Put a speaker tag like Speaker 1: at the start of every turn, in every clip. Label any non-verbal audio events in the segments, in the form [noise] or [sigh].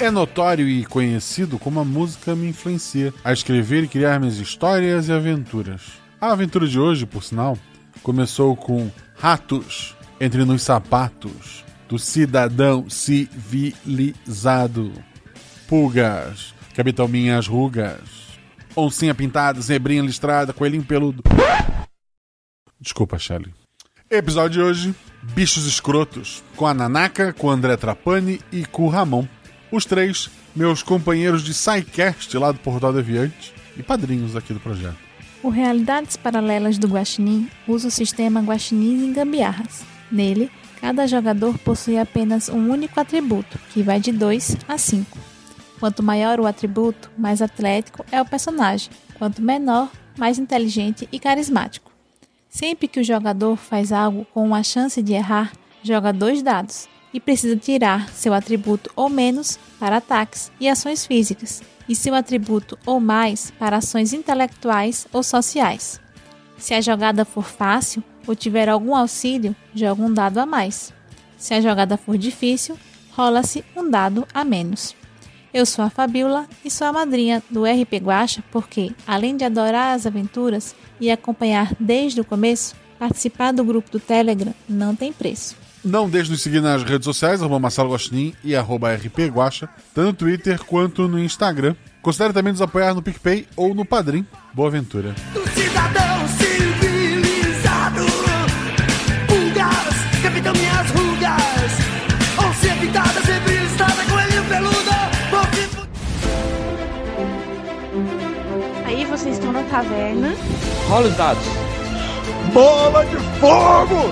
Speaker 1: É notório e conhecido como a música me influencia a escrever e criar minhas histórias e aventuras. A aventura de hoje, por sinal, começou com Ratos entre nos sapatos do cidadão civilizado. Pulgas que habitam minhas rugas. Oncinha pintada, zebrinha listrada, coelhinho peludo. Desculpa, Shelley. Episódio de hoje: Bichos Escrotos, com a Nanaka, com o André Trapani e com o Ramon. Os três, meus companheiros de SciCast lá do Portal Deviante e padrinhos aqui do projeto.
Speaker 2: O Realidades Paralelas do Guaxinim usa o sistema Guaxinins em Gambiarras. Nele, cada jogador possui apenas um único atributo, que vai de 2 a 5. Quanto maior o atributo, mais atlético é o personagem. Quanto menor, mais inteligente e carismático. Sempre que o jogador faz algo com uma chance de errar, joga dois dados e precisa tirar seu atributo ou menos para ataques e ações físicas, e seu atributo ou mais para ações intelectuais ou sociais. Se a jogada for fácil ou tiver algum auxílio, joga um dado a mais. Se a jogada for difícil, rola-se um dado a menos. Eu sou a Fabiola e sou a madrinha do RP Guacha porque, além de adorar as aventuras e acompanhar desde o começo, participar do grupo do Telegram não tem preço.
Speaker 1: Não deixe de nos seguir nas redes sociais, arroba Marcelo Guaxinim e arroba RP Guaxa, tanto no Twitter quanto no Instagram. Considere também nos apoiar no PicPay ou no Padrim. Boa aventura.
Speaker 3: do cidadão civilizado. Pulgas, capitão minhas rugas. Onça pintada, sempre estrada, coelho peludo. Bom tempo
Speaker 4: Aí vocês estão na taverna.
Speaker 5: Rola os dados.
Speaker 6: Bola de fogo!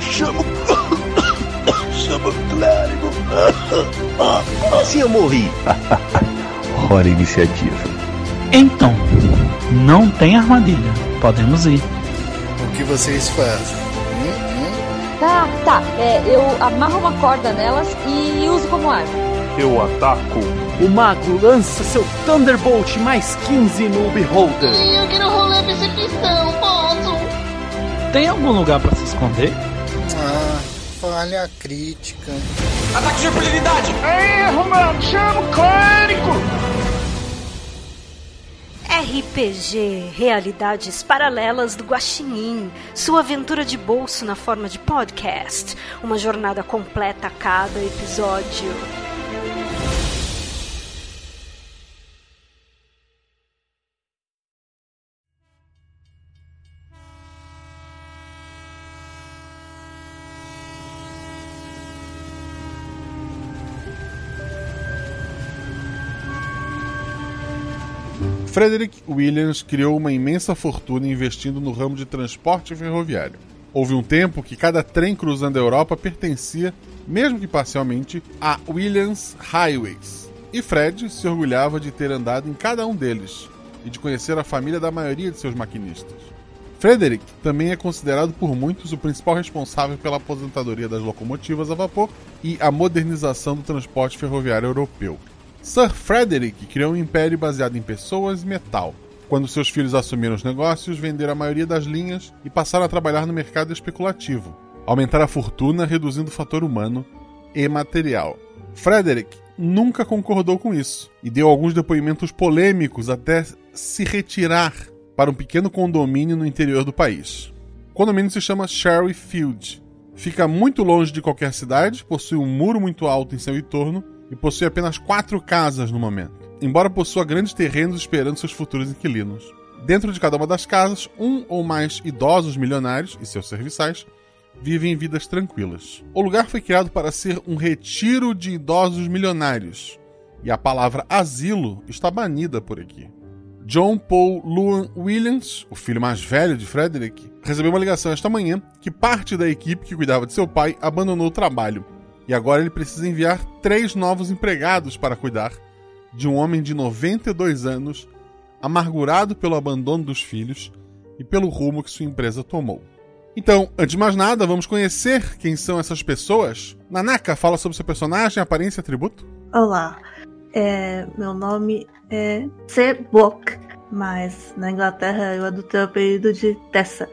Speaker 6: Chama o. [coughs] Chama o clérigo! Assim eu [laughs] morri! Hora iniciativa.
Speaker 7: Então, não tem armadilha. Podemos ir.
Speaker 8: O que vocês fazem? Hum, hum.
Speaker 9: Tá, tá. É, eu amarro uma corda nelas e uso como arma.
Speaker 10: Eu ataco.
Speaker 5: O mago lança seu Thunderbolt mais 15 no Beholder.
Speaker 4: Eu quero rolar percepção, posso?
Speaker 7: Tem algum lugar pra se esconder?
Speaker 8: Ah, falha crítica.
Speaker 3: Ataque de impunidade.
Speaker 4: RPG Realidades Paralelas do Guaxinim. Sua aventura de bolso na forma de podcast. Uma jornada completa a cada episódio.
Speaker 1: Frederick Williams criou uma imensa fortuna investindo no ramo de transporte ferroviário. Houve um tempo que cada trem cruzando a Europa pertencia, mesmo que parcialmente, a Williams Highways. E Fred se orgulhava de ter andado em cada um deles e de conhecer a família da maioria de seus maquinistas. Frederick também é considerado por muitos o principal responsável pela aposentadoria das locomotivas a vapor e a modernização do transporte ferroviário europeu. Sir Frederick criou um império baseado em pessoas e metal. Quando seus filhos assumiram os negócios, venderam a maioria das linhas e passaram a trabalhar no mercado especulativo. Aumentaram a fortuna, reduzindo o fator humano e material. Frederick nunca concordou com isso e deu alguns depoimentos polêmicos até se retirar para um pequeno condomínio no interior do país. O condomínio se chama Sherry Field. Fica muito longe de qualquer cidade, possui um muro muito alto em seu entorno e possui apenas quatro casas no momento, embora possua grandes terrenos esperando seus futuros inquilinos. Dentro de cada uma das casas, um ou mais idosos milionários e seus serviçais vivem vidas tranquilas. O lugar foi criado para ser um retiro de idosos milionários, e a palavra asilo está banida por aqui. John Paul Luan Williams, o filho mais velho de Frederick, recebeu uma ligação esta manhã que parte da equipe que cuidava de seu pai abandonou o trabalho e agora ele precisa enviar três novos empregados para cuidar de um homem de 92 anos, amargurado pelo abandono dos filhos e pelo rumo que sua empresa tomou. Então, antes de mais nada, vamos conhecer quem são essas pessoas. Nanaka, fala sobre seu personagem, aparência e atributo.
Speaker 11: Olá, é, meu nome é Sebok, mas na Inglaterra eu adotei o apelido de Tessa,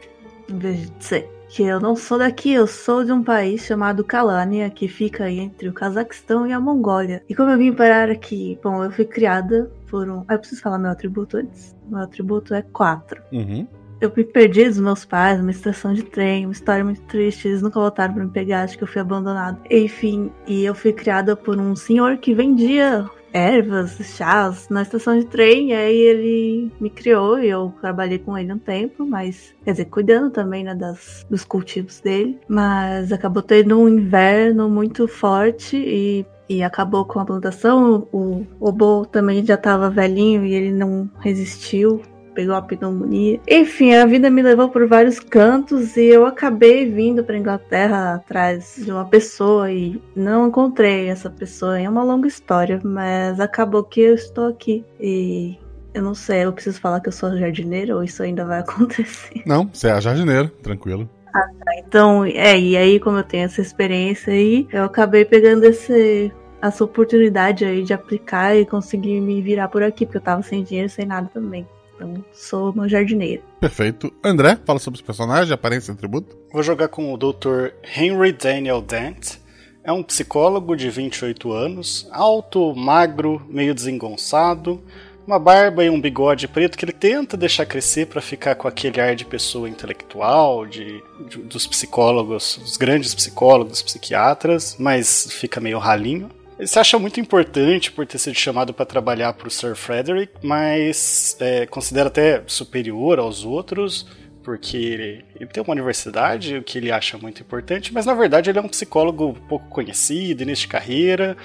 Speaker 11: em vez de C. Que eu não sou daqui, eu sou de um país chamado Kalânia, que fica aí entre o Cazaquistão e a Mongólia. E como eu vim parar aqui, bom, eu fui criada por um. Ah, eu preciso falar meu atributo antes. Meu atributo é 4.
Speaker 1: Uhum.
Speaker 11: Eu me perdi dos meus pais numa estação de trem, uma história muito triste. Eles nunca voltaram pra me pegar, acho que eu fui abandonada. Enfim, e eu fui criada por um senhor que vendia ervas, chás na estação de trem. E aí ele me criou e eu trabalhei com ele um tempo, mas quer dizer, cuidando também né, das, dos cultivos dele. Mas acabou tendo um inverno muito forte e e acabou com a plantação. O Obo também já tava velhinho e ele não resistiu, pegou a pneumonia. Enfim, a vida me levou por vários cantos e eu acabei vindo para Inglaterra atrás de uma pessoa e não encontrei essa pessoa. É uma longa história, mas acabou que eu estou aqui e eu não sei, eu preciso falar que eu sou jardineira ou isso ainda vai [laughs] acontecer.
Speaker 1: Não, você é a jardineira, tranquilo.
Speaker 11: Ah, tá. Então, é, e aí, como eu tenho essa experiência aí, eu acabei pegando esse, essa oportunidade aí de aplicar e conseguir me virar por aqui, porque eu tava sem dinheiro, sem nada também. Então, sou uma jardineira.
Speaker 1: Perfeito. André, fala sobre os personagens, aparência e atributo.
Speaker 10: Vou jogar com o Dr. Henry Daniel Dent. É um psicólogo de 28 anos, alto, magro, meio desengonçado, uma barba e um bigode preto que ele tenta deixar crescer para ficar com aquele ar de pessoa intelectual, de, de, dos psicólogos, dos grandes psicólogos, psiquiatras, mas fica meio ralinho. Ele se acha muito importante por ter sido chamado para trabalhar para o Sir Frederick, mas é, considera até superior aos outros, porque ele, ele, tem uma universidade, o que ele acha muito importante, mas na verdade ele é um psicólogo pouco conhecido, início de carreira,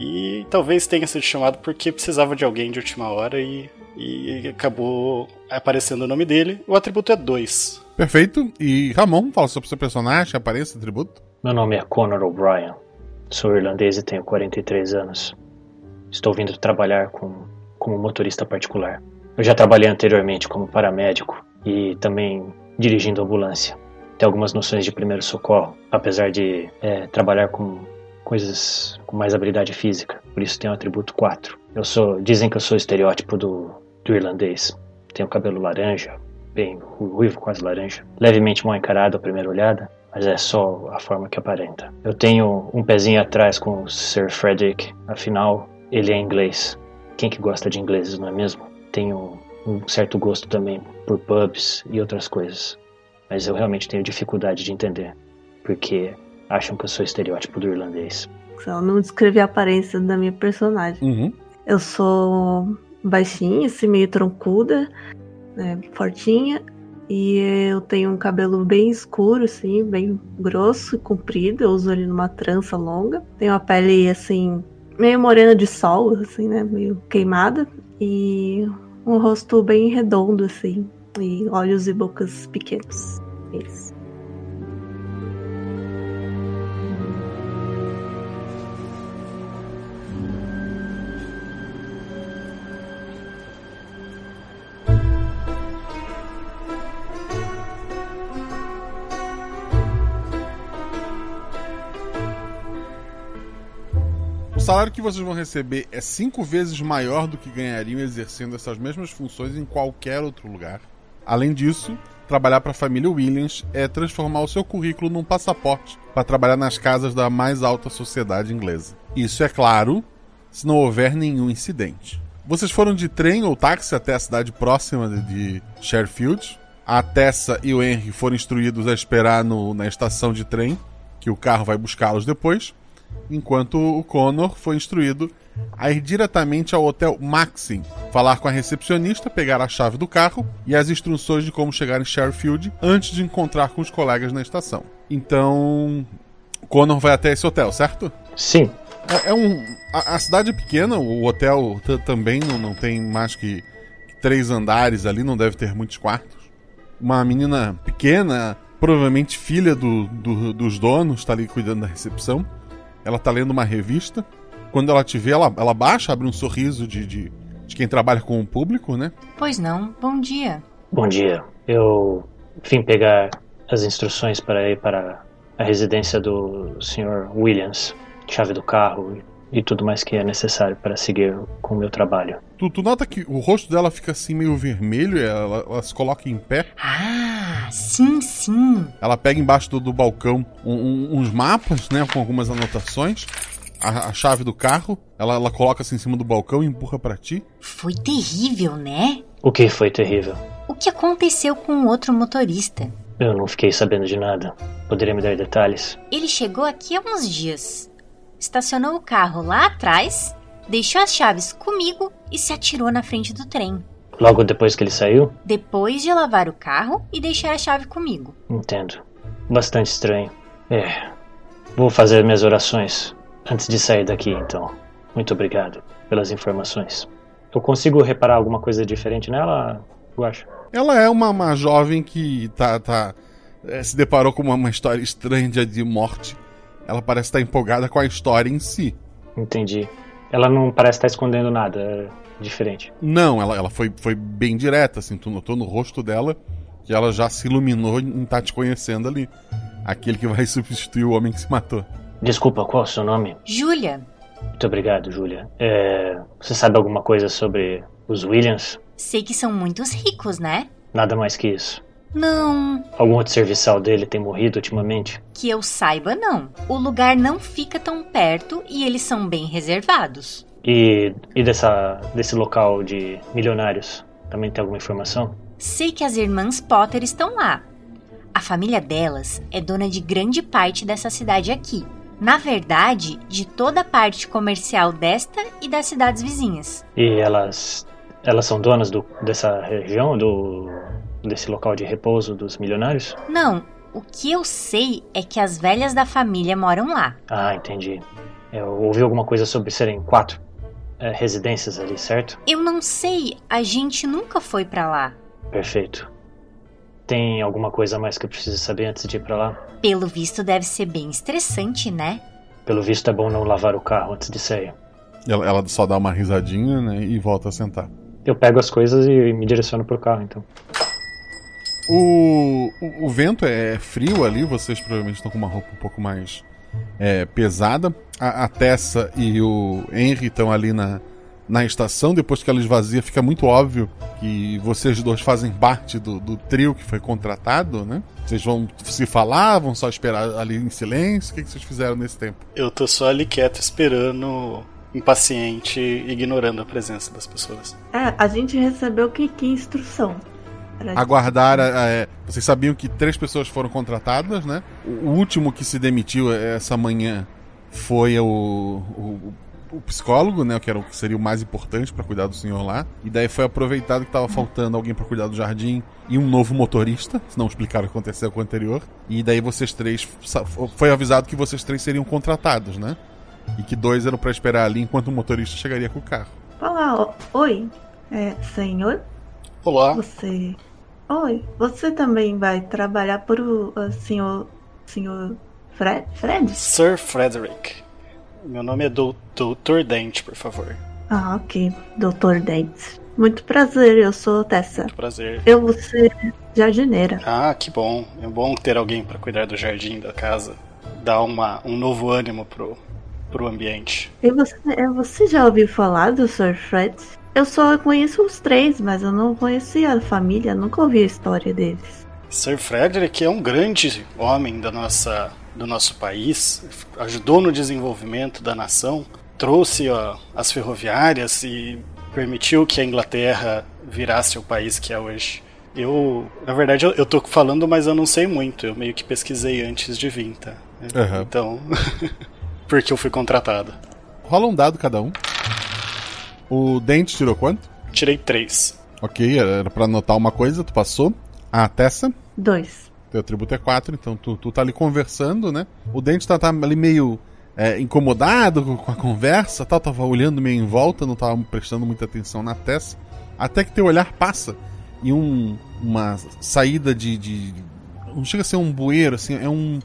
Speaker 10: e talvez tenha sido chamado porque precisava de alguém de última hora e, e acabou aparecendo o nome dele. O atributo é 2.
Speaker 1: Perfeito. E Ramon, fala sobre seu personagem, aparência, atributo.
Speaker 12: Meu nome é Conor O'Brien, sou irlandês e tenho 43 anos. Estou vindo trabalhar com, como motorista particular. Eu já trabalhei anteriormente como paramédico e também dirigindo ambulância. Tem algumas noções de primeiro socorro, apesar de é, trabalhar com coisas com mais habilidade física, por isso tem o atributo 4. Eu sou, dizem que eu sou estereótipo do, do irlandês. Tenho cabelo laranja, bem ruivo, quase laranja, levemente mal encarado à primeira olhada, mas é só a forma que aparenta. Eu tenho um pezinho atrás com o Sir Frederick, afinal ele é inglês. Quem que gosta de ingleses, não é mesmo? Tenho um certo gosto também por pubs e outras coisas. Mas eu realmente tenho dificuldade de entender, porque acham que eu sou estereótipo do irlandês.
Speaker 11: Só não descrevi a aparência da minha personagem.
Speaker 1: Uhum.
Speaker 11: Eu sou baixinha, assim, meio troncuda, né, fortinha, e eu tenho um cabelo bem escuro, assim, bem grosso e comprido. Eu uso ele numa trança longa. Tenho a pele, assim, meio morena de sol, assim, né, meio queimada. E um rosto bem redondo, assim, e olhos e bocas pequenos. Isso.
Speaker 1: O salário que vocês vão receber é cinco vezes maior do que ganhariam exercendo essas mesmas funções em qualquer outro lugar. Além disso, trabalhar para a família Williams é transformar o seu currículo num passaporte para trabalhar nas casas da mais alta sociedade inglesa. Isso é claro, se não houver nenhum incidente. Vocês foram de trem ou táxi até a cidade próxima de Sheffield. A Tessa e o Henry foram instruídos a esperar no, na estação de trem, que o carro vai buscá-los depois enquanto o Connor foi instruído a ir diretamente ao hotel Maxim, falar com a recepcionista, pegar a chave do carro e as instruções de como chegar em Sheffield antes de encontrar com os colegas na estação. Então, Connor vai até esse hotel, certo?
Speaker 12: Sim.
Speaker 1: É, é um a, a, cidade é pequena, o hotel também não, não tem mais que, que três andares ali, não deve ter muitos quartos. Uma menina pequena, provavelmente filha do, do dos donos, está ali cuidando da recepção ela tá lendo uma revista. Quando ela te vê, ela, ela baixa, abre um sorriso de, de, de, quem trabalha com o público, né?
Speaker 13: Pois não, bom dia.
Speaker 12: Bom dia. Eu vim pegar as instruções para ir para a residência do Sr. Williams, chave do carro, e tudo mais que é necessário para seguir com o meu trabalho.
Speaker 1: Tu, tu nota que o rosto dela fica assim meio vermelho, ela, ela se coloca em pé.
Speaker 13: Ah, sim, sim.
Speaker 1: Ela pega embaixo do, do balcão um- um- uns mapas, né, com algumas anotações. A, a chave do carro, ela, ela coloca assim em cima do balcão e empurra pra ti.
Speaker 13: Foi terrível, né?
Speaker 12: O que foi terrível?
Speaker 13: O que aconteceu com o outro motorista?
Speaker 12: Eu não fiquei sabendo de nada. Poderia me dar detalhes?
Speaker 13: Ele chegou aqui há uns dias, estacionou o carro lá atrás, deixou as chaves comigo e se atirou na frente do trem.
Speaker 12: Logo depois que ele saiu?
Speaker 13: Depois de lavar o carro e deixar a chave comigo.
Speaker 12: Entendo. Bastante estranho. É. Vou fazer minhas orações antes de sair daqui, então. Muito obrigado pelas informações. Eu consigo reparar alguma coisa diferente nela, Guacha?
Speaker 1: Ela é uma, uma jovem que tá, tá, eh, se deparou com uma, uma história estranha de, de morte. Ela parece estar empolgada com a história em si.
Speaker 12: Entendi. Ela não parece estar escondendo nada é diferente.
Speaker 1: Não, ela, ela foi, foi bem direta, assim, tu notou no rosto dela que ela já se iluminou em estar te conhecendo ali. Aquele que vai substituir o homem que se matou.
Speaker 12: Desculpa, qual é o seu nome?
Speaker 13: Júlia,
Speaker 12: Muito obrigado, Julia. É, você sabe alguma coisa sobre os Williams?
Speaker 13: sei que são muitos ricos, né?
Speaker 12: Nada mais que isso.
Speaker 13: Não,
Speaker 12: Algum outro serviçal dele tem morrido ultimamente?
Speaker 13: que eu saiba, não. O lugar não fica tão perto e eles são bem reservados.
Speaker 12: E, e dessa, desse local de milionários? Também tem alguma informação?
Speaker 13: Sei que as irmãs Potter estão lá. A família delas é dona de grande parte dessa cidade aqui. Na verdade, de toda a parte comercial desta e das cidades vizinhas.
Speaker 12: E elas elas são donas do, dessa região, do desse local de repouso dos milionários?
Speaker 13: Não, o que eu sei é que as velhas da família moram lá.
Speaker 12: Ah, entendi. Eu ouvi alguma coisa sobre serem quatro é, residências ali, certo?
Speaker 13: Eu não sei, a gente nunca foi pra lá.
Speaker 12: Perfeito. Tem alguma coisa a mais que eu preciso saber antes de ir pra lá?
Speaker 13: Pelo visto, deve ser bem estressante, né?
Speaker 12: Pelo visto é bom não lavar o carro antes de sair.
Speaker 1: Ela, ela só dá uma risadinha, né, e volta a sentar.
Speaker 12: Eu pego as coisas e me direciono pro carro, então.
Speaker 1: O, o, o vento é frio ali, vocês provavelmente estão com uma roupa um pouco mais é, pesada. A, a Tessa e o Henry estão ali na, na estação. Depois que ela esvazia, fica muito óbvio que vocês dois fazem parte do, do trio que foi contratado, né? Vocês vão se falar, vão só esperar ali em silêncio. O que, que vocês fizeram nesse tempo?
Speaker 10: Eu tô só ali quieto esperando, impaciente, ignorando a presença das pessoas.
Speaker 11: É, a gente recebeu que, que instrução? Era-
Speaker 1: aguardar. a- a- é, vocês sabiam que três pessoas foram contratadas, né? O último que se demitiu essa manhã foi o, o, o psicólogo, né? Que era o que seria o mais importante para cuidar do senhor lá. E daí foi aproveitado que tava faltando alguém para cuidar do jardim e um novo motorista. Se não explicaram o que aconteceu com o anterior. E daí vocês três. sa- Foi avisado que vocês três seriam contratados, né? E que dois eram para esperar ali enquanto o motorista chegaria com o carro.
Speaker 11: Fala, ó, oi, é, senhor?
Speaker 10: Olá.
Speaker 11: Você. Oi, você também vai trabalhar para o ah, senhor. Senhor. Fred? Fred?
Speaker 10: Sir Frederick. Meu nome é Dou- Doutor Dente, por favor.
Speaker 11: Ah, ok, doutor Dentes. Muito prazer, eu sou Tessa.
Speaker 10: Prazer.
Speaker 11: Eu vou ser jardineira.
Speaker 10: Ah, que bom. É bom ter alguém para cuidar do jardim, da casa. Dar uma, um novo ânimo pro, pro ambiente.
Speaker 11: E você, é, você já ouviu falar do Sr. Fred? Eu só conheço os três, mas eu não conhecia a família, nunca ouvi a história deles.
Speaker 10: Sir Frederick é um grande homem da nossa, do nosso país, ajudou no desenvolvimento da nação, trouxe ó, as ferroviárias e permitiu que a Inglaterra virasse o país que é hoje. Eu, na verdade, eu, eu tô falando, mas eu não sei muito. Eu meio que pesquisei antes de vir, tá?
Speaker 1: Aham.
Speaker 10: Então, [laughs] porque eu fui contratado.
Speaker 1: Rola um dado cada um. O Dente tirou quanto?
Speaker 10: Tirei três.
Speaker 1: Ok, era pra anotar uma coisa, tu passou. Ah, A Tessa?
Speaker 11: Dois.
Speaker 1: Teu atributo é quatro, então tu, tu tá ali conversando, né? O Dente tá, tá ali meio é, incomodado com- com a conversa, tal, tava olhando meio em volta, não tava prestando muita atenção na Tessa. Até que teu olhar passa e um, uma saída de, de- Não chega a ser um bueiro, assim, é um,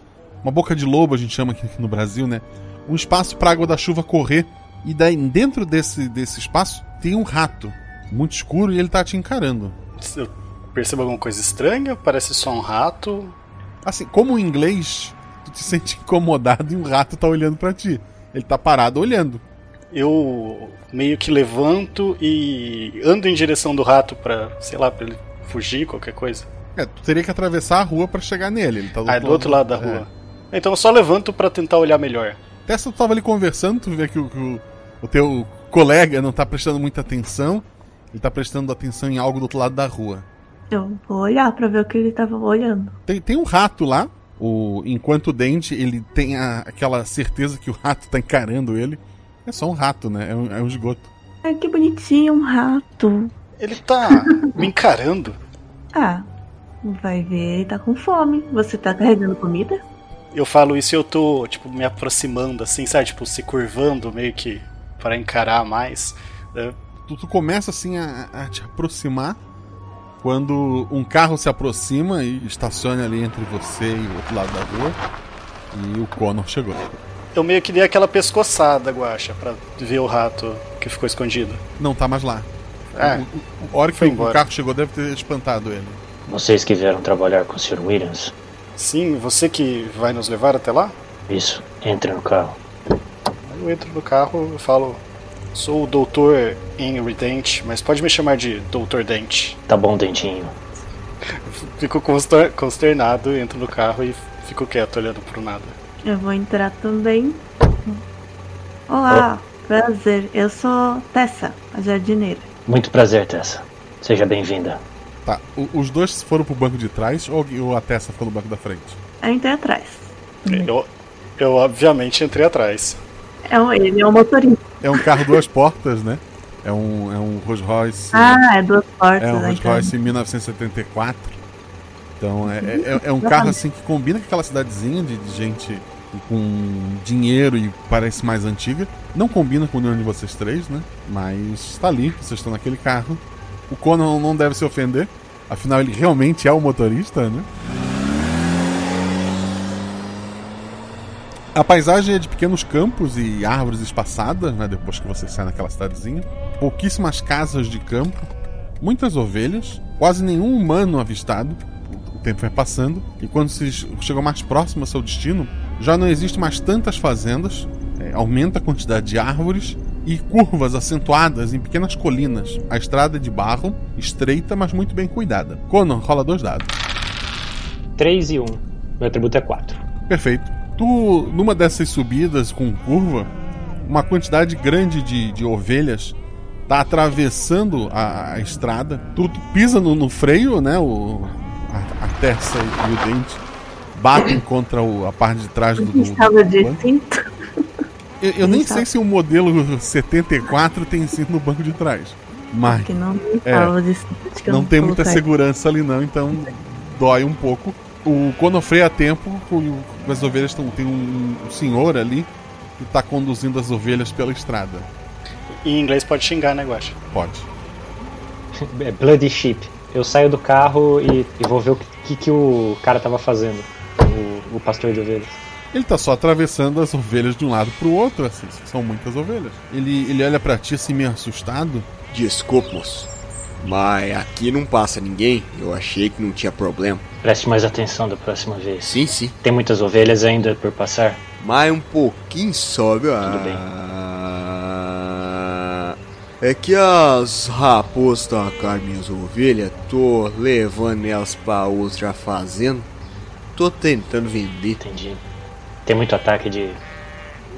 Speaker 1: uma boca de lobo, a gente chama aqui, aqui no Brasil, né? Um espaço pra água da chuva correr. E daí, dentro desse, desse espaço, tem um rato muito escuro e ele tá te encarando.
Speaker 10: Eu percebo alguma coisa estranha? Parece só um rato.
Speaker 1: Assim, como em inglês, tu te sente incomodado e um rato tá olhando pra ti. Ele tá parado olhando.
Speaker 10: eu meio que levanto e ando em direção do rato pra, sei lá, pra ele fugir, qualquer coisa.
Speaker 1: É, tu teria que atravessar a rua pra chegar nele. Ele tá do,
Speaker 10: Ah, é do outro lado da rua. Então eu só levanto pra tentar olhar melhor.
Speaker 1: É. Até se tu tava ali conversando, tu vê que o, que o- o teu colega não tá prestando muita atenção. Ele tá prestando atenção em algo do outro lado da rua.
Speaker 11: Eu vou olhar pra ver o que ele tava olhando.
Speaker 1: Tem, tem um rato lá. O, enquanto o Dente, ele tem a- aquela certeza que o rato tá encarando ele. É só um rato, né? É um, é um esgoto.
Speaker 11: Ai, que bonitinho, um rato.
Speaker 10: Ele tá
Speaker 11: [laughs]
Speaker 10: me encarando.
Speaker 11: Ah, vai ver, ele tá com fome. Você tá carregando comida?
Speaker 10: Eu falo isso e eu tô, tipo, me aproximando, assim, sabe? Tipo, se curvando meio que pra encarar mais. né?
Speaker 1: Tu, tu começa assim a, a te aproximar quando um carro se aproxima e estaciona ali entre você e o outro lado da rua. E o Connor chegou.
Speaker 10: Eu meio que dei aquela pescoçada, guacha, pra ver o rato que ficou escondido.
Speaker 1: Não tá mais lá.
Speaker 10: Ah,
Speaker 1: O- o- a hora que
Speaker 10: foi
Speaker 1: o
Speaker 10: embora.
Speaker 1: carro chegou deve ter espantado ele.
Speaker 12: Vocês que vieram trabalhar com o Sr. Williams?
Speaker 10: Sim, você que vai nos levar até lá?
Speaker 12: Isso, entre no carro.
Speaker 10: Eu entro no carro e falo: Sou o doutor Henry Dent, mas pode me chamar de Doutor Dent.
Speaker 12: Tá bom, Dentinho.
Speaker 10: Fico conster- consternado, entro no carro e fico quieto olhando pro nada.
Speaker 11: Eu vou entrar também. Olá, prazer. Eu sou Tessa, a jardineira.
Speaker 12: Muito prazer, Tessa. Seja bem-vinda.
Speaker 1: Tá, o- os dois foram pro banco de trás ou alguém- ou a Tessa ficou no banco da frente?
Speaker 11: Eu entrei atrás.
Speaker 10: Eu, eu obviamente entrei atrás.
Speaker 11: É um, ele é um motorista.
Speaker 1: É um carro duas portas, né? É um, é um Rolls Royce.
Speaker 11: Ah, é duas portas.
Speaker 1: É um
Speaker 11: né,
Speaker 1: Rolls
Speaker 11: então.
Speaker 1: Royce 1974. Então é, é- é- é um
Speaker 11: Exatamente.
Speaker 1: carro assim que combina com aquela cidadezinha de, de gente com dinheiro e parece mais antiga. Não combina com nenhum de vocês três, né? Mas tá ali, vocês estão naquele carro. O Conan não deve se ofender, afinal ele realmente é o motorista, né? A paisagem é de pequenos campos e árvores espaçadas, né? Depois que você sai naquela cidadezinha. Pouquíssimas casas de campo, muitas ovelhas, quase nenhum humano avistado. O tempo vai passando e quando vocês chegam mais próximo ao seu destino, já não existe mais tantas fazendas, é, aumenta a quantidade de árvores e curvas acentuadas em pequenas colinas. A estrada é de barro, estreita, mas muito bem cuidada. Conan, rola dois dados.
Speaker 12: 3 e 1. Meu atributo é 4.
Speaker 1: Perfeito. Tu, numa dessas subidas com curva, uma quantidade grande de, de ovelhas tá atravessando a, a estrada. Tu, tu pisa no, no freio, né? O, a, a terça e o dente batem contra o- a parte de trás do. do-
Speaker 11: Estava de cinto.
Speaker 1: Eu, eu nem sei se o modelo 74 tem cinto no banco de trás. Mas.
Speaker 11: Que não
Speaker 1: É.
Speaker 11: estava de cinto. que eu
Speaker 1: Não tem muita
Speaker 11: coloquei.
Speaker 1: segurança ali não, então dói um pouco. O quando freia a tempo, o- as ovelhas estão tem um, um senhor ali que tá conduzindo as ovelhas pela estrada.
Speaker 10: Em inglês pode xingar, né, Guacha?
Speaker 1: Pode.
Speaker 12: [laughs] É Bloody Sheep. Eu saio do carro e, e vou ver o que, que o cara tava fazendo. O, o pastor de ovelhas.
Speaker 1: Ele tá só atravessando as ovelhas de um lado pro outro, assim, são muitas ovelhas. Ele ele olha pra ti assim meio assustado.
Speaker 14: Desculpa, moço. Mas aqui não passa ninguém. Eu achei que não tinha problema.
Speaker 12: Preste mais atenção da próxima vez.
Speaker 14: Sim, sim.
Speaker 12: Tem muitas ovelhas ainda por passar?
Speaker 14: Mas um pouquinho só, viu?
Speaker 12: Tudo bem.
Speaker 14: Ah, É que as raposas tacaram minhas ovelhas, tô levando elas pra outra fazenda. Tá Tô tentando vender.
Speaker 12: Entendi. Tem muito ataque de,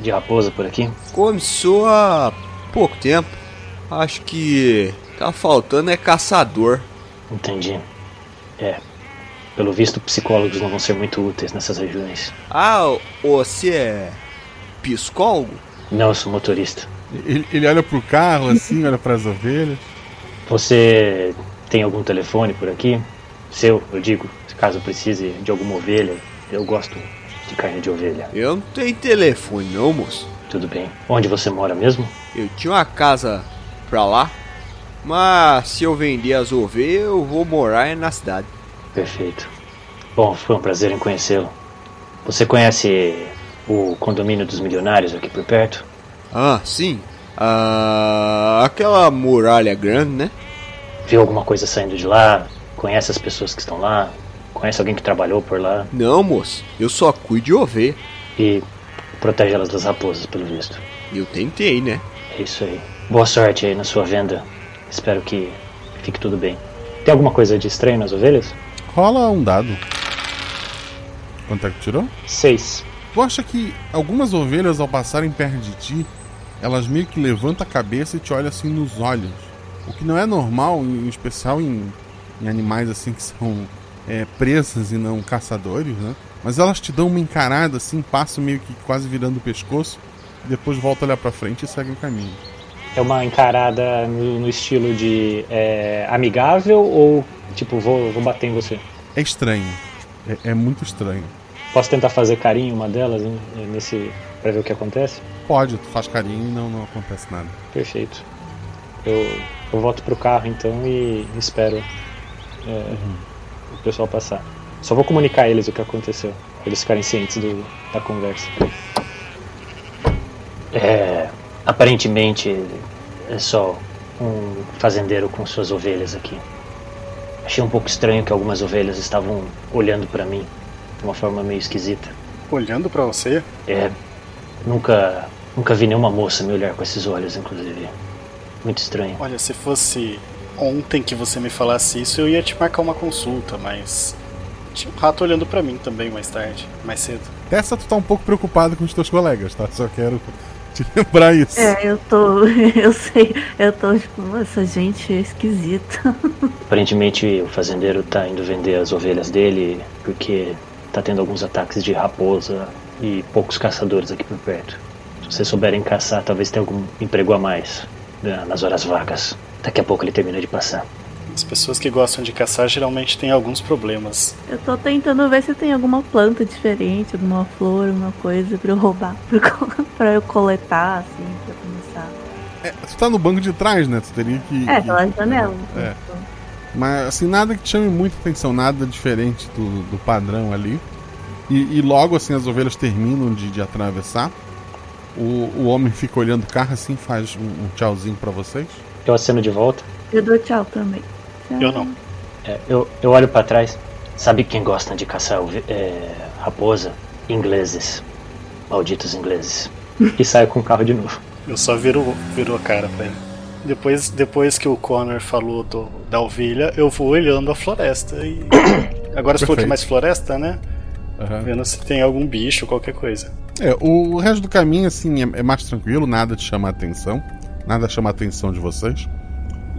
Speaker 12: de raposa por aqui?
Speaker 14: Começou há pouco tempo. Acho que tá faltando é caçador.
Speaker 12: Entendi. É. Pelo visto, psicólogos não vão ser muito úteis nessas regiões.
Speaker 14: Ah, você é psicólogo?
Speaker 12: Não, eu sou motorista.
Speaker 1: Ele, ele olha pro carro assim, [laughs] olha pras ovelhas.
Speaker 12: Você tem algum telefone por aqui? Seu, eu digo, caso precise de alguma ovelha. Eu gosto de carne de ovelha.
Speaker 14: Eu não tenho telefone não, moço.
Speaker 12: Tudo bem. Onde você mora mesmo?
Speaker 14: Eu tinha uma casa pra lá, mas se eu vender as ovelhas, eu vou morar é na cidade.
Speaker 12: Perfeito. Bom, foi um prazer em conhecê-lo. Você conhece o condomínio dos milionários aqui por perto?
Speaker 14: Ah, sim. Ah, aquela muralha grande, né?
Speaker 12: Viu alguma coisa saindo de lá? Conhece as pessoas que estão lá? Conhece alguém que trabalhou por lá?
Speaker 14: Não, moço. Eu só cuido de ovelha.
Speaker 12: E protege elas das raposas, pelo visto.
Speaker 14: Eu tentei, né?
Speaker 12: É isso aí. Boa sorte aí na sua venda. Espero que fique tudo bem. Tem alguma coisa de estranho nas ovelhas?
Speaker 1: Rola um dado. Quanto é que tirou?
Speaker 12: Seis.
Speaker 1: Tu acha que algumas ovelhas, ao passarem perto de ti, elas meio que levantam a cabeça e te olham assim nos olhos? O que não é normal, em especial em, em animais assim que são é, presas e não caçadores, né? Mas elas te dão uma encarada assim, passo meio que quase virando o pescoço, e depois volta a olhar pra frente e segue o caminho.
Speaker 12: É uma encarada no, no estilo de é, amigável ou tipo, vou, vou bater em você?
Speaker 1: É estranho. É, é muito estranho.
Speaker 12: Posso tentar fazer carinho uma delas né, nesse para ver o que acontece?
Speaker 1: Pode, tu faz carinho e não, não acontece nada.
Speaker 12: Perfeito. Eu, eu volto pro carro então e espero é,
Speaker 1: Uhum.
Speaker 12: o pessoal passar. Só vou comunicar a eles o que aconteceu, pra eles ficarem cientes do- da conversa. É, aparentemente é só um fazendeiro com suas ovelhas aqui. Achei um pouco estranho que algumas ovelhas estavam olhando pra mim de uma forma meio esquisita.
Speaker 10: Olhando pra você?
Speaker 12: É, nunca, nunca vi nenhuma moça me olhar com esses olhos, inclusive. Muito estranho.
Speaker 10: Olha, se fosse ontem que você me falasse isso, eu ia te marcar uma consulta, mas. Tinha um rato olhando pra mim também mais tarde, mais cedo.
Speaker 1: Dessa tu tá um pouco preocupado com os teus colegas, tá? Só quero te [laughs] lembrar isso.
Speaker 11: É, eu tô. [laughs] Eu sei. Eu tô tipo, essa gente é [laughs] esquisita.
Speaker 12: Aparentemente o fazendeiro tá indo vender as ovelhas dele porque tá tendo alguns ataques de raposa e poucos caçadores aqui por perto. Se vocês souberem caçar, talvez tenha algum emprego a mais né, nas horas vagas. Daqui a pouco ele termina de passar.
Speaker 10: As pessoas que gostam de caçar geralmente têm alguns problemas.
Speaker 11: Eu tô tentando ver se tem alguma planta diferente, alguma flor, alguma coisa pra eu roubar, [laughs] pra eu, co- pra eu coletar, assim, pra começar.
Speaker 1: É, tu tá no banco de trás, né? Tu teria que.
Speaker 11: É,
Speaker 1: que-
Speaker 11: pela janela.
Speaker 1: É. Mas assim, nada que te chame muita atenção, nada diferente do, do padrão ali. E, e logo assim as ovelhas terminam de, de atravessar. O, o homem fica olhando o carro assim, faz um, um tchauzinho pra vocês.
Speaker 12: Eu aceno Então de volta.
Speaker 11: Eu dou tchau também. Tchau.
Speaker 12: É, eu, eu olho pra trás. Sabe quem gosta de caçar ove- é, raposa? Ingleses. Malditos ingleses. E saio com o carro de novo.
Speaker 10: Eu só viro, viro a cara pra ele. Depois, depois que o Connor falou do, da ovelha, eu vou olhando a floresta
Speaker 12: [coughs]
Speaker 10: e. Agora você falou que é
Speaker 1: Perfeito.
Speaker 10: mais floresta, né?
Speaker 1: Aham.
Speaker 10: Vendo se tem algum bicho, qualquer coisa.
Speaker 1: É, o resto do caminho, assim, é, é mais tranquilo, nada te chama a atenção. Nada chama a atenção de vocês.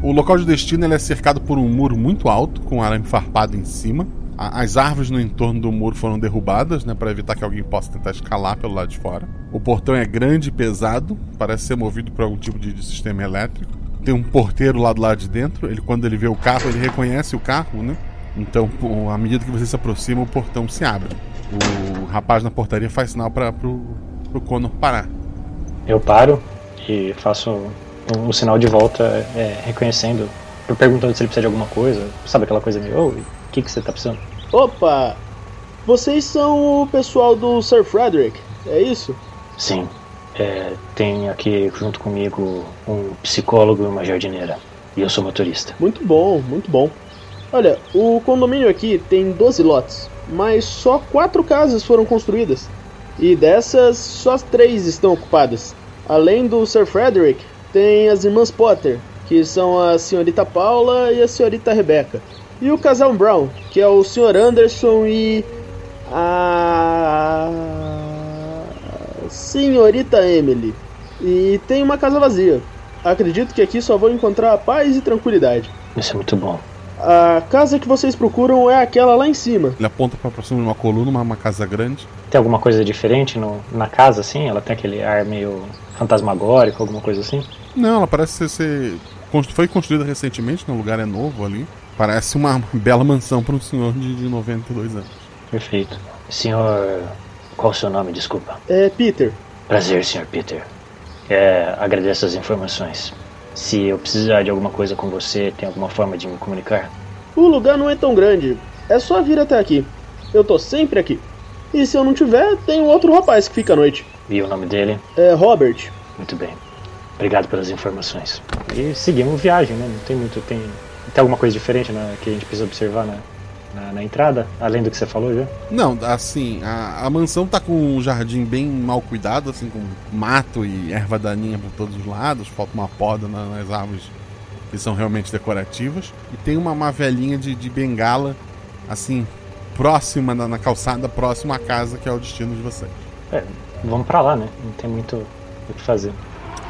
Speaker 1: O local de destino ele é cercado por um muro muito alto, com arame farpado em cima. A- as árvores no entorno do muro foram derrubadas, né, para evitar que alguém possa tentar escalar pelo lado de fora. O portão é grande e pesado, parece ser movido por algum tipo de, de sistema elétrico. Tem um porteiro lá do lado de dentro, ele quando ele vê o carro, ele reconhece o carro, né? Então, pô, à medida que você se aproxima, o portão se abre. O rapaz na portaria faz sinal para pro, pro Conor parar.
Speaker 12: Eu paro e faço um, um sinal de volta, é, reconhecendo, eu perguntando se ele precisa de alguma coisa. Sabe aquela coisa meio, "Ô, o que, que você tá precisando?
Speaker 14: Opa! Vocês são o pessoal do Sir Frederick, é isso?
Speaker 12: Sim, é, tem aqui junto comigo um psicólogo e uma jardineira. E eu sou motorista.
Speaker 14: Muito bom, muito bom. Olha, o condomínio aqui tem 12 lotes, mas só quatro casas foram construídas. E dessas, só três estão ocupadas. Além do Sir Frederick, tem as irmãs Potter, que são a senhorita Paula e a senhorita Rebecca. E o casal Brown, que é o Sr. Anderson e a senhorita Emily. E tem uma casa vazia. Acredito que aqui só vou encontrar paz e tranquilidade.
Speaker 12: Isso é muito bom.
Speaker 14: A casa que vocês procuram é aquela lá em cima.
Speaker 1: Ele aponta para cima de uma coluna, uma, uma casa grande.
Speaker 12: Tem alguma coisa diferente no- na casa, assim? Ela tem aquele ar meio fantasmagórico, alguma coisa assim?
Speaker 1: Não, ela parece ser, ser constru- foi construída recentemente, né? o lugar é novo ali. Parece uma bela mansão para um senhor de, de 92 anos.
Speaker 12: Perfeito. Senhor, qual o seu nome? Desculpa.
Speaker 14: É Peter.
Speaker 12: Prazer, Sr. Peter. É, agradeço as informações. Se eu precisar de alguma coisa com você, tem alguma forma de me comunicar?
Speaker 14: O lugar não é tão grande. É só vir até aqui. Eu tô sempre aqui. E se eu não tiver, tem um outro rapaz que fica à noite.
Speaker 12: E o nome dele?
Speaker 14: É Robert.
Speaker 12: Muito bem. Obrigado pelas informações. E seguimos viagem, né? Não tem muito. Tem, tem alguma coisa diferente né, que a gente precisa observar na,
Speaker 15: na, na entrada? Além do que você falou já?
Speaker 1: Não, assim, a, a mansão tá com um jardim bem mal cuidado, assim, com mato e erva daninha por todos os lados, falta uma poda na- nas árvores que são realmente decorativas. E tem uma, uma velhinha de, de bengala, assim, próxima, na, na calçada, próxima à casa, que é o destino de vocês.
Speaker 15: É, vamos pra lá, né? Não tem muito o que fazer.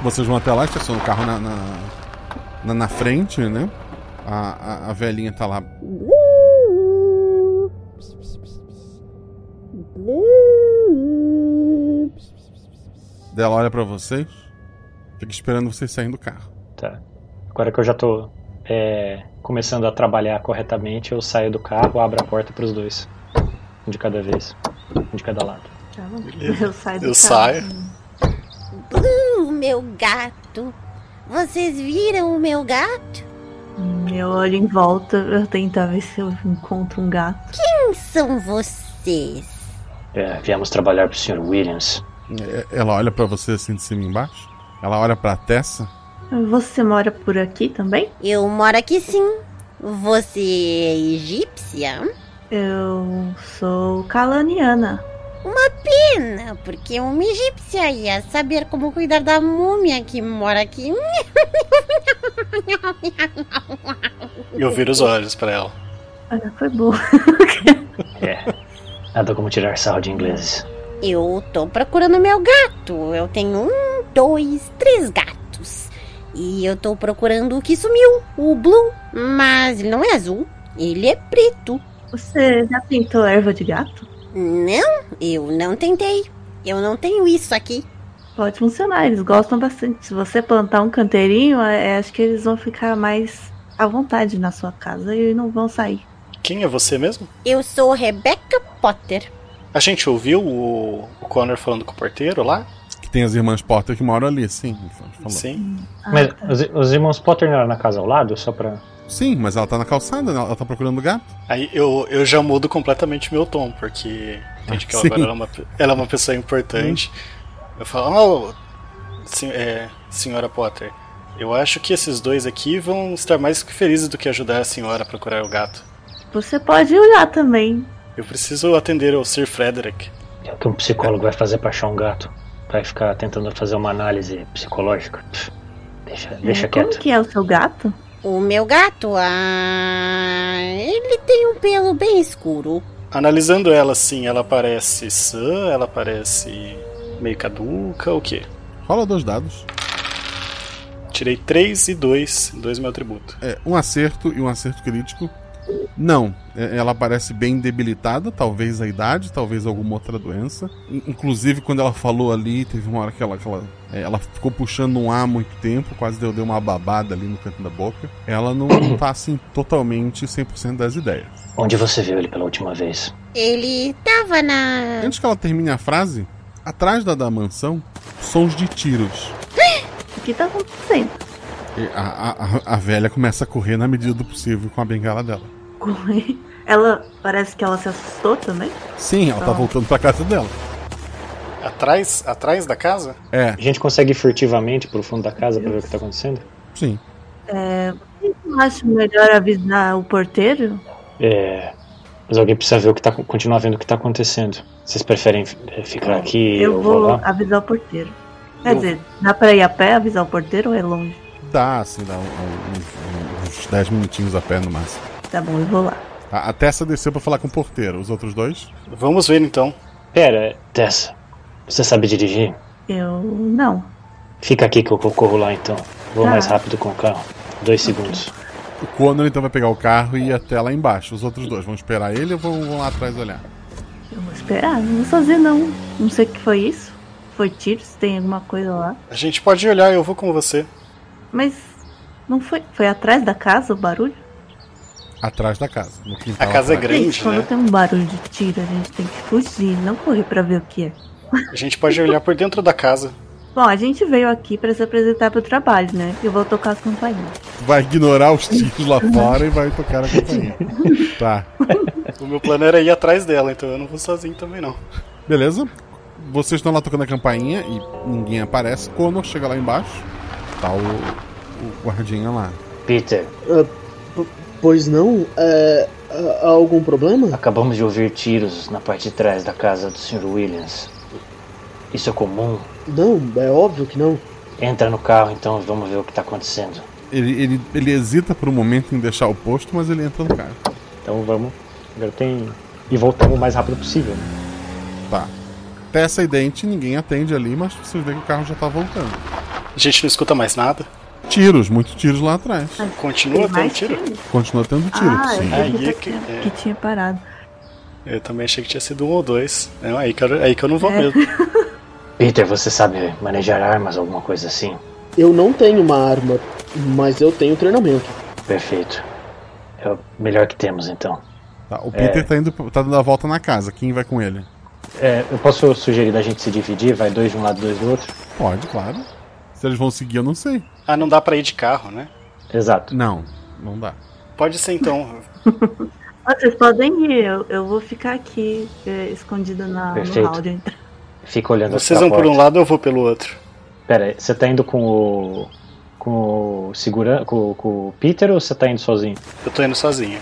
Speaker 1: Vocês vão até lá, estacionam o carro na, na, na, na frente, né? A, a, a velhinha tá lá Dela olha pra vocês, fica esperando vocês saírem do carro.
Speaker 15: Tá. Agora que eu já tô é, começando a trabalhar corretamente, eu saio do carro, abro a porta pros dois. Um de cada vez. Um de cada lado.
Speaker 11: Tá bom.
Speaker 10: Beleza.
Speaker 11: Eu saio do
Speaker 10: Eu
Speaker 11: carro.
Speaker 10: saio.
Speaker 16: Blu, Hum, meu gato. Vocês viram o meu gato?
Speaker 11: Hum, Eu olho em volta pra tentar ver se eu encontro um gato.
Speaker 16: Quem são vocês?
Speaker 15: É, viemos trabalhar pro Sr. Williams.
Speaker 1: É, Ela olha pra você assim de cima e embaixo. Ela olha pra Tessa.
Speaker 11: Você mora por aqui também?
Speaker 16: Eu moro aqui sim. Você é egípcia?
Speaker 11: Eu sou calaniana.
Speaker 16: Uma pena, porque uma egípcia ia saber como cuidar da múmia que mora aqui.
Speaker 10: Eu viro os olhos pra ela.
Speaker 11: Olha, foi
Speaker 16: [laughs]
Speaker 11: boa.
Speaker 15: É. Nada como tirar sarro de ingleses.
Speaker 16: Eu tô procurando meu gato. Eu tenho um, dois, três gatos. E eu tô procurando o que sumiu, o Blue. Mas ele não é azul, ele é preto.
Speaker 11: Você já pintou erva de gato?
Speaker 16: Não, eu não tentei. Eu não tenho isso aqui.
Speaker 11: Pode funcionar, eles gostam bastante. Se você plantar um canteirinho, é, acho que eles vão ficar mais à vontade na sua casa e não vão sair.
Speaker 10: Quem é você mesmo?
Speaker 16: Eu sou Rebecca Potter.
Speaker 10: A gente ouviu o, o Connor falando com o porteiro lá?
Speaker 1: Que tem as irmãs Potter que moram ali, sim. ele Falou.
Speaker 10: Sim.
Speaker 1: Ah,
Speaker 15: Mas
Speaker 1: tá.
Speaker 10: tá.
Speaker 15: os, os irmãos Potter não eram na casa ao lado, só pra.
Speaker 1: Sim, mas ela tá na calçada, né? ela tá procurando o gato.
Speaker 10: Aí eu, eu já mudo completamente meu tom, porque entende que
Speaker 1: Ah, sim. Hum.
Speaker 10: agora ela é, uma, pe- ela é uma pessoa importante. Eu falo, oh, sen- é, senhora Potter, eu acho que esses dois aqui vão estar mais que felizes do que ajudar a senhora a procurar o gato.
Speaker 11: Você pode olhar também.
Speaker 10: Eu preciso atender ao Sir Frederick.
Speaker 15: É o que um psicólogo vai fazer pra achar um gato. Vai ficar tentando fazer uma análise psicológica. Pff, Deixa, deixa
Speaker 16: É, como
Speaker 15: quieto.
Speaker 11: Que é o seu gato?
Speaker 16: O meu gato, ah, ele tem um pelo bem escuro.
Speaker 10: Analisando ela assim, ela parece sã, ela parece meio caduca, o quê?
Speaker 1: Rola dois dados.
Speaker 10: Tirei 3 e 2, 2 meu atributo.
Speaker 1: É, um acerto e um acerto crítico. Não, é, ela parece bem debilitada, talvez a idade, talvez alguma outra doença. In- Inclusive, quando ela falou ali, teve uma hora que ela, que ela, é, ela ficou puxando um ar muito tempo, quase deu, deu uma babada ali no canto da boca. Ela não,
Speaker 15: [coughs]
Speaker 1: não tá assim totalmente 100% das ideias.
Speaker 15: Onde você viu ele pela última vez?
Speaker 16: Ele tava na.
Speaker 1: Antes que ela termine a frase, atrás da, da mansão, sons de tiros.
Speaker 11: O que tá acontecendo?
Speaker 1: E a, a- a- a velha começa a correr na medida do possível com a bengala dela.
Speaker 11: é? Ela parece que ela se assustou também.
Speaker 1: Sim, ela tá
Speaker 11: Ah.
Speaker 1: voltando pra casa dela.
Speaker 10: Atrás, atrás da casa?
Speaker 1: É.
Speaker 15: A gente consegue ir furtivamente pro fundo da casa pra ver o que tá acontecendo?
Speaker 1: Sim.
Speaker 11: É, vocês não acham melhor avisar o porteiro?
Speaker 15: É. Mas alguém precisa ver o que tá. continuar vendo o que tá acontecendo. Vocês preferem eh, ficar aqui
Speaker 11: eu
Speaker 15: ou
Speaker 11: vou
Speaker 15: lá?
Speaker 11: avisar o porteiro. Quer
Speaker 15: Eu-
Speaker 11: dizer, dá pra ir a pé avisar o porteiro ou é longe?
Speaker 1: Dá, assim, dá um- um- uns, uns 10 minutinhos a pé no máximo.
Speaker 11: Tá bom, eu vou lá.
Speaker 1: A, a Tessa desceu pra falar com o porteiro. Os outros dois?
Speaker 10: Vamos ver então.
Speaker 15: Pera, Tessa. Você sabe dirigir?
Speaker 11: Eu não.
Speaker 15: Fica aqui que eu corro lá então. Vou
Speaker 11: Tá.
Speaker 15: mais rápido com o carro. Dois segundos.
Speaker 1: O Conan então vai pegar o carro e ir até lá embaixo. Os outros dois vão esperar ele ou vão, vão lá atrás olhar?
Speaker 11: Eu vou esperar, não vou fazer não. Não sei o que foi isso. Foi tiros, tem alguma coisa lá.
Speaker 10: A gente pode olhar, eu vou com você.
Speaker 11: Mas não foi. Foi atrás da casa o barulho?
Speaker 1: Atrás da casa. No quintal
Speaker 10: A casa é
Speaker 1: atrás.
Speaker 10: grande,
Speaker 11: gente, quando
Speaker 10: né?
Speaker 11: tem um barulho de tiro, a gente tem que fugir, não correr pra ver o que é.
Speaker 10: A gente pode olhar por dentro da casa.
Speaker 11: Bom, a gente veio aqui pra se apresentar pro trabalho, né? Eu vou tocar a campainha.
Speaker 1: Vai ignorar os tiros lá fora e vai tocar a campainha. Tá.
Speaker 10: O meu plano era ir atrás dela, então eu não vou sozinho também não.
Speaker 1: Beleza? Vocês estão lá tocando a campainha e ninguém aparece. Conan chega lá embaixo. Tá o, o guardinha lá.
Speaker 15: Peter.
Speaker 14: Ah, p- pois não? É, Há algum problema?
Speaker 12: Acabamos de ouvir tiros na parte de trás da casa do Sr. Williams. Isso é comum?
Speaker 14: Não, é óbvio que não.
Speaker 12: Entra no carro então e vamos ver o que está acontecendo.
Speaker 1: Ele, ele, ele hesita por um momento em deixar o posto, mas ele entra no carro.
Speaker 17: Então vamos. Agora tem. E voltamos o mais rápido possível.
Speaker 1: Tá. Tessa e Dente, ninguém atende ali, mas vocês veem que o carro já tá voltando.
Speaker 10: A gente não escuta mais nada.
Speaker 1: Tiros, muitos tiros lá atrás.
Speaker 10: Continua tendo tiro?
Speaker 1: Continua tendo tiro,
Speaker 11: Ah,
Speaker 1: sim.
Speaker 11: eu
Speaker 10: Aí é
Speaker 11: pensei
Speaker 10: que-
Speaker 11: que,
Speaker 10: é.
Speaker 11: que tinha parado.
Speaker 10: Eu também achei que tinha sido um ou dois. Não, aí que eu, aí que eu não
Speaker 11: É.
Speaker 1: É.
Speaker 10: vou mesmo.
Speaker 12: Peter, você sabe manejar armas, alguma coisa assim?
Speaker 14: Eu não tenho uma arma, mas eu tenho treinamento.
Speaker 12: Perfeito. É o melhor que temos então.
Speaker 1: Tá,
Speaker 17: Ah,
Speaker 1: O Peter
Speaker 17: é.
Speaker 1: tá, indo, tá dando a volta na casa. Quem vai com ele?
Speaker 12: É, eu posso sugerir da gente se dividir? Vai dois de um lado, dois do outro?
Speaker 1: Pode, claro. Se eles vão seguir, eu não sei.
Speaker 10: Ah, não dá pra ir de carro, né?
Speaker 12: Exato.
Speaker 1: Não, não dá.
Speaker 10: Pode ser então.
Speaker 11: Ah, Vocês podem ir, eu, eu vou ficar aqui é, escondida na, no
Speaker 12: Perfeito.
Speaker 11: áudio. então.
Speaker 12: Fica olhando
Speaker 10: Vocês
Speaker 12: pra
Speaker 10: vão por
Speaker 12: porta.
Speaker 10: um lado, eu vou pelo outro.
Speaker 12: Pera, aí, você tá indo com o. com o. Segura... Com, com o Peter ou você tá indo sozinho?
Speaker 10: Eu tô indo sozinho.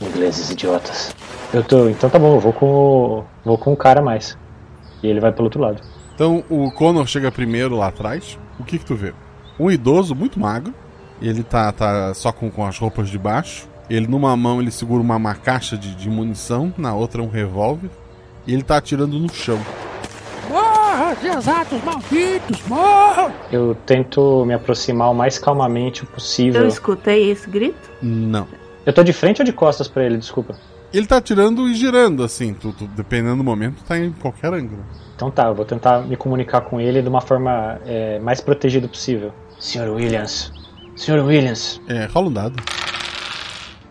Speaker 12: Ingleses idiotas. Eu tô. Então tá bom, eu vou com o. vou com o cara a mais. E ele vai pelo outro lado.
Speaker 1: Então o Connor chega primeiro lá atrás. O que que tu vê? Um idoso muito magro. Ele tá, tá só com, com as roupas de baixo. Ele numa mão ele segura uma, uma caixa de, de munição, na outra um revólver. E ele tá atirando no chão.
Speaker 18: Morra, seus atos malditos, morram!
Speaker 12: Eu tento me aproximar o mais calmamente possível.
Speaker 11: Eu escutei esse grito?
Speaker 1: Não.
Speaker 12: Eu tô de frente ou de costas pra ele, desculpa?
Speaker 1: Ele tá atirando e girando, assim, tu, tu- dependendo do momento, tá em qualquer ângulo.
Speaker 12: Então tá, eu vou tentar me comunicar com ele de uma forma é, mais protegida possível. Sr. Williams. Sr. Williams.
Speaker 1: É, rola um dado.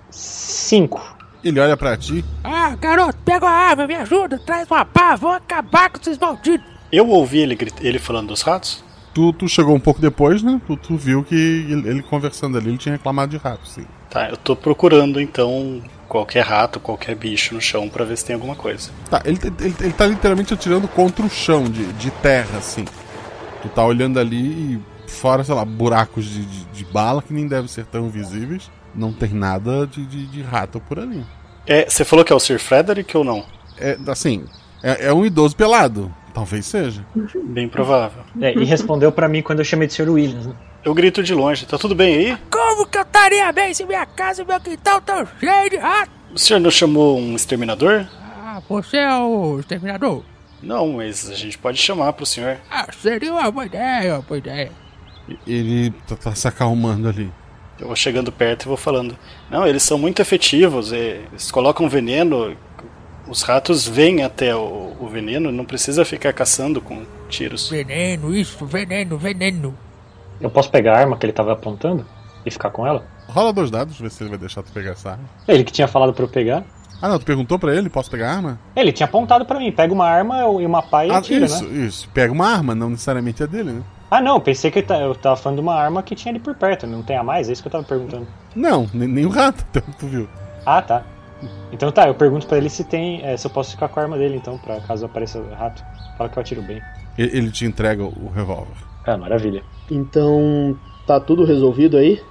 Speaker 12: Cinco.
Speaker 1: Ele olha pra ti.
Speaker 18: Ah, garoto, pega a arma, me ajuda, traz uma pá, vou acabar com esses malditos!
Speaker 10: Eu ouvi ele, grit- ele falando dos ratos?
Speaker 1: Tu, tu chegou um pouco depois, né? Tu, tu viu que ele, ele conversando ali, ele tinha reclamado de rato, sim.
Speaker 10: Tá, eu tô procurando então qualquer rato, qualquer bicho no chão pra ver se tem alguma coisa.
Speaker 1: Tá, ele, ele, ele tá literalmente atirando contra o chão de, de terra, assim. Tu tá olhando ali e fora, sei lá, buracos de, de, de bala que nem devem ser tão visíveis. Não tem nada de, de, de rato por ali.
Speaker 10: É, você falou que é o Sir Frederick ou não?
Speaker 1: É, assim, é, é um idoso pelado. Talvez seja.
Speaker 10: Bem provável.
Speaker 12: É, e respondeu pra mim quando eu chamei de Sr. Williams. né?
Speaker 10: Eu grito de longe, tá tudo bem aí?
Speaker 18: Como que eu estaria bem se minha casa e meu quintal tão cheio de rato?
Speaker 10: O senhor não chamou um exterminador?
Speaker 18: Ah, você é o exterminador?
Speaker 10: Não, mas a gente pode chamar pro senhor.
Speaker 18: Ah, seria uma boa ideia, uma boa ideia.
Speaker 1: Ele tá, tá se acalmando ali.
Speaker 10: Eu vou chegando perto e vou falando. Não, eles são muito efetivos, e- eles colocam veneno, os ratos vêm até o, o veneno, não precisa ficar caçando com tiros.
Speaker 18: Veneno, isso, veneno, veneno.
Speaker 12: Eu posso pegar a arma que ele tava apontando e ficar com ela?
Speaker 1: Rola dois dados, ver se ele vai deixar tu pegar essa arma.
Speaker 12: Ele que tinha falado pra eu pegar.
Speaker 1: Ah, não, tu perguntou pra ele, posso pegar a arma?
Speaker 12: É, Ele tinha apontado pra mim, pega uma arma eu- e uma pá e
Speaker 1: Ah,
Speaker 12: atira,
Speaker 1: isso,
Speaker 12: né?
Speaker 1: isso. Pega uma arma, não necessariamente a dele, né?
Speaker 12: Ah não, eu pensei que ele tá- eu tava falando de uma arma que tinha ali por perto, não tem a mais, é isso que eu tava perguntando.
Speaker 1: Não, nem, nem o rato, [laughs] até onde tu viu.
Speaker 12: Ah, tá. Então tá, eu pergunto pra ele se tem. é, se eu posso ficar com a arma dele, então, pra caso apareça rato. Fala que eu atiro bem.
Speaker 1: Ele, ele te entrega o revólver.
Speaker 12: Ah, maravilha.
Speaker 14: Então, tá tudo resolvido aí?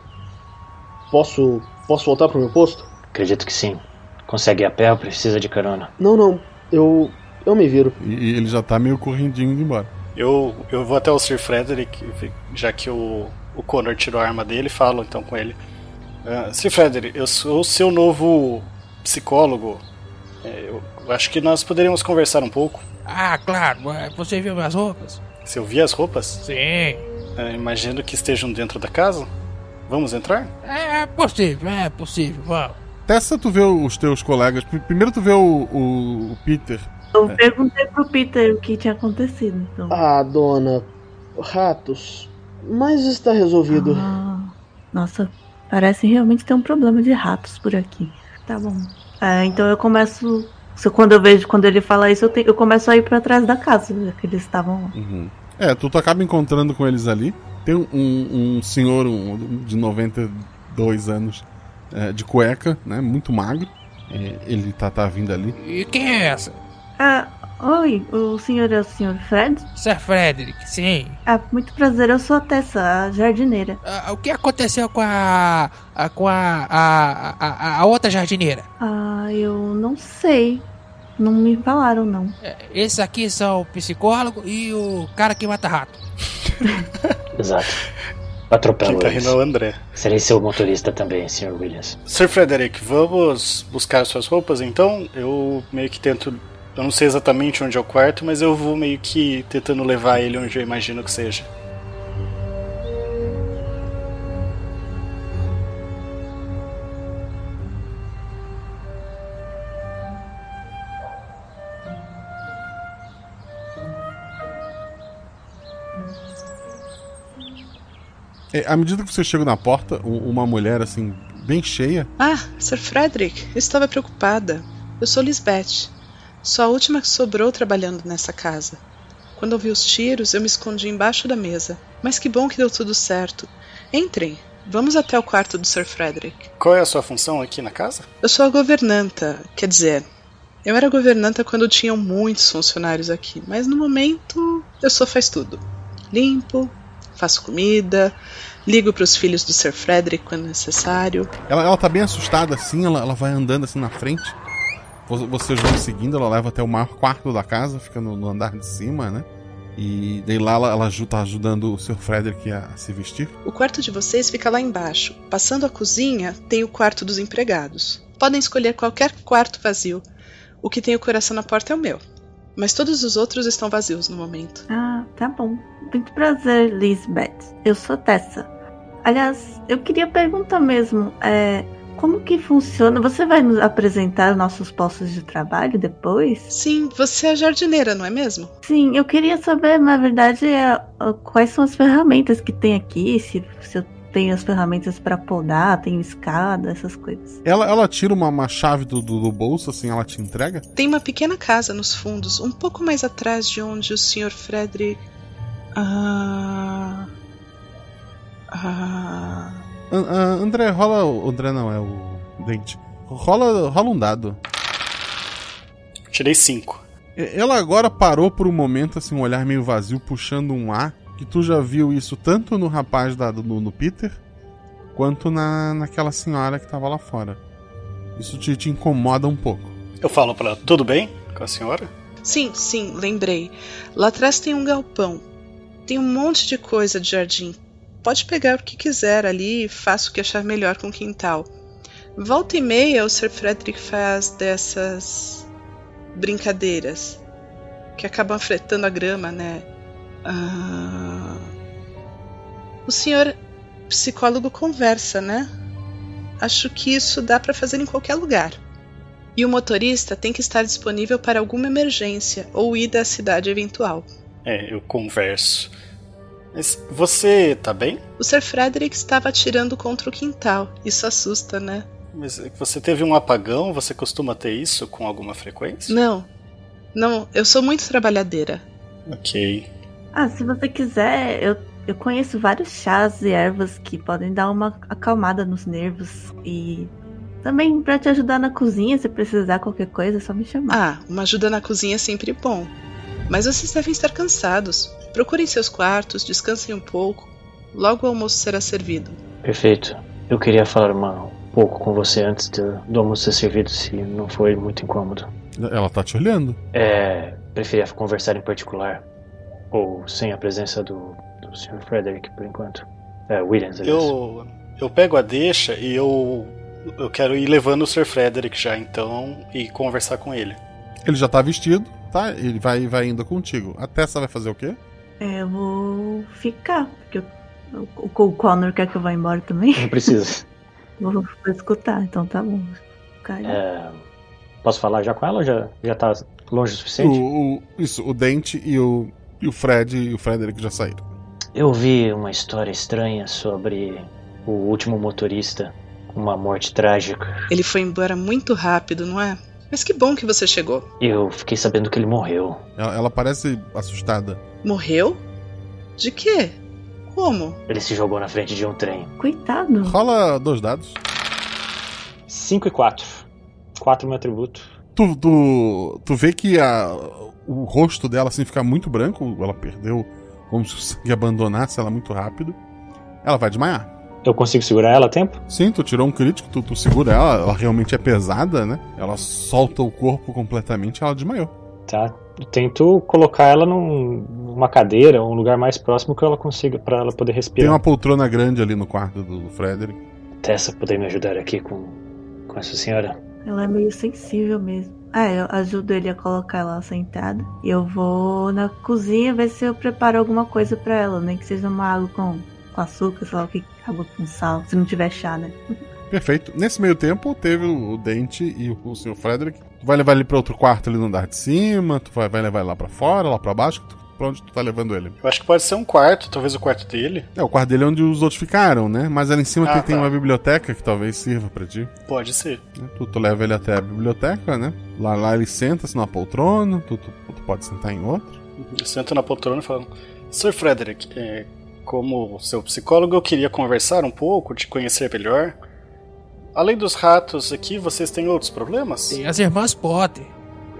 Speaker 14: Posso posso voltar pro meu posto?
Speaker 12: Acredito que sim. Consegue ir a pé ou precisa de carona?
Speaker 14: Não, não. Eu eu me viro.
Speaker 1: E, e ele já tá meio correndinho de embora.
Speaker 10: Eu, eu vou até o Sir Frederick, já que o, o Connor tirou a arma dele, falo então com ele. Ah, Sir Frederick, eu sou o seu novo psicólogo. É, eu acho que nós poderíamos conversar um pouco.
Speaker 18: Ah, claro, é, você viu minhas roupas?
Speaker 10: Se eu vi as roupas,
Speaker 18: Sim.
Speaker 10: ah, imagino que estejam dentro da casa. Vamos entrar?
Speaker 18: É, é possível, é possível, vamos.
Speaker 1: Tessa, tu vê os teus colegas. Pri- Primeiro tu vê o, o- o Peter.
Speaker 11: Eu
Speaker 1: É.
Speaker 11: perguntei pro Peter o que tinha acontecido. Então.
Speaker 14: Ah, dona, ratos. Mas está resolvido.
Speaker 11: Ah. Nossa, parece realmente ter um problema de ratos por aqui. Tá bom. É, então eu começo. se- Quando eu vejo, quando ele fala isso, eu, te- eu começo a ir pra trás da casa, já que eles estavam lá.
Speaker 1: É, tu, tu acaba encontrando com eles ali. Tem um, um- um senhor um- de 92 anos é, de cueca, né? Muito magro. É, ele tá, tá vindo ali.
Speaker 18: E quem é essa?
Speaker 11: Ah, Oi, o senhor é o senhor Fred?
Speaker 18: Sir é Frederick, sim.
Speaker 11: Ah, muito prazer, eu sou a Tessa, a jardineira.
Speaker 18: Ah, o que aconteceu com a. a- com a a, a- a- a outra jardineira?
Speaker 11: Ah, eu não sei. Não me falaram, não.
Speaker 18: É, Esses aqui são o psicólogo e o cara que mata rato.
Speaker 15: Exato. Atropelo
Speaker 10: Quem tá
Speaker 15: eles.
Speaker 10: rindo é o André.
Speaker 15: Serei seu motorista também, Sr. Williams.
Speaker 10: Sir Frederick, vamos buscar suas roupas então? Eu meio que tento. Eu não sei exatamente onde é o quarto, mas eu vou meio que tentando levar ele onde eu imagino que seja.
Speaker 1: É, à medida que você chega na porta, u- uma mulher assim, bem cheia,
Speaker 19: Ah, Sir Frederick, eu estava preocupada. Eu sou Lisbeth. Sou a última que sobrou trabalhando nessa casa. Quando ouvi os tiros, eu me escondi embaixo da mesa. Mas que bom que deu tudo certo. Entrem, vamos até o quarto do Sir Frederick.
Speaker 10: Qual é a sua função aqui na casa?
Speaker 19: Eu sou a governanta, quer dizer, eu era governanta quando tinham muitos funcionários aqui, mas no momento eu só faz tudo. Limpo, faço comida, ligo para os filhos do Sir Frederick quando necessário.
Speaker 1: ela, ela tá bem assustada assim, ela, ela vai andando assim na frente. Vo- Vocês vão seguindo, ela leva até o maior quarto da casa, fica no, no andar de cima, né? E daí lá ela, ela aju- tá ajudando o Sr. Frederick a, a se vestir.
Speaker 19: O quarto de vocês fica lá embaixo. Passando a cozinha, tem o quarto dos empregados. Podem escolher qualquer quarto vazio. O que tem o coração na porta é o meu. Mas todos os outros estão vazios no momento.
Speaker 11: Ah, tá bom. Muito prazer, Lisbeth. Eu sou Tessa. Aliás, eu queria perguntar mesmo, é, como que funciona? Você vai nos apresentar nossos postos de trabalho depois?
Speaker 19: Sim, você é jardineira, não é mesmo?
Speaker 11: Sim, eu queria saber, na verdade, é, ó, quais são as ferramentas que tem aqui, se, se eu tenho as ferramentas para podar, tenho escada, essas coisas.
Speaker 1: Ela, ela tira uma, uma chave do, do, do bolso, assim, ela te entrega.
Speaker 19: Tem uma pequena casa nos fundos, um pouco mais atrás de onde o Sr. Frederick. Ah. Ah.
Speaker 1: An- an- André, rola. o- André não, é o dente. Rola, rola um dado.
Speaker 10: Tirei cinco.
Speaker 1: E- Ela agora parou por um momento, assim, um olhar meio vazio, puxando um ar. Que tu já viu isso tanto no rapaz da, do, no Peter, quanto na, naquela senhora que tava lá fora. Isso te, te incomoda um pouco.
Speaker 10: Eu falo pra ela, tudo bem com a senhora?
Speaker 19: Sim, sim, lembrei. Lá atrás tem um galpão. Tem um monte de coisa de jardim. Pode pegar o que quiser ali e faça o que achar melhor com o quintal. Volta e meia, o Sir Frederick faz dessas brincadeiras que acabam afetando a grama, né? Ah, O senhor psicólogo conversa, né? Acho que isso dá para fazer em qualquer lugar. E o motorista tem que estar disponível para alguma emergência ou ida à cidade eventual.
Speaker 10: É, eu converso. Mas você tá bem?
Speaker 19: O Sir Frederick estava atirando contra o quintal. Isso assusta, né?
Speaker 10: Mas você teve um apagão? Você costuma ter isso com alguma frequência?
Speaker 19: Não. Não, eu sou muito trabalhadeira.
Speaker 10: Ok.
Speaker 11: Ah, se você quiser, eu, eu conheço vários chás e ervas que podem dar uma acalmada nos nervos e também para te ajudar na cozinha, se precisar qualquer coisa, é só me chamar.
Speaker 19: Ah, uma ajuda na cozinha é sempre bom. Mas vocês devem estar cansados. Procurem seus quartos, descansem um pouco. Logo o almoço será servido.
Speaker 15: Perfeito. Eu queria falar uma- um pouco com você antes do, do almoço ser servido, se não foi muito incômodo.
Speaker 1: Ela tá te olhando.
Speaker 15: É. Preferia conversar em particular. Ou sem a presença do, do Sr. Frederick por enquanto. É, Williams, aliás.
Speaker 10: Eu, eu pego a deixa e eu, eu quero ir levando o Sir Frederick já então e conversar com ele.
Speaker 1: Ele já tá vestido, tá? Ele vai, vai indo contigo. A Tessa vai fazer o quê?
Speaker 11: É, eu vou ficar, porque eu- o, o, o Connor quer que eu vá embora também.
Speaker 15: Não precisa.
Speaker 11: [laughs] vou, vou escutar, então tá bom. Ficar aí.
Speaker 15: É, posso falar já com ela ou já, já tá longe o suficiente?
Speaker 1: O, o- isso, o Dente e o, e o Fred e o Frederick já saíram.
Speaker 15: Eu vi uma história estranha sobre o último motorista, uma morte trágica.
Speaker 19: Ele foi embora muito rápido, não é? Mas que bom que você chegou.
Speaker 15: Eu fiquei sabendo que ele morreu.
Speaker 1: Ela, ela parece assustada.
Speaker 19: Morreu? De quê? Como?
Speaker 15: Ele se jogou na frente de um trem.
Speaker 11: Coitado.
Speaker 1: Rola dois dados.
Speaker 15: 5 e 4. 4 meu atributo.
Speaker 1: Tu, tu, tu vê que a, o rosto dela assim fica muito branco, ela perdeu como se o sangue abandonasse ela muito rápido. Ela vai desmaiar.
Speaker 12: Eu consigo segurar ela a tempo?
Speaker 1: Sim, tu tirou um crítico, tu, tu segura ela, ela realmente é pesada, né? Ela solta o corpo completamente ela desmaiou.
Speaker 12: Tá. Eu tento colocar ela num- numa cadeira, um lugar mais próximo que ela consiga, pra ela poder
Speaker 1: Tem
Speaker 12: respirar.
Speaker 1: uma poltrona grande ali no quarto do Frederick.
Speaker 12: Tessa, poder me ajudar aqui com, com essa senhora?
Speaker 11: Ela é meio sensível mesmo. Ah, eu ajudo ele a colocar ela sentada. E eu vou na cozinha ver se eu preparo alguma coisa pra ela, nem que seja uma água com, com açúcar, sei lá o que, água com sal, se não tiver chá, né?
Speaker 1: Perfeito. Nesse meio tempo, teve o o Dente e o, o Sr. Frederick. Tu vai levar ele pra outro quarto ali no andar de cima, tu vai, vai levar ele lá pra fora, lá pra baixo, tu, pra onde tu tá levando ele?
Speaker 10: Eu acho que pode ser um quarto, talvez o quarto dele.
Speaker 1: É, o quarto dele é onde os outros ficaram, né? Mas ali em cima
Speaker 10: Ah,
Speaker 1: tem, tem
Speaker 10: tá.
Speaker 1: uma biblioteca que talvez sirva pra ti. Né?
Speaker 10: Pode ser.
Speaker 1: Tu, tu leva ele até a biblioteca, né? Lá, lá ele senta-se numa poltrona, tu, tu, tu pode sentar em outra.
Speaker 10: Eu sento na poltrona e falo: Sr. Frederick, é, como seu psicólogo, eu queria conversar um pouco, te conhecer melhor. Além dos ratos aqui, vocês têm outros problemas?
Speaker 18: Tem as irmãs Potter.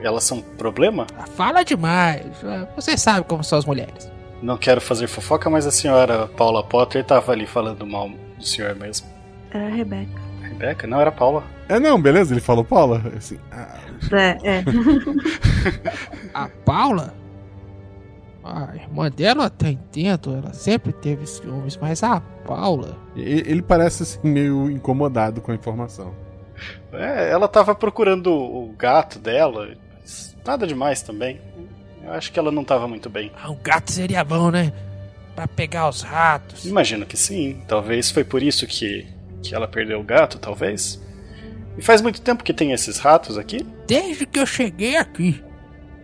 Speaker 10: Elas são problema?
Speaker 18: Fala demais. Ah, Você sabe como são as mulheres.
Speaker 10: Não quero fazer fofoca, mas a senhora Paula Potter tava ali falando mal do senhor mesmo.
Speaker 11: Era a Rebeca.
Speaker 10: Rebeca? Não, era Paula.
Speaker 1: É, não, beleza, ele falou, Paula. Assim, ah,
Speaker 11: É, é.
Speaker 18: [laughs] A Paula? A irmã dela eu até entendo, ela sempre teve ciúmes, mas ah, a Paula.
Speaker 1: e- ele parece assim, meio incomodado com a informação.
Speaker 10: É, ela tava procurando o gato dela. Nada demais também. Eu acho que ela não tava muito bem.
Speaker 18: Ah, um gato seria bom, né? Pra pegar os ratos.
Speaker 10: Imagino que sim. Talvez foi por isso que, que ela perdeu o gato, talvez. E faz muito tempo que tem esses ratos aqui?
Speaker 18: Desde que eu cheguei aqui.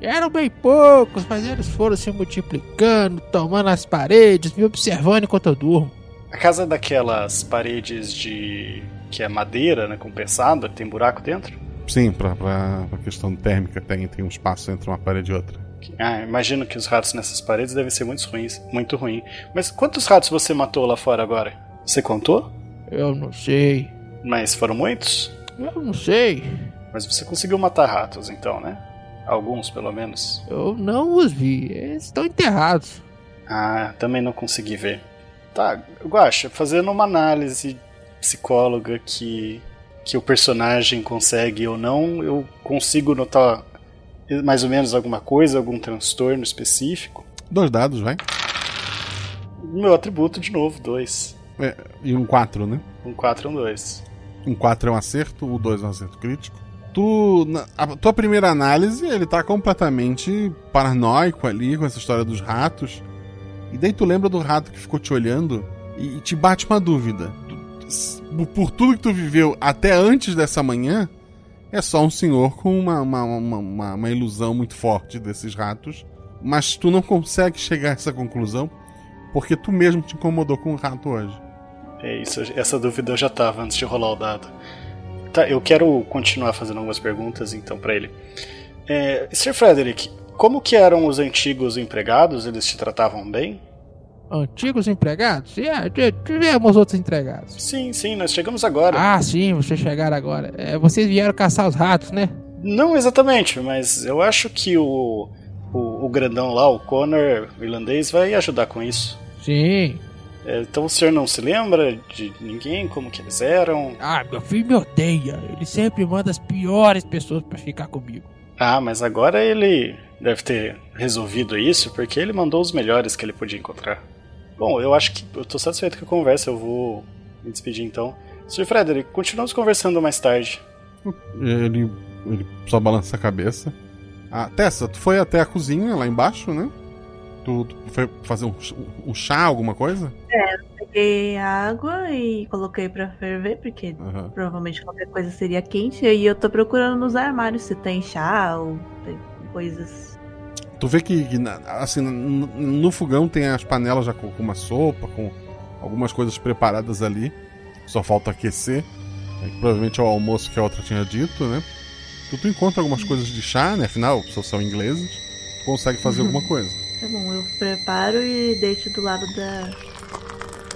Speaker 18: Eram bem poucos, mas eles foram se multiplicando, tomando as paredes, me observando enquanto eu durmo.
Speaker 10: A casa é daquelas paredes de. que é madeira, né? Compensada, que tem buraco dentro?
Speaker 1: Sim, pra, pra, pra questão térmica tem, tem um espaço entre uma parede e outra.
Speaker 10: Ah, imagino que os ratos nessas paredes devem ser muito ruins, muito ruim. Mas quantos ratos você matou lá fora agora? Você contou?
Speaker 18: Eu não sei.
Speaker 10: Mas foram muitos?
Speaker 18: Eu não sei.
Speaker 10: Mas você conseguiu matar ratos então, né? Alguns, pelo menos.
Speaker 18: Eu não os vi. Eles estão enterrados.
Speaker 10: Ah, também não consegui ver. Tá, Guaxa, fazendo uma análise psicóloga que, que o personagem consegue ou não, eu consigo notar mais ou menos alguma coisa, algum transtorno específico.
Speaker 1: Dois dados, vai.
Speaker 10: Meu atributo, de novo, dois.
Speaker 1: É, e um 4, né?
Speaker 10: Um 4 e um 2.
Speaker 1: Um 4 é um acerto, o 2 é um acerto crítico. Tu, na, a tua primeira análise, ele tá completamente paranoico ali com essa história dos ratos. E daí tu lembra do rato que ficou te olhando e, e te bate uma dúvida. Tu- tu- s- por tudo que tu viveu até antes dessa manhã, é só um senhor com uma, uma, uma, uma- uma ilusão muito forte desses ratos. Mas tu não consegue chegar a essa conclusão porque tu mesmo te incomodou com o rato hoje.
Speaker 10: É isso, essa dúvida eu já tava antes de rolar o dado. Tá, eu quero continuar fazendo algumas perguntas então pra ele. É, Sir Frederick, como que eram os antigos empregados? Eles te tratavam bem?
Speaker 18: Antigos empregados? É, t- tivemos outros empregados.
Speaker 10: Sim, sim, nós chegamos agora.
Speaker 18: Ah, sim, vocês chegaram agora. É, vocês vieram caçar os ratos, né?
Speaker 10: Não exatamente, mas eu acho que o, o, o grandão lá, o Connor, o irlandês, vai ajudar com isso.
Speaker 18: Sim.
Speaker 10: É, então o senhor não se lembra de ninguém, como que eles eram?
Speaker 18: Ah, meu filho me odeia. Ele sempre manda as piores pessoas pra ficar comigo.
Speaker 10: Ah, mas agora ele deve ter resolvido isso, porque ele mandou os melhores que ele podia encontrar. Bom, eu acho que eu tô satisfeito com a conversa, eu vou me despedir então. Sr. Frederick, continuamos conversando mais tarde.
Speaker 1: Ele, ele só balança a cabeça. Ah, Tessa, tu foi até a cozinha lá embaixo, né? Tu, tu foi fazer um, ch- um chá, alguma coisa?
Speaker 11: É, eu peguei água e coloquei pra ferver, porque
Speaker 1: Aham.
Speaker 11: provavelmente qualquer coisa seria quente. E eu tô procurando nos armários se tem chá ou tem coisas.
Speaker 1: Tu vê que, que na- assim, no, no fogão tem as panelas já com, com uma sopa, com algumas coisas preparadas ali. Só falta aquecer. É, que provavelmente é o almoço que a outra tinha dito, né? Tu, tu encontra algumas coisas de chá, né? Afinal, só são ingleses. Tu consegue fazer alguma coisa.
Speaker 11: Tá bom, eu preparo e deixo do lado da.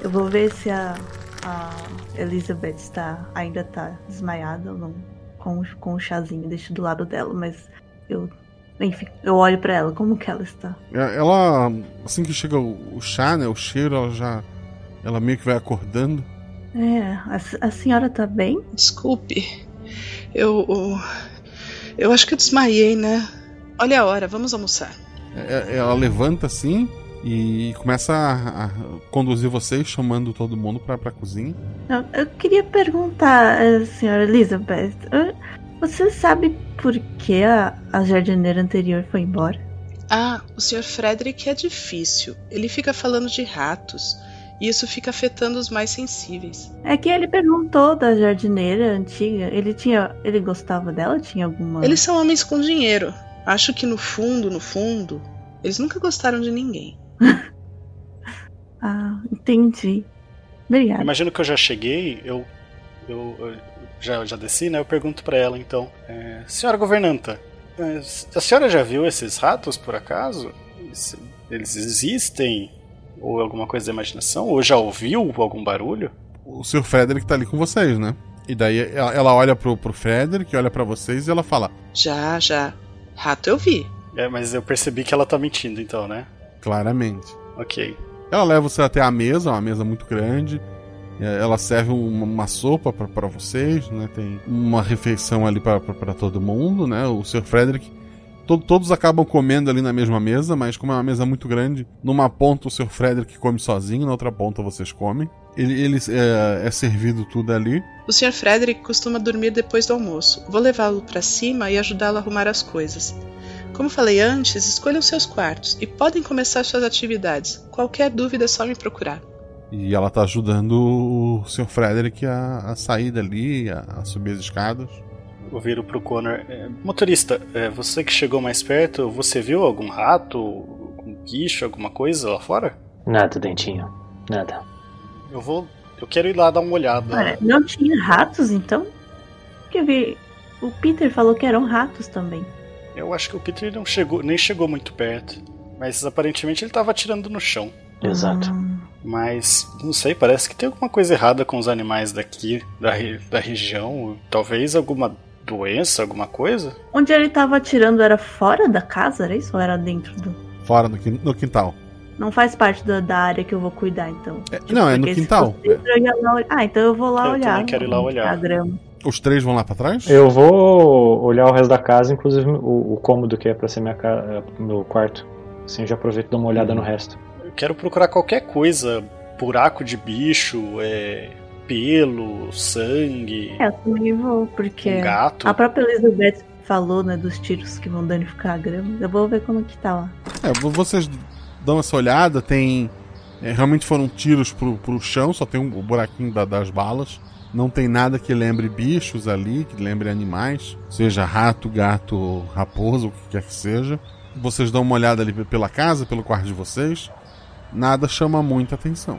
Speaker 11: Eu vou ver se a, a Elizabeth está, ainda tá desmaiada ou não. com, com o chazinho, deixo do lado dela, mas eu. Enfim, eu olho pra ela, como que ela está?
Speaker 1: É, Ela, assim que chega o o chá, né, o cheiro, ela já. Ela meio que vai acordando.
Speaker 11: É, a, se- a senhora tá bem?
Speaker 19: Desculpe. Eu. Eu, eu acho que eu desmaiei, né? Olha a hora, vamos almoçar.
Speaker 1: É, é, Ela levanta assim e começa a, a conduzir vocês, chamando todo mundo pra, pra cozinha.
Speaker 11: Eu, eu queria perguntar, eh, senhora Elizabeth, eh, você sabe por que a, a jardineira anterior foi embora?
Speaker 19: Ah, o Sr. Frederick é difícil. Ele fica falando de ratos. E isso fica afetando os mais sensíveis.
Speaker 11: É que ele perguntou da jardineira antiga. Ele tinha. Ele gostava dela? Tinha alguma.
Speaker 19: Eles são homens com dinheiro. Acho que no fundo, no fundo, eles nunca gostaram de ninguém.
Speaker 11: Ah, entendi. Obrigada.
Speaker 10: Imagino que eu já cheguei, eu, eu, eu já, já desci, né? Eu pergunto pra ela então, é, senhora governanta, é, a senhora já viu esses ratos por acaso? Eles- Eles existem? Ou é alguma coisa da imaginação? Ou já ouviu algum barulho?
Speaker 1: O Sr. Frederick tá ali com vocês, né? E daí ela, ela olha pro, pro Frederick, olha pra vocês e ela fala:
Speaker 19: Já, já. Rato eu vi.
Speaker 10: É, mas eu percebi que ela tá mentindo então, né?
Speaker 1: Claramente.
Speaker 10: Ok.
Speaker 1: Ela leva você até a mesa, é uma mesa muito grande. É, Ela serve uma, uma sopa pra- pra vocês, né? Tem uma refeição ali pra- pra pra todo mundo, né? O Sr. Frederick. to- todos acabam comendo ali na mesma mesa, mas como é uma mesa muito grande, numa ponta o Sr. Frederick come sozinho, na outra ponta vocês comem. Ele, ele, é, é servido tudo ali.
Speaker 19: O Sr. Frederick costuma dormir depois do almoço. Vou levá-lo pra cima e ajudá-lo a arrumar as coisas. Como falei antes, escolham seus quartos e podem começar suas atividades. Qualquer dúvida é só me procurar.
Speaker 1: E ela tá ajudando o Sr. Frederick a, a sair dali, a, a subir as escadas.
Speaker 10: Eu viro pro Connor. é, motorista, é, você que chegou mais perto, você viu algum rato, algum guicho, alguma coisa lá fora?
Speaker 15: Nada, dentinho. Nada.
Speaker 10: Eu vou. Eu quero ir lá dar uma olhada.
Speaker 11: Olha, não tinha ratos então? Porque eu vi. O Peter falou que eram ratos também.
Speaker 10: Eu acho que o Peter não chegou, nem chegou muito perto. Mas aparentemente ele estava atirando no chão.
Speaker 15: Exato.
Speaker 11: Ah,
Speaker 10: Mas não sei, parece que tem alguma coisa errada com os animais daqui, da, re- da região. Talvez alguma doença, alguma coisa.
Speaker 11: Onde ele tava atirando era fora da casa, era isso? Ou era dentro do.
Speaker 1: Fora no, quin- no quintal.
Speaker 11: Não faz parte da, da área que eu vou cuidar, então. Tipo,
Speaker 1: Não, é no
Speaker 11: porque se
Speaker 1: quintal.
Speaker 11: fosse dentro, eu ia lá olhar. Ah, então eu vou lá olhar. A grama.
Speaker 1: Os três vão lá pra trás?
Speaker 15: Eu vou olhar o resto da casa, inclusive o, o cômodo que é pra ser minha ca... é, meu quarto. Assim eu já aproveito e dou uma olhada no resto.
Speaker 10: Eu quero procurar qualquer coisa. Buraco de bicho, é, pelo, sangue.
Speaker 11: É, eu também vou, porque.
Speaker 10: Um gato.
Speaker 11: A própria Elizabeth falou, né, dos tiros que vão danificar a grama. Eu vou ver como que tá lá.
Speaker 1: É, vo- vocês dão essa olhada, tem. é, realmente foram tiros pro, pro chão, só tem um, o buraquinho da- das balas. Não tem nada que lembre bichos ali, que lembre animais, seja rato, gato, raposa, o que quer que seja. Vocês dão uma olhada ali pe- pela casa, pelo quarto de vocês. Nada chama muita atenção.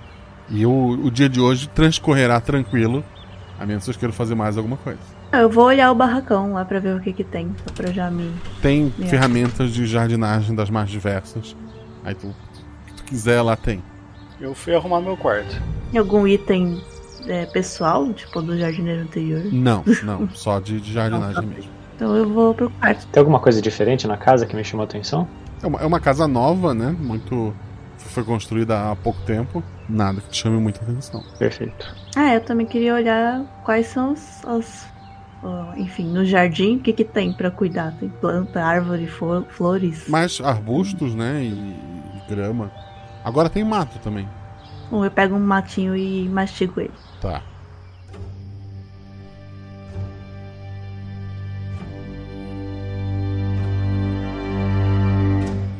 Speaker 1: E o, o dia de hoje transcorrerá tranquilo, a menos que vocês queiram fazer mais alguma coisa.
Speaker 11: Ah, Eu vou olhar o barracão lá pra ver o que que tem, só pra eu já me.
Speaker 1: Tem
Speaker 11: É.
Speaker 1: ferramentas de jardinagem das mais diversas. Aí tu, o que tu quiser, lá tem.
Speaker 10: Eu fui arrumar meu quarto.
Speaker 11: Tem Algum item é, pessoal, tipo do jardineiro anterior?
Speaker 1: Não, não, só de, de jardinagem mesmo.
Speaker 11: [laughs] Então eu vou pro quarto.
Speaker 15: Tem alguma coisa diferente na casa que me chamou a atenção?
Speaker 1: É uma, é uma casa nova, né? Muito. Foi construída há pouco tempo. Nada que te chame muita atenção.
Speaker 15: Perfeito.
Speaker 11: Ah, eu também queria olhar quais são os. os- ó, enfim, no jardim, o que que tem pra cuidar? Tem planta, árvore, fo- flores.
Speaker 1: Mas arbustos, né? E, e grama. Agora tem mato também.
Speaker 11: Ou eu pego um matinho e mastigo ele.
Speaker 1: Tá.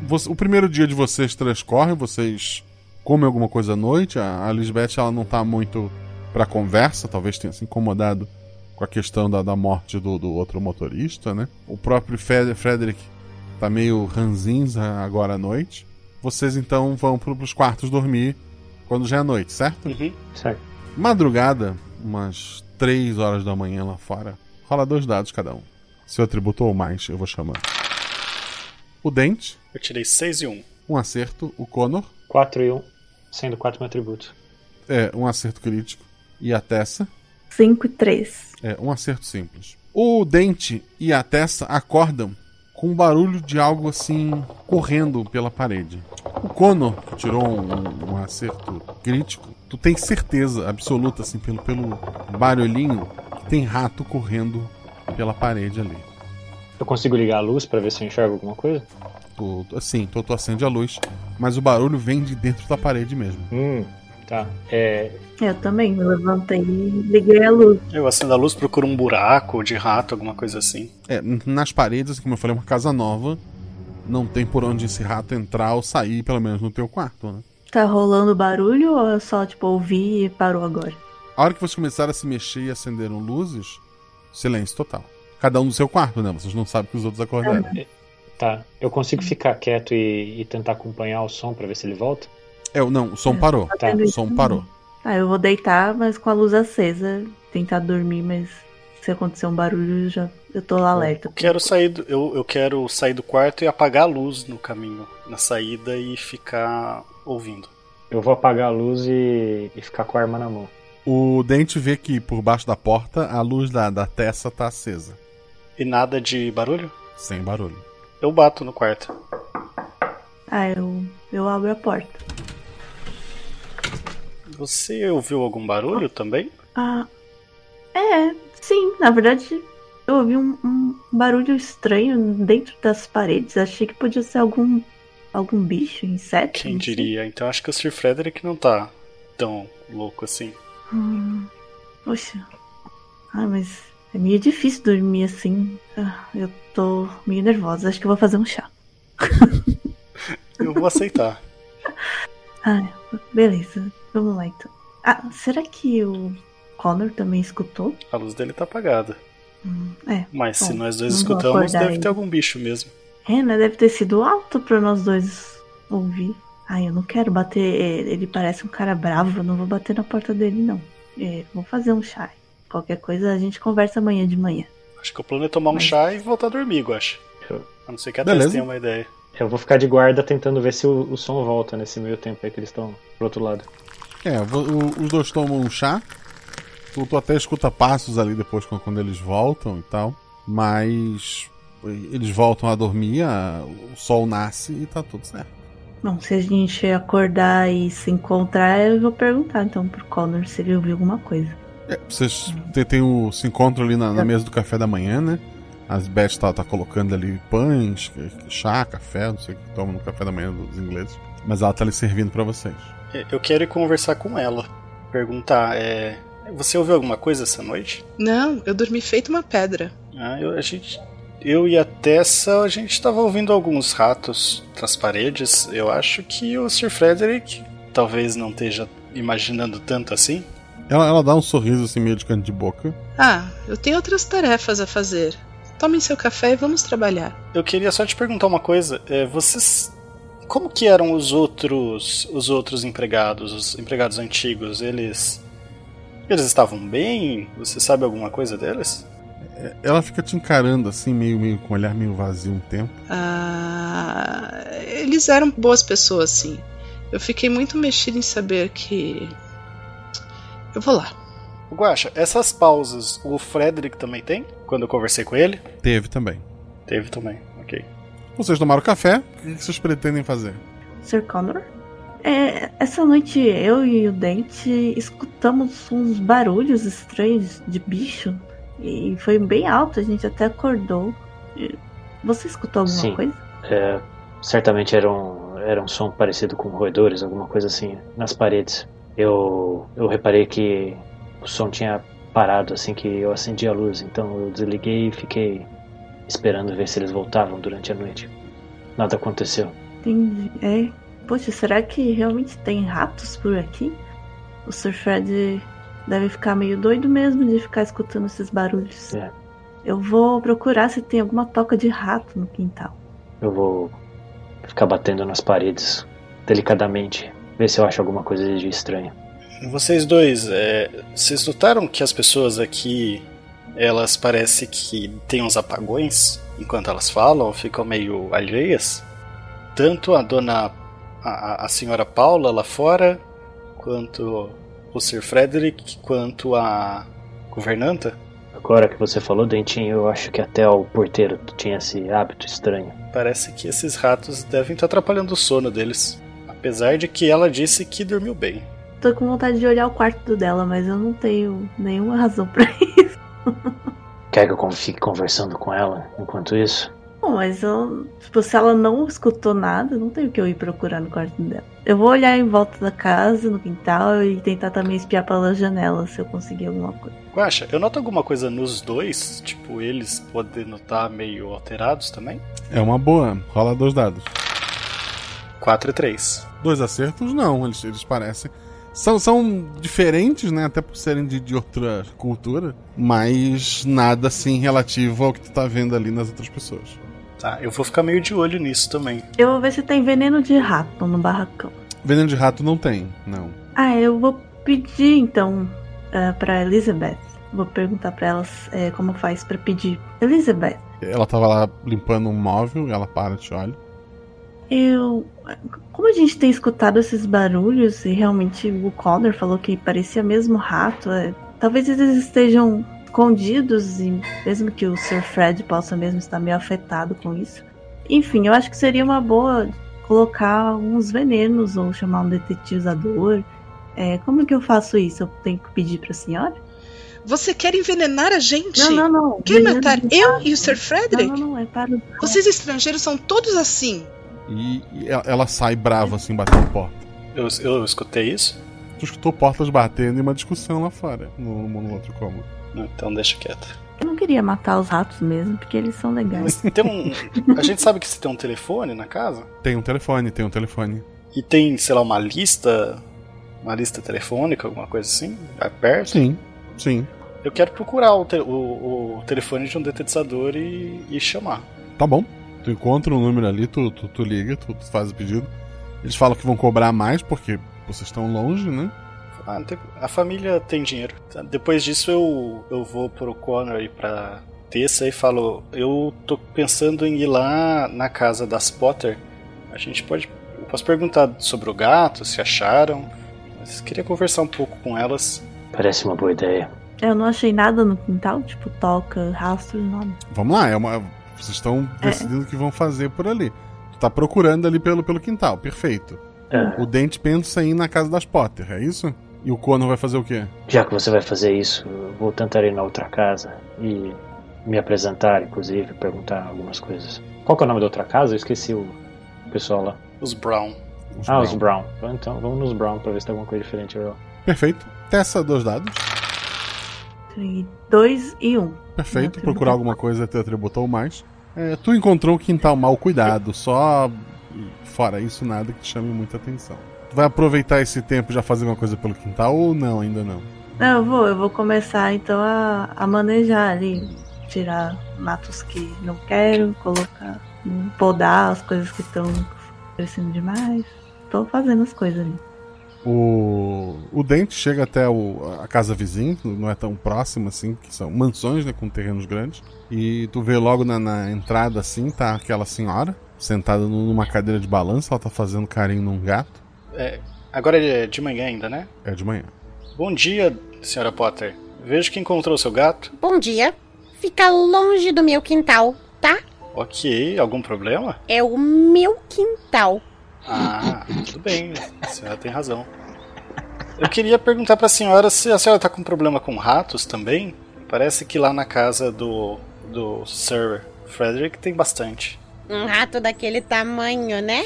Speaker 1: Você- o primeiro dia de vocês transcorre, vocês comem alguma coisa à noite. A, a Lisbeth ela não tá muito pra conversa, talvez tenha se incomodado com a questão da, da morte do, do outro motorista, né? O próprio Fred- Frederick tá meio ranzinza agora à noite. Vocês então vão pro, pros quartos dormir quando já é noite, certo?
Speaker 15: Certo.
Speaker 1: Madrugada, umas 3 horas da manhã lá fora, rola dois dados cada um. Se eu atributo ou mais, eu vou chamar. O Dente,
Speaker 10: Eu tirei 6 e 1.
Speaker 1: um acerto. O Connor,
Speaker 15: 4 e 1, sendo 4 meu atributo.
Speaker 1: é, um acerto crítico. E a Tessa,
Speaker 11: 5 e 3.
Speaker 1: é, um acerto simples. O dente e a Tessa acordam com um barulho de algo assim correndo pela parede. O Conor, que tirou um, um acerto crítico, tu tem certeza absoluta, assim, pelo, pelo barulhinho, que tem rato correndo pela parede ali.
Speaker 12: Eu consigo ligar a luz pra ver se eu enxergo alguma coisa?
Speaker 1: Tu, assim, tu, tu acende a luz, mas o barulho vem de dentro da parede mesmo.
Speaker 12: Hum, tá. É,
Speaker 11: Eu também me levantei e liguei a luz.
Speaker 10: Eu acendo a luz, procuro um buraco de rato, alguma coisa assim.
Speaker 1: É, n- nas paredes, como eu falei, é uma casa nova. Não tem por onde esse rato entrar ou sair, pelo menos no teu quarto, né?
Speaker 11: Tá rolando barulho ou eu só, tipo, ouvi e parou agora?
Speaker 1: A hora que vocês começaram a se mexer e acenderam luzes, silêncio total. Cada um no seu quarto, né? Vocês não sabem que os outros acordaram.
Speaker 12: Tá. Eu consigo ficar quieto e, e tentar acompanhar o som pra ver se ele volta?
Speaker 1: É, não, o som parou.
Speaker 12: Tá,
Speaker 11: Tá
Speaker 12: o som
Speaker 11: vendo?
Speaker 12: parou.
Speaker 11: Ah, eu vou deitar, mas com a luz acesa, tentar dormir, mas se acontecer um barulho, eu já eu tô
Speaker 10: É.
Speaker 11: alerta.
Speaker 10: Quero sair do, eu, eu quero sair do quarto e apagar a luz no caminho, na saída e ficar ouvindo.
Speaker 12: Eu vou apagar a luz e, e ficar com a arma na mão.
Speaker 1: O Dente vê que por baixo da porta a luz da, da Tessa tá acesa.
Speaker 10: E nada de barulho?
Speaker 1: Sem barulho.
Speaker 10: Eu bato no quarto.
Speaker 11: Ah, eu, eu abro a porta.
Speaker 10: Você ouviu algum barulho também?
Speaker 11: Ah, é, sim, na verdade eu ouvi um, um barulho estranho dentro das paredes. Achei que podia ser algum, algum bicho, inseto.
Speaker 10: Quem diria? Então acho que o Sir Frederick não tá tão louco assim.
Speaker 11: Hum, poxa. Ah, mas é meio difícil dormir assim. Ah, Eu tô meio nervosa. Acho que eu vou fazer um chá.
Speaker 10: Eu vou aceitar.
Speaker 11: Ah, beleza. Vamos lá então. Ah, será que o Connor também escutou?
Speaker 10: A luz dele tá apagada.
Speaker 11: É.
Speaker 10: Mas se
Speaker 11: bom,
Speaker 10: nós dois
Speaker 11: não vou
Speaker 10: escutamos,
Speaker 11: acordar
Speaker 10: deve
Speaker 11: ele.
Speaker 10: ter algum bicho mesmo.
Speaker 11: É, né? Deve ter sido alto pra nós dois ouvir. Ai, eu não quero bater. é, Ele parece um cara bravo. Eu não vou bater na porta dele, não. É, vou fazer um chá. Qualquer coisa a gente conversa amanhã de manhã.
Speaker 10: Acho que o plano é tomar um chá e voltar a dormir, eu acho. A não ser que a
Speaker 12: Beleza.
Speaker 10: Tess tenha uma ideia.
Speaker 12: Eu vou ficar de guarda tentando ver se o, o som volta nesse meio tempo aí que eles estão pro outro lado.
Speaker 1: É, vo- o- os dois tomam um chá. Tu, tu até escuta passos ali depois quando, quando eles voltam e tal. Mas eles voltam a dormir, a- o sol nasce e tá tudo certo.
Speaker 11: Bom, se a gente acordar e se encontrar, eu vou perguntar então pro Connor se ele ouviu alguma coisa.
Speaker 1: É, Vocês tem, tem o, se encontram ali na, na mesa do café da manhã, né? As Beth tá, tá colocando ali pães, chá, café, não sei o que toma no café da manhã dos ingleses. Mas ela tá ali servindo pra vocês.
Speaker 10: É, Eu quero ir conversar com ela. Perguntar, é. Você ouviu alguma coisa essa noite?
Speaker 19: Não, eu dormi feito uma pedra.
Speaker 10: Ah, eu, a gente. Eu e a Tessa, a gente tava ouvindo alguns ratos nas paredes. Eu acho que o Sir Frederick talvez não esteja imaginando tanto assim.
Speaker 1: Ela, ela dá um sorriso assim meio de canto de boca.
Speaker 19: Ah, eu tenho outras tarefas a fazer. Tomem seu café e vamos trabalhar.
Speaker 10: Eu queria só te perguntar uma coisa. é, vocês. Como que eram os outros. os outros empregados, os empregados antigos? Eles. Eles estavam bem? Você sabe alguma coisa deles?
Speaker 1: É, Ela fica te encarando assim, meio, meio com um olhar meio vazio um tempo.
Speaker 19: Ah, eles eram boas pessoas, sim. Eu fiquei muito mexida em saber que. Eu vou lá.
Speaker 10: Guaxa, essas pausas o Frederick também tem? Quando eu conversei com ele?
Speaker 1: Teve também.
Speaker 10: Teve também, ok.
Speaker 1: Vocês tomaram café, o que vocês pretendem fazer?
Speaker 11: Sir Connor? É, essa noite eu e o Dente escutamos uns barulhos estranhos de bicho e foi bem alto, a gente até acordou. E- Você escutou alguma
Speaker 12: Sim.
Speaker 11: coisa?
Speaker 12: É, certamente era um, era um som parecido com roedores, alguma coisa assim, nas paredes. Eu, eu reparei que o som tinha parado assim que eu acendi a luz, então eu desliguei e fiquei esperando ver se eles voltavam durante a noite. Nada aconteceu.
Speaker 11: Entendi. É. Poxa, será que realmente tem ratos por aqui? O Sir Fred deve ficar meio doido mesmo de ficar escutando esses barulhos.
Speaker 12: É.
Speaker 11: Eu vou procurar se tem alguma toca de rato no quintal.
Speaker 12: Eu vou ficar batendo nas paredes delicadamente, ver se eu acho alguma coisa de estranho.
Speaker 10: Vocês dois, é, vocês notaram que as pessoas aqui, elas parece que têm uns apagões enquanto elas falam, ficam meio alheias? Tanto a dona, a, a- a senhora Paula lá fora, quanto o Sir Frederick, quanto a governanta?
Speaker 12: Agora que você falou, Dentinho, eu acho que até o porteiro tinha esse hábito estranho.
Speaker 10: Parece que esses ratos devem estar atrapalhando o sono deles. Apesar de que ela disse que dormiu bem.
Speaker 11: Tô com vontade de olhar o quarto dela, mas eu não tenho nenhuma razão pra isso.
Speaker 12: Quer que eu con- fique conversando com ela enquanto isso?
Speaker 11: [laughs] Bom, mas eu, tipo, se ela não escutou nada, não tem o que eu ir procurar no quarto dela. Eu vou olhar em volta da casa, no quintal, e tentar também espiar pela janela se eu conseguir alguma coisa.
Speaker 10: Guaxa, eu noto alguma coisa nos dois? Tipo, eles podendo estar meio alterados também?
Speaker 1: É uma boa. Rola dois dados.
Speaker 10: 4 e 3.
Speaker 1: Dois acertos? Não, eles, eles parecem. São, são diferentes, né? Até por serem de, de outra cultura. Mas nada assim relativo ao que tu tá vendo ali nas outras pessoas.
Speaker 10: Tá, eu vou ficar meio de olho nisso também.
Speaker 11: Eu vou ver se tem veneno de rato no barracão.
Speaker 1: Veneno de rato não tem, não.
Speaker 11: Ah, eu vou pedir então eh, pra Elizabeth. Vou perguntar pra elas eh, como faz pra pedir. Elizabeth,
Speaker 1: Ela tava lá limpando um móvel, ela para e te olha.
Speaker 11: eu. Como a gente tem escutado esses barulhos e realmente o Connor falou que parecia mesmo rato, eh, talvez eles estejam escondidos e mesmo que o Sir Fred possa mesmo estar meio afetado com isso. Enfim, eu acho que seria uma boa colocar alguns venenos ou chamar um detetizador. Eh, como que eu faço isso? Eu tenho que pedir pra senhora?
Speaker 19: Você quer envenenar a gente?
Speaker 11: Não, não, não.
Speaker 19: Quer
Speaker 11: Veneno
Speaker 19: matar
Speaker 11: de
Speaker 19: eu e o Sir Frederick?
Speaker 11: Não, não, não, é para o.
Speaker 19: Vocês estrangeiros são todos assim.
Speaker 1: E, e ela, ela sai brava assim, batendo porta.
Speaker 10: Eu, eu escutei isso?
Speaker 1: Tu escutou portas batendo e uma discussão lá fora, no, no outro cômodo.
Speaker 10: Então deixa quieto.
Speaker 11: Eu não queria matar os ratos mesmo, porque eles são legais.
Speaker 10: Tem um. A gente sabe que se tem um telefone na casa?
Speaker 1: Tem um telefone, tem um telefone.
Speaker 10: E tem, sei lá, uma lista. Uma lista telefônica, alguma coisa assim? Aperto?
Speaker 1: Sim, sim.
Speaker 10: Eu quero procurar o, te- o- o telefone de um detetizador e, e chamar.
Speaker 1: Tá bom. Tu encontra um número ali, tu, tu, tu liga, tu, tu faz o pedido. Eles falam que vão cobrar mais porque vocês estão longe, né?
Speaker 10: Ah, não tem- a família tem dinheiro. Tá, Depois disso eu, eu vou pro Connor e pra Tessa e falo: Eu tô pensando em ir lá na casa das Potter. A gente pode. Eu posso perguntar sobre o gato, se acharam. Mas queria conversar um pouco com elas.
Speaker 12: Parece uma boa ideia.
Speaker 11: [laughs] Eu não achei nada no quintal, tipo toca, rastro, nada.
Speaker 1: Vamos lá, é uma, vocês estão
Speaker 12: É.
Speaker 1: decidindo o que vão fazer por ali. Tu tá procurando ali pelo, pelo quintal, perfeito.
Speaker 12: É.
Speaker 1: O Dente pensa em ir na casa das Potter, é isso? E o Conan vai fazer o quê?
Speaker 12: Já que você vai fazer isso, eu vou tentar ir na outra casa e me apresentar, inclusive, perguntar algumas coisas. Qual que é o nome da outra casa? Eu esqueci o pessoal lá.
Speaker 10: Os Brown.
Speaker 12: ah, os Brown. Então vamos nos Brown pra ver se tem alguma coisa diferente. Eu...
Speaker 1: Perfeito. Tessa dois dados.
Speaker 11: Tem dois e um.
Speaker 1: Perfeito. Procurar alguma coisa teu atributo ou mais. É, tu encontrou um quintal mal cuidado, só fora isso nada que te chame muita atenção. Tu vai aproveitar esse tempo e já fazer alguma coisa pelo quintal ou não, ainda não?
Speaker 11: Não, eu vou, eu vou começar então a, a manejar ali. Tirar matos que não quero, colocar, hum, podar as coisas que estão crescendo demais. Tô fazendo as coisas ali.
Speaker 1: O, o Dente chega até o- a casa vizinha, não é tão próxima assim, que são mansões, né, com terrenos grandes. E tu vê logo na, na entrada assim, tá aquela senhora sentada nu- numa cadeira de balanço, ela tá fazendo carinho num gato.
Speaker 10: É, agora é de manhã ainda, né?
Speaker 1: É de manhã.
Speaker 10: Bom dia, senhora Potter. Vejo que encontrou seu gato.
Speaker 16: Bom dia. Fica longe do meu quintal, tá?
Speaker 10: Ok, algum problema?
Speaker 16: É o meu quintal.
Speaker 10: Ah, tudo bem, a senhora tem razão. Eu queria perguntar pra senhora se a senhora tá com problema com ratos também. Parece que lá na casa do, do Sir Frederick tem bastante.
Speaker 16: Um rato daquele tamanho, né?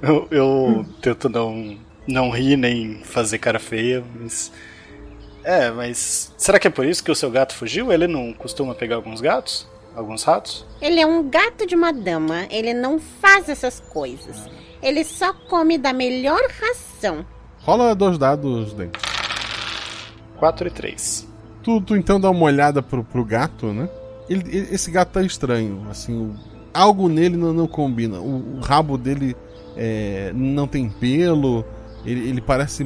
Speaker 10: Eu, eu tento não, não rir nem fazer cara feia, mas. É, mas. Será que é por isso que o seu gato fugiu? Ele não costuma pegar alguns gatos? Alguns ratos?
Speaker 16: Ele é um gato de uma dama. Ele não faz essas coisas. Ele só come da melhor ração.
Speaker 1: Rola dois dados, Dente.
Speaker 10: 4 e 3.
Speaker 1: Tu, tu então dá uma olhada pro, pro gato, né? Ele- ele- esse gato tá estranho, assim, o- algo nele não, não combina. O, o rabo dele é, não tem pelo, ele, ele parece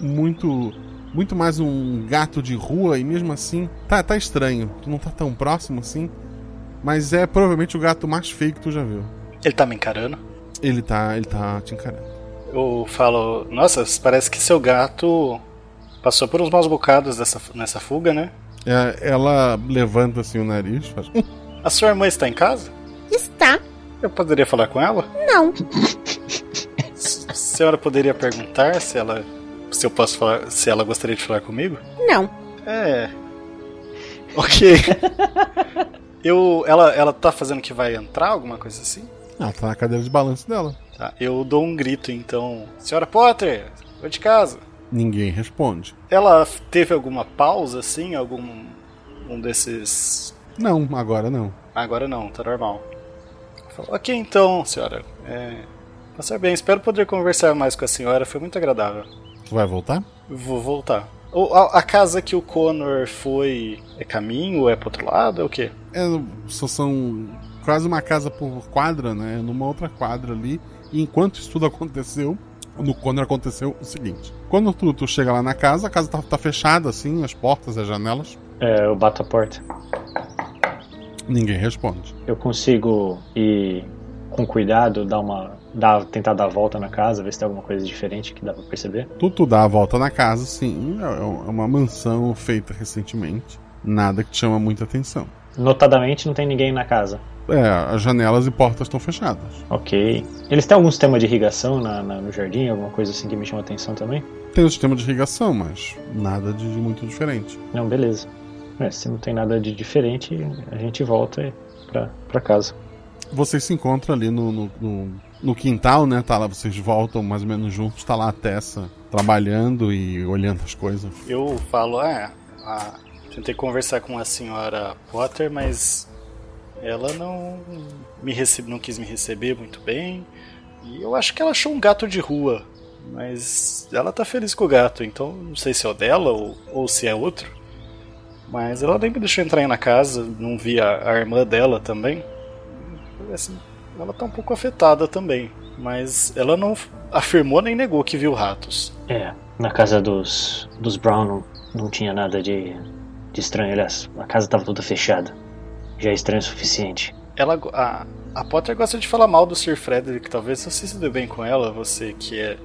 Speaker 1: muito muito mais um gato de rua e mesmo assim tá, tá estranho. Tu não tá tão próximo assim, mas é provavelmente o gato mais feio que tu já viu.
Speaker 10: Ele tá me encarando?
Speaker 1: Ele tá, ele tá te encarando.
Speaker 10: Eu falo, nossa, parece que seu gato passou por uns maus bocados dessa, nessa fuga, né?
Speaker 1: É, ela levanta assim o nariz, faz.
Speaker 10: A sua irmã está em casa?
Speaker 16: Está.
Speaker 10: Eu poderia falar com ela?
Speaker 16: Não.
Speaker 10: A senhora poderia perguntar se ela. se eu posso falar. se ela gostaria de falar comigo?
Speaker 16: Não.
Speaker 10: É. [laughs] Ok. eu. Ela, ela tá fazendo que vai entrar, alguma coisa assim?
Speaker 1: Ela tá na cadeira de balanço dela.
Speaker 10: Tá, eu dou um grito então. Senhora Potter, vou de casa.
Speaker 1: Ninguém responde.
Speaker 10: Ela teve alguma pausa assim? Algum. um desses.
Speaker 1: Não, agora não.
Speaker 10: Agora não, tá normal. Falo, ok então, senhora. É, passar bem, espero poder conversar mais com a senhora, foi muito agradável.
Speaker 1: Tu vai voltar?
Speaker 10: Vou voltar. O- A, a casa que o Connor foi é caminho, é pro outro lado, é o quê?
Speaker 1: É, só são quase uma casa por quadra, né? Numa outra quadra ali. E enquanto isso tudo aconteceu, no Connor aconteceu o seguinte: quando tu, tu chega lá na casa, a casa tá, tá fechada, assim, as portas, as janelas.
Speaker 12: É, eu bato a porta.
Speaker 1: Ninguém responde.
Speaker 12: Eu consigo ir com cuidado, dar uma. Dar, tentar dar a volta na casa, ver se tem alguma coisa diferente que dá pra perceber.
Speaker 1: Tu, tu dá a volta na casa, sim. É é uma mansão feita recentemente. Nada que te chama muita atenção.
Speaker 12: Notadamente não tem ninguém na casa.
Speaker 1: É, as janelas e portas estão fechadas.
Speaker 12: Ok. Eles têm algum sistema de irrigação na- na- no jardim, alguma coisa assim que me chama atenção também?
Speaker 1: Tem o sistema de irrigação, mas nada de muito diferente.
Speaker 12: Não, beleza. É, se não tem nada de diferente, a gente volta pra, pra casa.
Speaker 1: Vocês se encontram ali no, no, no- no quintal, né? Tá lá, vocês voltam mais ou menos juntos, tá lá a Tessa trabalhando e olhando as coisas.
Speaker 10: Eu falo, ah, ah, tentei conversar com a senhora Potter, mas ela não me recebe, não quis me receber muito bem. E eu acho que ela achou um gato de rua, mas ela tá feliz com o gato, então não sei se é o dela ou, ou se é outro. Mas ela nem me deixou entrar aí na casa, não vi a, a irmã dela também. E, assim, ela tá um pouco afetada também, mas ela não afirmou nem negou que viu ratos.
Speaker 12: É, na casa dos, dos Brown não, não tinha nada de, de estranho. Aliás, a casa tava toda fechada. Já é estranho o suficiente.
Speaker 10: ela go- a, a Potter gosta de falar mal do Sir Frederick, talvez você se dê bem com ela, você que é,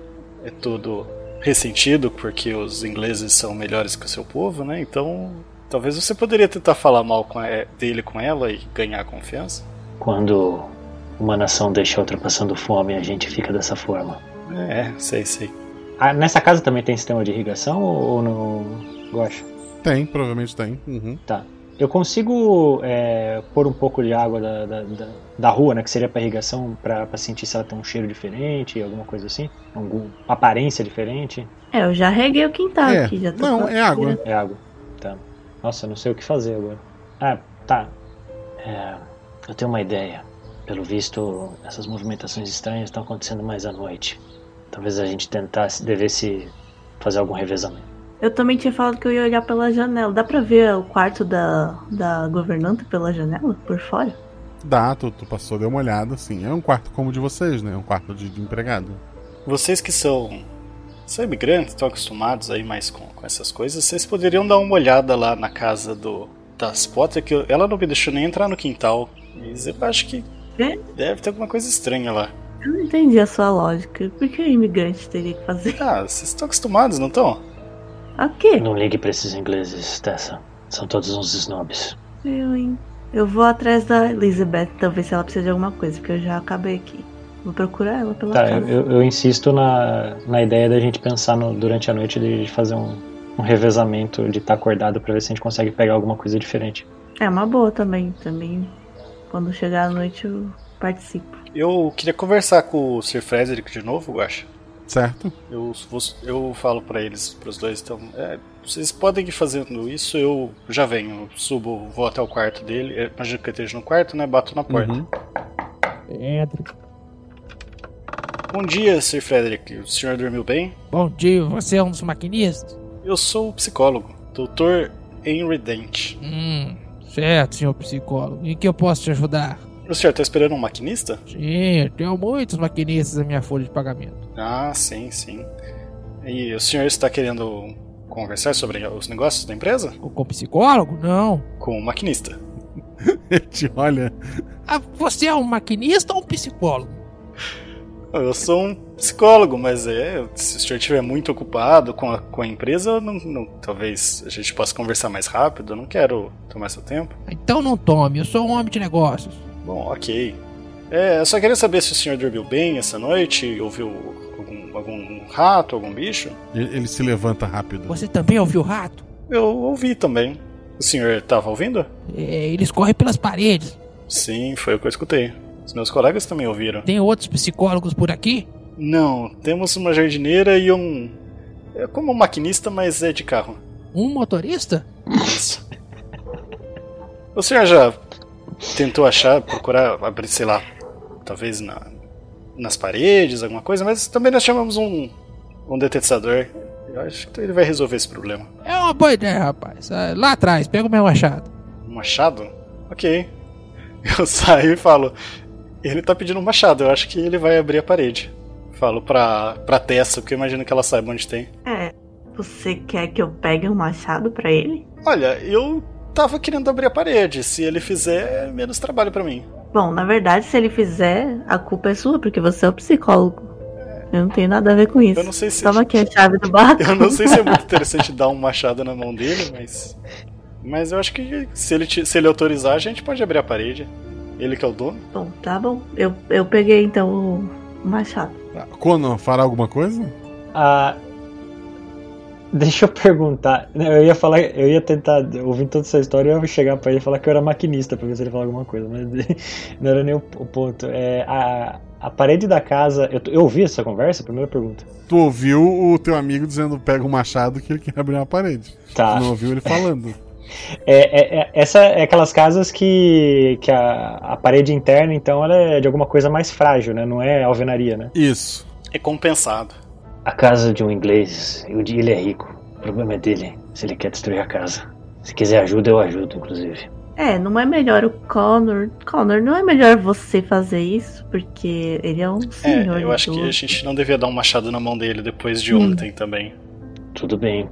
Speaker 10: é todo ressentido porque os ingleses são melhores que o seu povo, né? Então, talvez você poderia tentar falar mal com a- dele com ela e ganhar a confiança.
Speaker 12: Quando uma nação deixa outra passando fome, a gente fica dessa forma.
Speaker 10: É, sei, sei.
Speaker 12: Ah, nessa casa também tem sistema de irrigação ou, ou não? Gosto.
Speaker 1: Tem, provavelmente tem. Uhum.
Speaker 12: Tá. Eu consigo é, pôr um pouco de água da, da, da, da rua, né? Que seria pra irrigação, pra, pra sentir se ela tem um cheiro diferente, alguma coisa assim. Alguma aparência diferente.
Speaker 11: É, eu já reguei o quintal Tá, aqui, já tô com a tira.
Speaker 12: É água. Tá. Nossa, eu não sei o que fazer agora. Ah, tá. É, eu tenho uma ideia. Pelo visto, essas movimentações estranhas estão acontecendo mais à noite. Talvez a gente tentasse, devesse fazer algum revezamento.
Speaker 11: Eu também tinha falado que eu ia olhar pela janela. Dá pra ver o quarto da, da governanta pela janela, por fora?
Speaker 1: Dá, tu, tu passou, deu uma olhada, assim. É um quarto como o de vocês, né? É um quarto de, de empregado.
Speaker 10: Vocês que são, são imigrantes, estão acostumados aí mais com, com essas coisas, vocês poderiam dar uma olhada lá na casa do das Potter, que eu- ela não me deixou nem entrar no quintal. Mas eu acho que
Speaker 11: É?
Speaker 10: deve ter alguma coisa estranha lá.
Speaker 11: Eu não entendi a sua lógica. Por que o imigrante teria que fazer?
Speaker 10: Ah, vocês estão acostumados, não estão?
Speaker 11: Ok.
Speaker 12: Não ligue pra esses ingleses, Tessa. São todos uns snobs.
Speaker 11: Eu, hein? Eu vou atrás da Elizabeth, talvez se ela precisa de alguma coisa, porque eu já acabei aqui. Vou procurar ela pela
Speaker 12: Tá,
Speaker 11: casa.
Speaker 12: eu, eu insisto na, na ideia da gente pensar no- durante a noite de fazer um, um revezamento, de estar acordado pra ver se a gente consegue pegar alguma coisa diferente.
Speaker 11: É uma boa também, também. Quando chegar à noite eu participo.
Speaker 10: Eu queria conversar com o Sir Frederick de novo, eu acho.
Speaker 1: Certo?
Speaker 10: Eu, vou- eu falo pra eles, pros dois, então, é, vocês podem ir fazendo isso, eu já venho, subo, vou até o quarto dele, é, imagino que eu esteja no quarto, né, bato na porta.
Speaker 18: Entra.
Speaker 10: Bom Um dia, Sir Frederick, o senhor dormiu bem?
Speaker 18: Bom dia, você é um dos maquinistas?
Speaker 10: Eu sou o psicólogo, Dr. Henry Dent.
Speaker 18: Hum, certo, senhor psicólogo. Em que eu posso te ajudar?
Speaker 10: O senhor tá esperando um maquinista?
Speaker 18: Sim, eu tenho muitos maquinistas na minha folha de pagamento.
Speaker 10: Ah, sim, sim. E o senhor está querendo conversar sobre os negócios da empresa?
Speaker 18: Com o psicólogo? Não.
Speaker 10: Com o maquinista.
Speaker 1: Ele te olha.
Speaker 18: Ah, você é um maquinista ou um psicólogo?
Speaker 10: Eu sou um psicólogo, mas é, se o senhor estiver muito ocupado com a, com a empresa, eu não, não- talvez a gente possa conversar mais rápido. Eu não quero tomar seu tempo.
Speaker 18: Então não tome, eu sou um homem de negócios.
Speaker 10: Bom, ok. É, eu só queria saber se o senhor dormiu bem essa noite, ouviu algum, algum rato, algum bicho.
Speaker 1: Ele, ele se levanta rápido.
Speaker 18: Você também ouviu o rato?
Speaker 10: Eu ouvi também. O senhor estava ouvindo?
Speaker 18: É, eles correm pelas paredes.
Speaker 10: Sim, foi o que eu escutei. Os meus colegas também ouviram.
Speaker 18: Tem outros psicólogos por aqui?
Speaker 10: Não, temos uma jardineira e um. É como um maquinista, mas é de carro.
Speaker 18: Um motorista?
Speaker 10: [laughs] O senhor já tentou achar, procurar, abrir, sei lá, talvez na, nas paredes, alguma coisa, mas também nós chamamos um, um detetizador. Eu acho que ele vai resolver esse problema.
Speaker 18: É uma boa ideia, rapaz. Ah, Lá atrás, pega o meu machado.
Speaker 10: Um machado? Ok. Eu [laughs] saio e falo. Ele tá pedindo um machado, eu acho que ele vai abrir a parede. Falo pra, pra Tessa, porque eu imagino que ela saiba onde tem.
Speaker 11: É, você quer que eu pegue um machado pra ele?
Speaker 10: Olha, eu tava querendo abrir a parede. Se ele fizer, é menos trabalho pra mim.
Speaker 11: Bom, na verdade, se ele fizer, a culpa é sua, porque você é o psicólogo. Eu não tenho nada a ver com isso.
Speaker 10: É. Eu não sei se-
Speaker 11: Toma aqui a chave do
Speaker 10: [laughs]
Speaker 11: barco.
Speaker 10: Eu não sei se é muito interessante dar um machado na mão dele, mas. Mas eu acho que se ele, te- se ele autorizar, a gente pode abrir a parede. Ele que é o dono.
Speaker 11: Bom, tá bom. Eu, eu peguei então o machado.
Speaker 10: Tá.
Speaker 1: Conan, fará alguma coisa?
Speaker 12: Ah, deixa eu perguntar. Não, Eu ia falar, eu ia tentar, ouvindo toda essa história, eu ia chegar pra ele e falar que eu era maquinista pra ver se ele falava alguma coisa, mas [laughs] não era nem o o ponto. É, a, a parede da casa. Eu, eu ouvi essa conversa? Primeira pergunta.
Speaker 1: Tu ouviu o teu amigo dizendo pega um machado que ele quer abrir uma parede.
Speaker 12: Tá.
Speaker 1: Tu não ouviu ele falando.
Speaker 12: É, é- é- essa é aquelas casas que, que a, a parede interna, então, ela é de alguma coisa mais frágil, né? Não é alvenaria, né?
Speaker 1: Isso.
Speaker 10: É compensado.
Speaker 12: A casa de um inglês, eu digo, ele é rico. O problema é dele, se ele quer destruir a casa. Se quiser ajuda, eu ajudo, inclusive.
Speaker 11: É, não é melhor o Connor. Connor, não é melhor você fazer isso, porque ele é um
Speaker 10: É,
Speaker 11: senhor.
Speaker 10: eu acho que
Speaker 11: idoso.
Speaker 10: a gente não devia dar um machado na mão dele depois de
Speaker 11: Hum.
Speaker 10: ontem também.
Speaker 12: Tudo bem.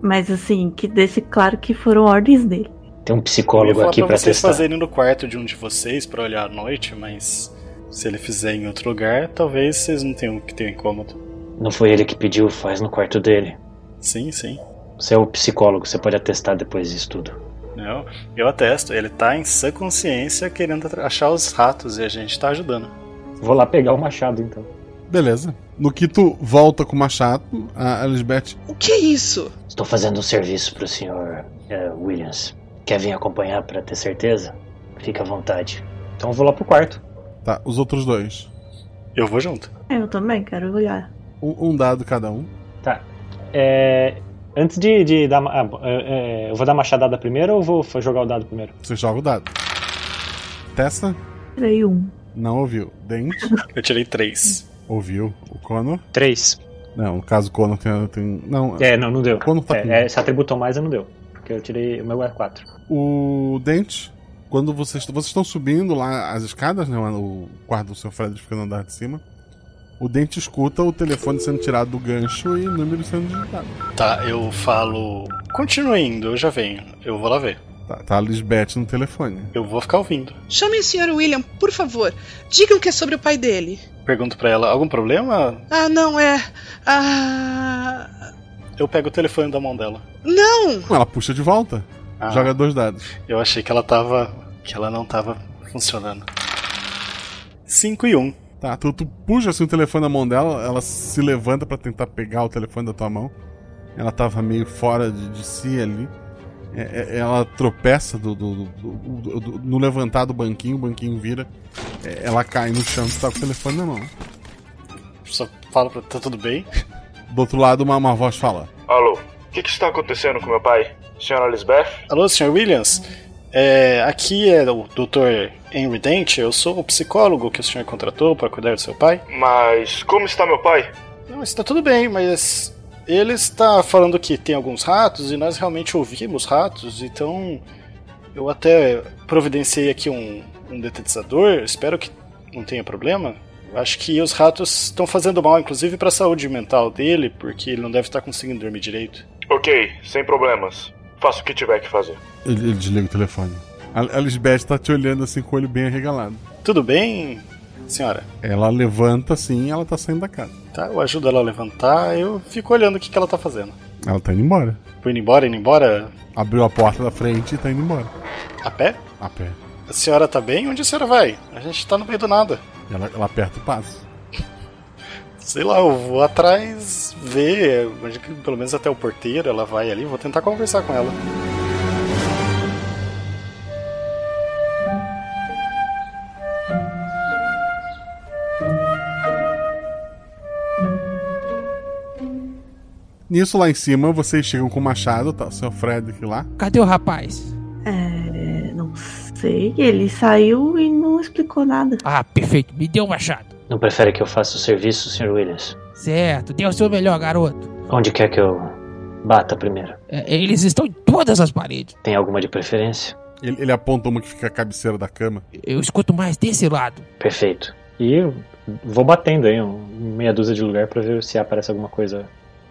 Speaker 11: Mas assim, que deixe claro que foram ordens dele.
Speaker 12: Tem um
Speaker 10: eu ia
Speaker 12: psicólogo
Speaker 10: falar
Speaker 12: aqui
Speaker 10: pra
Speaker 12: pra
Speaker 10: vocês
Speaker 12: testar.
Speaker 10: fazerem no quarto de um de vocês pra olhar à noite, mas se ele fizer em outro lugar, talvez vocês não tenham que ter incômodo.
Speaker 12: Não foi ele que pediu, faz no quarto dele.
Speaker 10: Sim, sim.
Speaker 12: Você é o psicólogo, você pode atestar depois disso tudo.
Speaker 10: Não, eu atesto, ele tá em sã consciência querendo atra- achar os ratos e a gente tá ajudando.
Speaker 12: Vou lá pegar o machado então.
Speaker 1: Beleza. No que tu volta com o machado, a Elizabeth.
Speaker 19: O que é isso?
Speaker 12: Estou fazendo um serviço pro senhor eh, Williams. Quer vir acompanhar pra ter certeza? Fica à vontade. Então eu vou lá pro quarto.
Speaker 1: Tá, os outros dois.
Speaker 10: Eu vou junto.
Speaker 11: É, Eu também quero olhar.
Speaker 1: Um, um dado cada um.
Speaker 12: Tá. É, antes de, de dar. ma- ah, bo- é, é, eu vou dar machadada primeiro ou vou f- jogar o dado primeiro?
Speaker 1: Você joga o dado. Tessa?
Speaker 11: Tirei um.
Speaker 1: Não ouviu. Dente?
Speaker 10: Eu tirei três.
Speaker 1: Ouviu. O Conor?
Speaker 12: Três.
Speaker 1: Não, no caso o Conor tem, tem. Não.
Speaker 12: É, não, não deu.
Speaker 1: Conor tá com-
Speaker 12: É, é, se atributou mais, eu não deu. Porque eu tirei. O meu é quatro.
Speaker 1: O Dente, quando vocês, vocês estão subindo lá as escadas, né? lá no quarto do seu Fred fica no andar de cima. O Dente escuta o telefone sendo tirado do gancho e número sendo digitado.
Speaker 10: Tá, eu falo. Continue indo, eu já venho. Eu vou lá ver.
Speaker 1: Tá, tá a Lisbeth no telefone.
Speaker 10: Eu vou ficar ouvindo.
Speaker 19: Chamem o Sr. William, por favor. Digam que é sobre o pai dele.
Speaker 10: Pergunto pra ela: algum problema?
Speaker 19: Ah, não, é. Ah.
Speaker 10: Eu pego o telefone da mão dela.
Speaker 19: Não!
Speaker 1: Ela puxa de volta.
Speaker 10: Ah.
Speaker 1: Joga dois dados.
Speaker 10: Eu achei que ela tava. que ela não tava funcionando. 5 e 1. Um.
Speaker 1: Tá, tu, tu puxa assim o telefone da mão dela, ela se levanta pra tentar pegar o telefone da tua mão. Ela tava meio fora de, de si ali. É, é, ela tropeça do, do- do- do- do- no levantar do banquinho, o banquinho vira. É, ela cai no chão e tá com o telefone na mão.
Speaker 10: Só falo pra. tá tudo bem?
Speaker 1: Do outro lado, uma, uma voz fala:
Speaker 20: Alô, o que, que está acontecendo com meu pai? Senhora Lisbeth?
Speaker 10: Alô, Sr. Williams? É, aqui é o Dr. Henry Dent, eu sou o psicólogo que o senhor contratou pra cuidar do seu pai.
Speaker 20: Mas como está meu pai?
Speaker 10: Não, está tudo bem, mas ele está falando que tem alguns ratos e nós realmente ouvimos ratos, então eu até providenciei aqui um, um detetizador, espero que não tenha problema. Acho que os ratos estão fazendo mal, inclusive para a saúde mental dele, porque ele não deve estar conseguindo dormir direito.
Speaker 20: Ok, sem problemas. Faça o que tiver que fazer.
Speaker 1: Ele, ele desliga o telefone. A, a Lisbeth tá te olhando assim com o olho bem arregalado.
Speaker 10: Tudo bem? senhora?
Speaker 1: Ela levanta sim, ela tá saindo da casa.
Speaker 10: Tá, eu ajudo ela a levantar, eu fico olhando o que, que ela tá fazendo.
Speaker 1: Ela tá indo embora.
Speaker 10: Foi indo embora, indo embora?
Speaker 1: Abriu a porta da frente e tá indo embora.
Speaker 10: A pé?
Speaker 1: A pé.
Speaker 10: A senhora tá bem? Onde a senhora vai? A gente tá no meio do nada.
Speaker 1: Ela, ela aperta o passo.
Speaker 10: Sei lá, eu vou atrás ver, acho que pelo menos até o porteiro, ela vai ali, vou tentar conversar com ela.
Speaker 1: Nisso lá em cima, vocês chegam com o machado, tá o seu Frederick lá.
Speaker 18: Cadê o rapaz?
Speaker 11: É, não sei. Ele saiu e não explicou nada.
Speaker 18: Ah, perfeito. Me deu o machado.
Speaker 12: Não prefere que eu faça o serviço, Sr. Williams?
Speaker 18: Certo. Dê o seu melhor, garoto.
Speaker 12: Onde quer que eu bata primeiro?
Speaker 18: É, eles estão em todas as paredes.
Speaker 12: Tem alguma de preferência?
Speaker 1: Ele, ele aponta uma que fica à cabeceira da cama.
Speaker 18: Eu escuto mais desse lado.
Speaker 12: Perfeito. E eu vou batendo aí, um, meia dúzia de lugar pra ver se aparece alguma coisa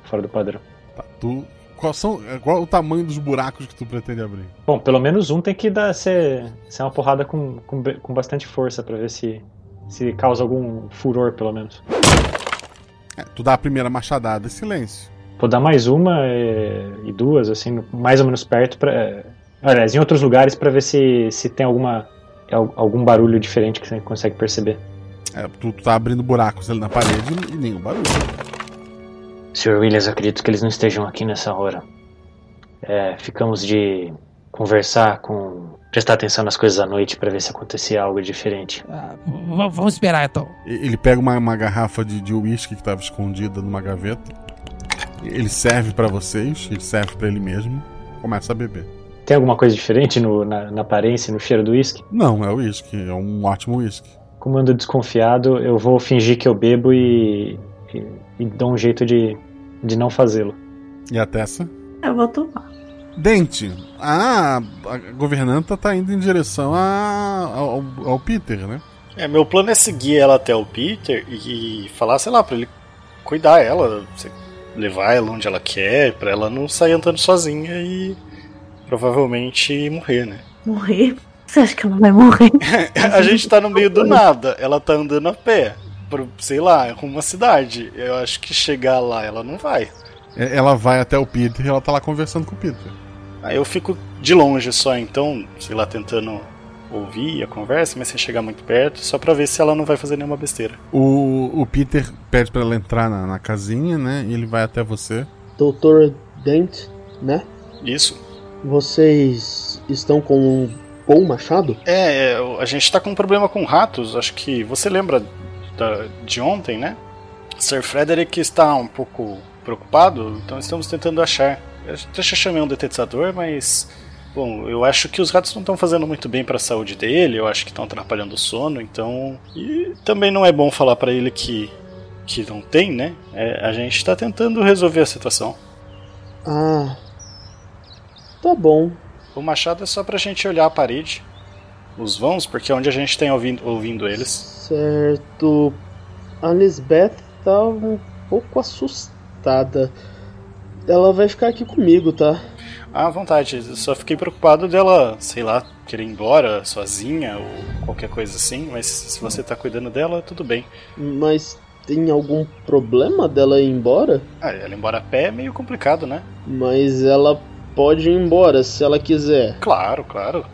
Speaker 12: fora do padrão.
Speaker 1: Tá, tu. Qual, são, qual é o tamanho dos buracos que tu pretende abrir?
Speaker 12: Bom, pelo menos um tem que dar, ser, ser uma porrada com, com, com bastante força pra ver se, se causa algum furor, pelo menos.
Speaker 1: É, tu dá a primeira machadada, silêncio.
Speaker 12: Vou dar mais uma é, e, duas, assim, mais ou menos perto, pra, é, aliás, em outros lugares pra ver se, se tem alguma, algum barulho diferente que você consegue perceber.
Speaker 1: É, tu, tu tá abrindo buracos ali na parede e nenhum barulho. tá
Speaker 12: Sr. Williams, acredito que eles não estejam aqui nessa hora. É, ficamos de conversar com. prestar atenção nas coisas à noite para ver se acontecia algo diferente.
Speaker 18: Ah, v- vamos esperar então.
Speaker 1: Ele pega uma, uma garrafa de, de whisky que estava escondida numa gaveta. Ele serve para vocês, ele serve para ele mesmo. Começa a beber.
Speaker 12: Tem alguma coisa diferente no, na, na aparência e no cheiro do whisky?
Speaker 1: Não, é o whisky, é um ótimo whisky.
Speaker 12: Como ando desconfiado, eu vou fingir que eu bebo e, e, e dou um jeito de de não fazê-lo.
Speaker 1: E a Tessa?
Speaker 11: Eu vou tomar.
Speaker 1: Dente, a, a governanta tá indo em direção a, ao, ao, Peter, né?
Speaker 10: É, meu plano é seguir ela até o Peter e, e falar, sei lá, pra ele cuidar ela, levar ela onde ela quer, pra ela não sair andando sozinha e provavelmente morrer, né?
Speaker 11: Morrer? Você acha que ela vai morrer?
Speaker 10: [laughs] a gente tá no meio do nada, ela tá andando a pé pro, sei lá, uma cidade. Eu acho que chegar lá ela não vai.
Speaker 1: É, Ela vai até o Peter e ela tá lá conversando com o Peter.
Speaker 10: Aí eu fico de longe só, então, sei lá, tentando ouvir a conversa, mas sem chegar muito perto, só pra ver se ela não vai fazer nenhuma besteira.
Speaker 1: O, o Peter pede para ela entrar na, na, casinha, né? E ele vai até você.
Speaker 14: Doutor Dent, né?
Speaker 10: Isso.
Speaker 14: Vocês estão com um bom machado?
Speaker 10: É, a gente tá com um problema com ratos. Acho que você lembra da, de ontem, né? Sir Frederick está um pouco preocupado, então estamos tentando achar. Eu até chamei um detetizador, mas. Bom, eu acho que os ratos não estão fazendo muito bem para a saúde dele, eu acho que estão atrapalhando o sono, então. E também não é bom falar para ele que. que não tem, né? É, a gente está tentando resolver a situação.
Speaker 14: Ah. Tá bom.
Speaker 10: O machado é só para a gente olhar a parede, os vãos, porque é onde a gente tem ouvindo, ouvindo eles.
Speaker 14: Certo. A Lisbeth tá um pouco assustada. Ela vai ficar aqui comigo, tá?
Speaker 10: À vontade, Eu só fiquei preocupado dela, sei lá, querer ir embora sozinha ou qualquer coisa assim, mas se você tá cuidando dela, tudo bem.
Speaker 14: Mas tem algum problema dela ir embora?
Speaker 10: Ah, ela ir embora a pé é meio complicado, né?
Speaker 14: Mas ela pode ir embora se ela quiser.
Speaker 10: Claro, claro.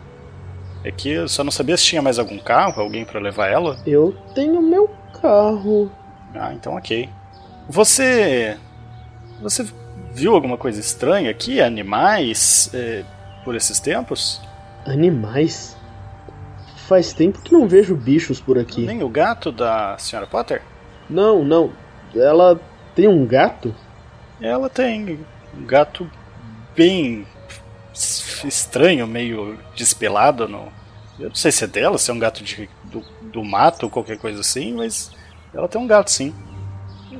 Speaker 10: É que eu só não sabia se tinha mais algum carro, alguém para levar ela.
Speaker 14: Eu tenho meu carro.
Speaker 10: Ah, então ok. Você. Você viu alguma coisa estranha aqui? Animais? É, por esses tempos?
Speaker 14: Animais? Faz tempo que não vejo bichos por aqui.
Speaker 10: Nem o gato da Sra. Potter?
Speaker 14: Não, não. Ela tem um gato?
Speaker 10: Ela tem. Um gato bem estranho, meio despelado. No... Eu não sei se é dela, se é um gato de, do, do mato ou qualquer coisa assim, mas ela tem um gato sim.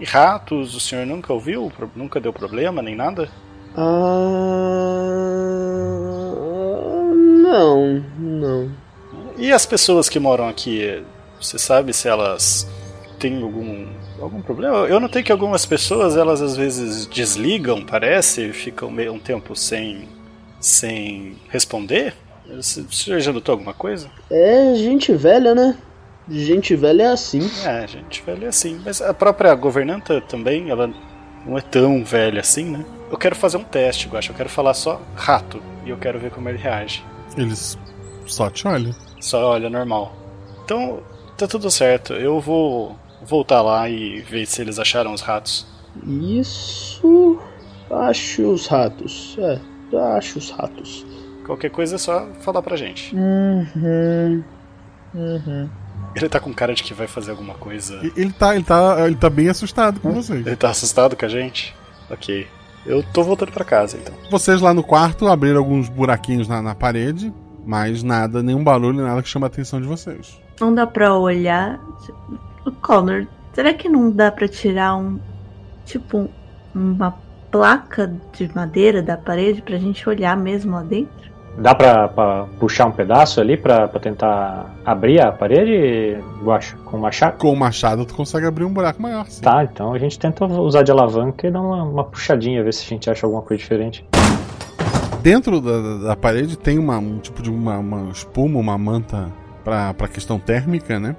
Speaker 10: E ratos, o senhor nunca ouviu? Nunca deu problema nem nada?
Speaker 14: Ah. Não, não.
Speaker 10: E as pessoas que moram aqui, você sabe se elas têm algum algum problema. Eu notei que algumas pessoas, elas às vezes desligam, parece, ficam meio um tempo sem sem responder? O senhor já notou alguma coisa?
Speaker 14: É gente velha, né? Gente velha é assim.
Speaker 10: É, gente velha é assim. Mas a própria governanta também, ela não é tão velha assim, né? Eu quero fazer um teste, eu acho. Eu quero falar só rato. E eu quero ver como ele reage.
Speaker 1: Eles só te olham.
Speaker 10: Só olha normal. Então, tá tudo certo. Eu vou voltar lá e ver se eles acharam os ratos.
Speaker 14: Isso. Acho os ratos. É, acho os ratos.
Speaker 10: Qualquer coisa é só falar pra gente.
Speaker 14: Uhum. Uhum.
Speaker 10: Ele tá com cara de que vai fazer alguma coisa.
Speaker 1: E- Ele tá, ele tá, ele tá bem assustado com vocês.
Speaker 10: Ele tá assustado com a gente? Ok. Eu tô voltando pra casa então.
Speaker 1: Vocês lá no quarto abriram alguns buraquinhos na, na parede, mas nada, nenhum barulho, nada que chama a atenção de vocês.
Speaker 11: Não dá pra olhar. O Connor, será que não dá pra tirar um. Tipo, um- uma placa de madeira da parede pra gente olhar mesmo lá dentro?
Speaker 12: Dá pra, pra puxar um pedaço ali pra, pra tentar abrir a parede, Guacha? Com o machado?
Speaker 1: Com o machado tu consegue abrir um buraco maior, sim.
Speaker 12: Tá, então a gente tenta usar de alavanca e dar uma, uma puxadinha, ver se a gente acha alguma coisa diferente.
Speaker 1: Dentro da, da- da parede tem uma, um tipo de uma, uma espuma, uma manta pra, pra questão térmica, né?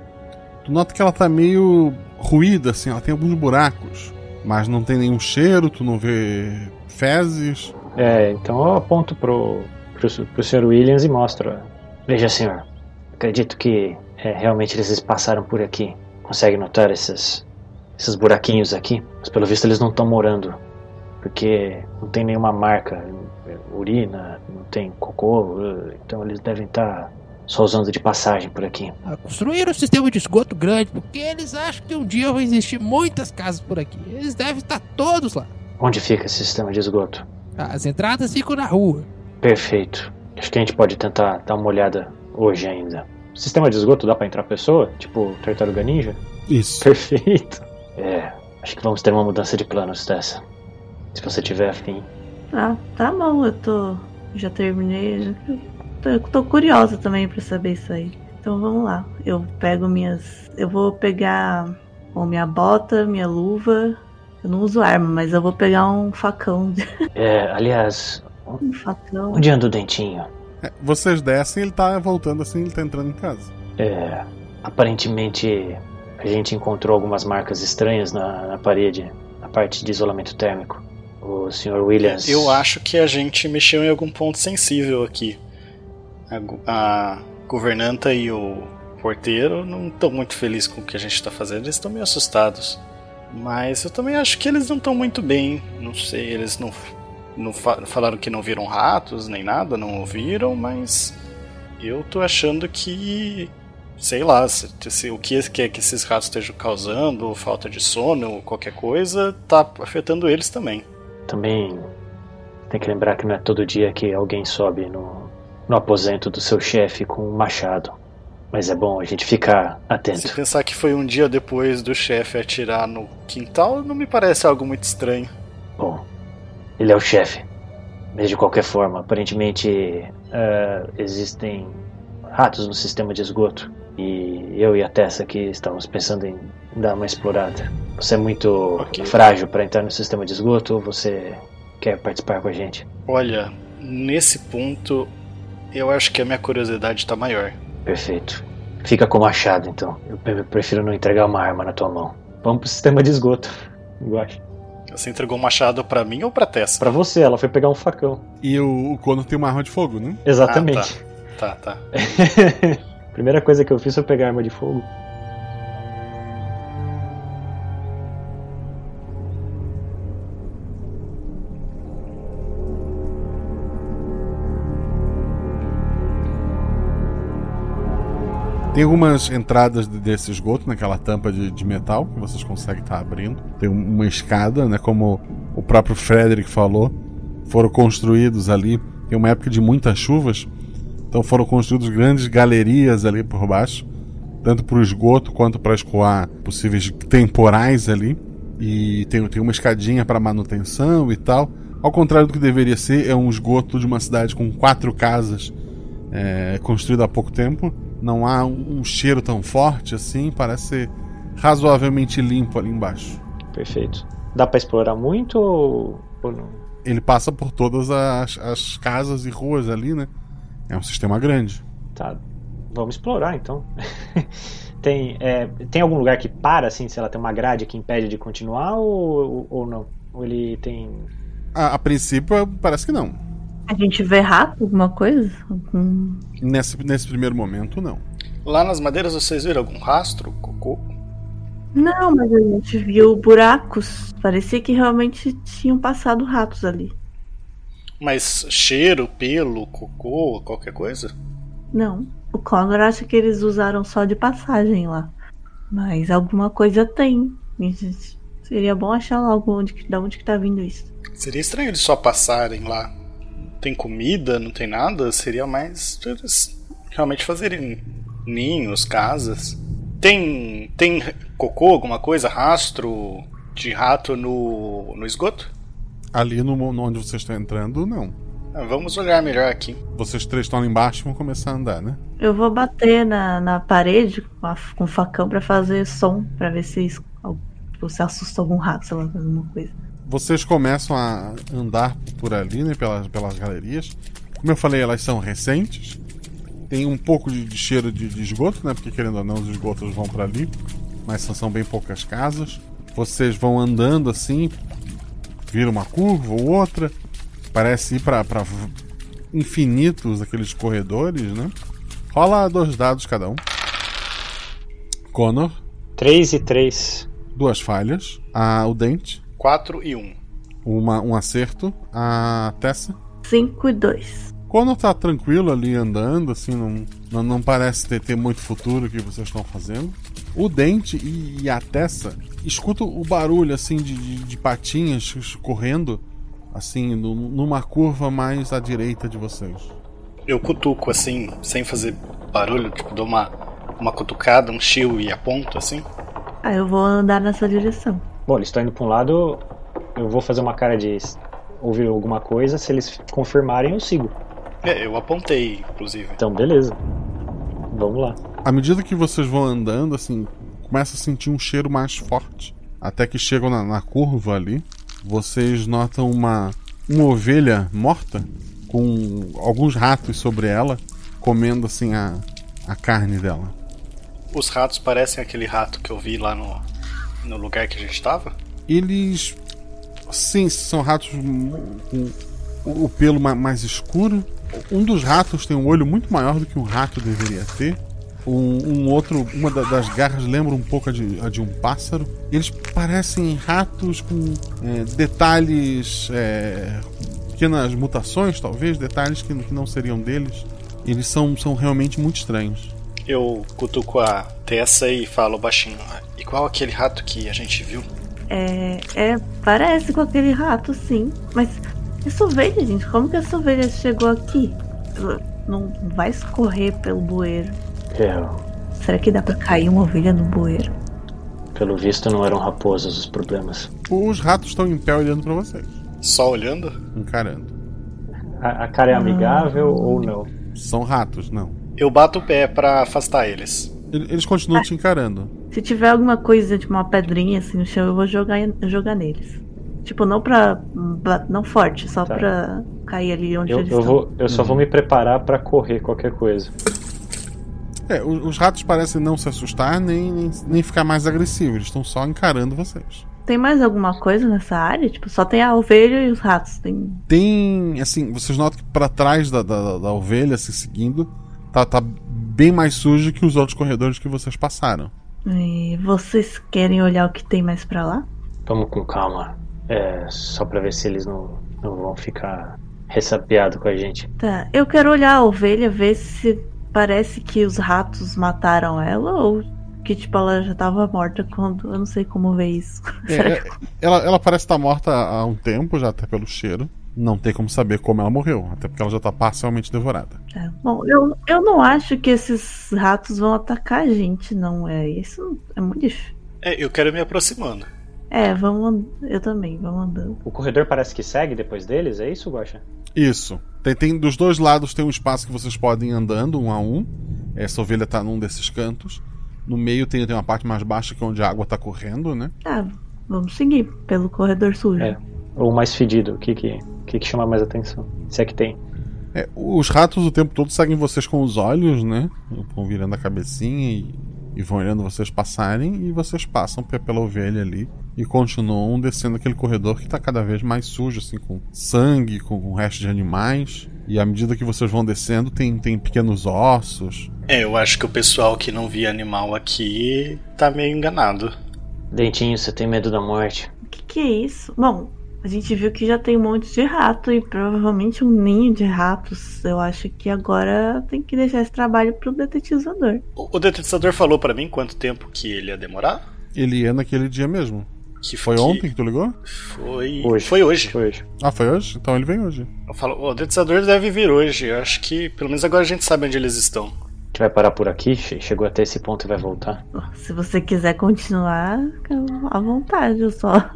Speaker 1: Tu nota que ela tá meio ruída, assim, ela tem alguns buracos, mas não tem nenhum cheiro, tu não vê fezes.
Speaker 12: É, então eu aponto pro, pro, pro Sr. Williams e mostro. Veja, senhor, acredito que é, realmente eles passaram por aqui. Consegue notar esses, esses buraquinhos aqui? Mas pelo visto eles não estão morando, porque não tem nenhuma marca, é, urina, não tem cocô, eh, então eles devem estar só usando de passagem por aqui.
Speaker 18: Construíram um sistema de esgoto grande porque eles acham que um dia vão existir muitas casas por aqui. Eles devem estar todos lá.
Speaker 12: Onde fica esse sistema de esgoto?
Speaker 18: As entradas ficam na rua.
Speaker 12: Perfeito. Acho que a gente pode tentar dar uma olhada hoje ainda. Sistema de esgoto dá pra entrar pessoa? Tipo Tartaruga Ninja?
Speaker 1: Isso.
Speaker 12: Perfeito. É, acho que vamos ter uma mudança de planos dessa. Se você tiver afim.
Speaker 11: Ah, tá bom, eu tô. Já terminei. Já... Tô, tô curiosa também pra saber isso aí. Então vamos lá. Eu pego minhas. Eu vou pegar. Bom, minha bota, minha luva. Eu não uso arma, mas eu vou pegar um facão. [laughs]
Speaker 12: É, aliás,
Speaker 11: um facão.
Speaker 12: onde anda o dentinho?
Speaker 1: É, vocês descem ele tá voltando assim, ele tá entrando em casa.
Speaker 12: É, aparentemente a gente encontrou algumas marcas estranhas na, na parede, na parte de isolamento térmico. O Sr. Williams.
Speaker 10: Eu acho que a gente mexeu em algum ponto sensível aqui. A, go- a governanta e o porteiro não estão muito felizes com o que a gente está fazendo, eles estão meio assustados. Mas eu também acho que eles não estão muito bem. Não sei, eles não, não fa- falaram que não viram ratos nem nada, não ouviram, mas eu tô achando que. Sei lá, se, se- o que que, é que esses ratos estejam causando, falta de sono ou qualquer coisa, tá afetando eles também.
Speaker 12: Também tem que lembrar que não é todo dia que alguém sobe no, no aposento do seu chefe com um machado. Mas é bom a gente ficar atento.
Speaker 10: Se pensar que foi um dia depois do chefe atirar no quintal, não me parece algo muito estranho.
Speaker 12: Bom, ele é o chefe. Mas de qualquer forma, aparentemente eh, existem ratos no sistema de esgoto. E eu e a Tessa aqui estamos pensando em dar uma explorada. Você é muito frágil para entrar no sistema de esgoto ou você quer participar com a gente?
Speaker 10: Olha, nesse ponto, eu acho que a minha curiosidade tá maior.
Speaker 12: Perfeito. Fica com o machado, então. Eu pre- prefiro não entregar uma arma na tua mão. Vamos pro sistema de esgoto. Guache.
Speaker 10: Você entregou o machado pra mim ou pra Tessa?
Speaker 12: Pra você, ela foi pegar um facão.
Speaker 1: E o, o Conor tem uma arma de fogo, né?
Speaker 12: Exatamente.
Speaker 10: Ah, tá. tá, tá.
Speaker 12: Primeira coisa que eu fiz foi pegar arma de fogo.
Speaker 1: Tem algumas entradas de- desse esgoto naquela tampa de, de metal que vocês conseguem estar abrindo. Tem um- uma escada, né? Como o próprio Frederick falou, foram construídos ali. Tem uma época de muitas chuvas, então foram construídas grandes galerias ali por baixo, tanto para o esgoto quanto para escoar possíveis temporais ali. E tem, tem uma escadinha para manutenção e tal. Ao contrário do que deveria ser, é um esgoto de uma cidade com quatro casas é, construído há pouco tempo. Não há um, um cheiro tão forte assim, parece ser razoavelmente limpo ali embaixo.
Speaker 12: Perfeito. Dá pra explorar muito ou, ou não?
Speaker 1: Ele passa por todas as, as casas e ruas ali, né? É um sistema grande.
Speaker 12: Tá. Vamos explorar então. [laughs] Tem, é, tem algum lugar que para, assim, sei lá, tem uma grade que impede de continuar ou, ou não? Ou ele tem.
Speaker 1: A, a princípio, parece que não.
Speaker 11: A gente vê rato, alguma coisa? Algum-
Speaker 1: Nesse, nesse primeiro momento, não.
Speaker 10: Lá nas madeiras vocês viram algum rastro, cocô?
Speaker 11: Não, mas a gente viu buracos. Parecia que realmente tinham passado ratos ali.
Speaker 10: Mas cheiro, pelo, cocô, qualquer coisa?
Speaker 11: Não. O Connor acha que eles usaram só de passagem lá. Mas alguma coisa tem. E, gente, Seria bom achar logo onde, que- da onde que tá vindo isso.
Speaker 10: Seria estranho eles só passarem lá. Não tem comida, não tem nada. Seria mais eles realmente fazerem ninhos, casas. Tem tem cocô, alguma coisa, rastro de rato no, no esgoto?
Speaker 1: Ali no, mo- onde vocês estão entrando, não.
Speaker 10: Ah, Vamos olhar melhor aqui.
Speaker 1: Vocês três estão lá embaixo e vão começar a andar, né?
Speaker 11: Eu vou bater na, na parede com, a, com facão pra fazer som, pra ver se isso- al- se assusta algum rato, sei lá, alguma coisa.
Speaker 1: Vocês começam a andar por ali, né? Pelas, pelas galerias. Como eu falei, elas são recentes. Tem um pouco de, de cheiro de, de esgoto, né? Porque querendo ou não, os esgotos vão para ali. Mas são, são bem poucas casas. Vocês vão andando assim, vira uma curva ou outra. Parece ir para infinitos aqueles corredores, né? Rola dois dados cada um. Connor.
Speaker 12: 3 e 3.
Speaker 1: Duas falhas. Ah, o dente.
Speaker 10: 4 e 1.
Speaker 1: Uma, um acerto. A Tessa.
Speaker 11: 5 e 2.
Speaker 1: Quando tá tranquilo ali andando, assim, não, não, não parece ter, ter muito futuro o que vocês estão fazendo. O dente e, e a Tessa escutam o barulho, assim, de, de, de patinhas correndo, assim, nu- numa curva mais à direita de vocês.
Speaker 10: Eu cutuco assim, sem fazer barulho, tipo, dou uma, uma cutucada, um chiu e aponto assim.
Speaker 11: Aí eu vou andar nessa direção.
Speaker 12: Bom, eles estão indo pra um lado, eu vou fazer uma cara de s- ouvir alguma coisa, se eles confirmarem eu sigo.
Speaker 10: É, eu apontei, inclusive.
Speaker 12: Então, beleza. Vamos lá.
Speaker 1: À medida que vocês vão andando, assim, começa a sentir um cheiro mais forte. Até que chegam na, na curva ali, vocês notam uma, uma ovelha morta com alguns ratos sobre ela, comendo assim a, a carne dela.
Speaker 10: Os ratos parecem aquele rato que eu vi lá no, no lugar que a gente tava?
Speaker 1: Eles. Sim, são ratos mu- com o o pelo ma- mais escuro. Um dos ratos tem um olho muito maior do que um rato deveria ter. Um, um outro, uma da- das garras lembra um pouco a de, a de um pássaro. Eles parecem ratos com é, detalhes, é, pequenas mutações, talvez, detalhes que, que não seriam deles. Eles são, são realmente muito estranhos.
Speaker 10: Eu cutuco a Tessa e falo baixinho, "Ah, igual aquele rato que a gente viu.
Speaker 11: É, é, parece com aquele rato, sim. Mas essa ovelha, gente, como que essa ovelha chegou aqui? Ela Não vai escorrer pelo bueiro.
Speaker 12: É,
Speaker 11: Será que dá pra cair uma ovelha no bueiro?
Speaker 12: pelo visto não eram raposas os problemas.
Speaker 1: Os ratos estão em pé olhando para vocês.
Speaker 10: Só olhando?
Speaker 1: Encarando.
Speaker 12: A, a cara é amigável ou não?
Speaker 1: São ratos, não.
Speaker 10: Eu bato o pé pra afastar eles.
Speaker 1: Ele- Eles continuam te encarando.
Speaker 11: Se tiver alguma coisa, tipo uma pedrinha assim no chão, eu vou jogar, jogar neles. Tipo, não pra. ba- Não forte, só
Speaker 12: Tá.
Speaker 11: pra cair ali onde
Speaker 12: Eu,
Speaker 11: eles Uhum.
Speaker 12: eu,
Speaker 11: estão.
Speaker 12: vou, eu só vou me preparar pra correr qualquer coisa.
Speaker 1: É, o- os ratos parecem não se assustar nem, nem, nem ficar mais agressivos, eles estão só encarando vocês.
Speaker 11: Tem mais alguma coisa nessa área? Tipo, só tem a ovelha e os ratos. Tem
Speaker 1: Tem, assim, vocês notam que pra trás da, da, da- da ovelha, se seguindo, tá, tá bem mais sujo que os outros corredores que vocês passaram.
Speaker 11: E vocês querem olhar o que tem mais pra lá?
Speaker 12: Vamos com calma. É, só pra ver se eles não, não vão ficar ressapeados com a gente.
Speaker 11: Tá, eu quero olhar a ovelha, ver se parece que os ratos mataram ela ou que tipo ela já tava morta quando. Eu não sei como ver isso. [laughs]
Speaker 1: É, é- ela, ela parece estar morta há há um tempo, já até pelo cheiro. Não tem como saber como ela morreu, até porque ela já tá parcialmente devorada.
Speaker 11: Tá, Bom, eu, eu não acho que esses ratos vão atacar a gente, não. É isso não- é muito difícil.
Speaker 10: É, eu quero me aproximando.
Speaker 11: É, vamos. and- Eu também, vamos andando.
Speaker 12: O corredor parece que segue depois deles, é isso, Guaxa?
Speaker 1: Isso. Tem, tem- dos dois lados tem um espaço que vocês podem ir andando um a um. Essa ovelha tá num desses cantos. No meio tem, tem uma parte mais baixa que é onde a água tá correndo, né?
Speaker 11: Tá, vamos seguir pelo corredor sujo.
Speaker 12: É. Ou mais fedido, o que que, é? o que que chama mais atenção? Se é que tem.
Speaker 1: É, os ratos o tempo todo seguem vocês com os olhos, né? Vão virando a cabecinha e e vão olhando vocês passarem e vocês passam pe- pela ovelha ali e continuam descendo aquele corredor que está cada vez mais sujo, assim, com sangue, com, com resto de animais. E à medida que vocês vão descendo, tem, tem pequenos ossos.
Speaker 10: É, eu acho que o pessoal que não via animal aqui tá meio enganado.
Speaker 12: Dentinho, você tem medo da morte?
Speaker 11: que, que é isso? Bom, a gente viu que já tem um monte de rato e provavelmente um ninho de ratos. Eu acho que agora tem que deixar esse trabalho pro detetizador.
Speaker 10: O, o detetizador falou pra mim quanto tempo que ele ia demorar?
Speaker 1: Ele é naquele dia mesmo.
Speaker 10: Que
Speaker 1: foi
Speaker 10: que-
Speaker 1: ontem que tu ligou?
Speaker 10: Foi
Speaker 1: Hoje.
Speaker 10: Foi hoje.
Speaker 1: Ah, foi hoje? Então ele vem hoje.
Speaker 10: Eu falo, o detetizador deve vir hoje. Eu acho que pelo menos agora a gente sabe onde eles estão.
Speaker 12: A gente vai parar por aqui? Che- Chegou até esse ponto e vai voltar?
Speaker 11: Se você quiser continuar, fica à vontade, eu só. [laughs]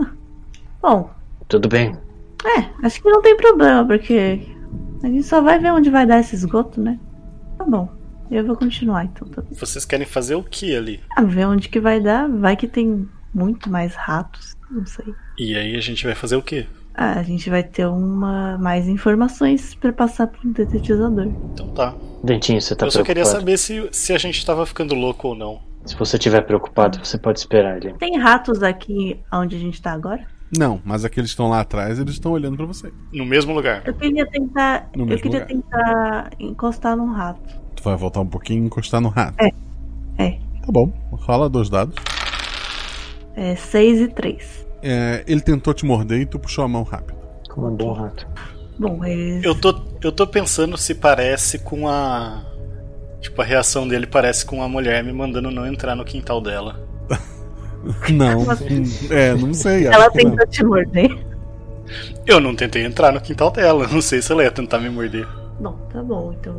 Speaker 11: Bom,
Speaker 12: Tudo bem.
Speaker 11: é, acho que não tem problema, porque a gente só vai ver onde vai dar esse esgoto, né? Tá bom, eu vou continuar então. Tá...
Speaker 10: Vocês querem fazer o que ali?
Speaker 11: Ah, ver onde que vai dar, vai que tem muito mais ratos, não sei.
Speaker 10: E aí a gente vai fazer o quê?
Speaker 11: Ah, a gente vai ter uma mais informações pra passar pro detetizador.
Speaker 10: Então tá.
Speaker 12: Dentinho, você tá
Speaker 10: eu só queria
Speaker 12: preocupado?
Speaker 10: saber se, se a gente tava ficando louco ou não.
Speaker 12: Se você estiver preocupado, você pode esperar ele.
Speaker 11: Tem ratos aqui onde a gente tá agora?
Speaker 1: Não, mas aqueles que estão lá atrás, eles estão olhando pra você.
Speaker 10: No mesmo lugar.
Speaker 11: Eu queria tentar,
Speaker 1: É. No
Speaker 11: eu
Speaker 1: mesmo
Speaker 11: queria
Speaker 1: lugar.
Speaker 11: tentar encostar num rato.
Speaker 1: Tu vai voltar um pouquinho e encostar no rato.
Speaker 11: É. É.
Speaker 1: Tá bom. Rola dois dados.
Speaker 11: É 6 e 3.
Speaker 1: É, ele tentou te morder e tu puxou a mão rápido.
Speaker 12: Comandou um rato.
Speaker 11: Bom, é eles
Speaker 10: Eu tô, eu tô pensando se parece com a. Tipo, a reação dele parece com a mulher me mandando não entrar no quintal dela.
Speaker 1: [laughs] Não.
Speaker 11: assim?
Speaker 1: é, não sei.
Speaker 11: Ela
Speaker 1: acho que não.
Speaker 11: tentou te morder.
Speaker 10: Eu não tentei entrar no quintal dela, [laughs] não sei se ela ia tentar me morder.
Speaker 11: Bom, tá bom, então.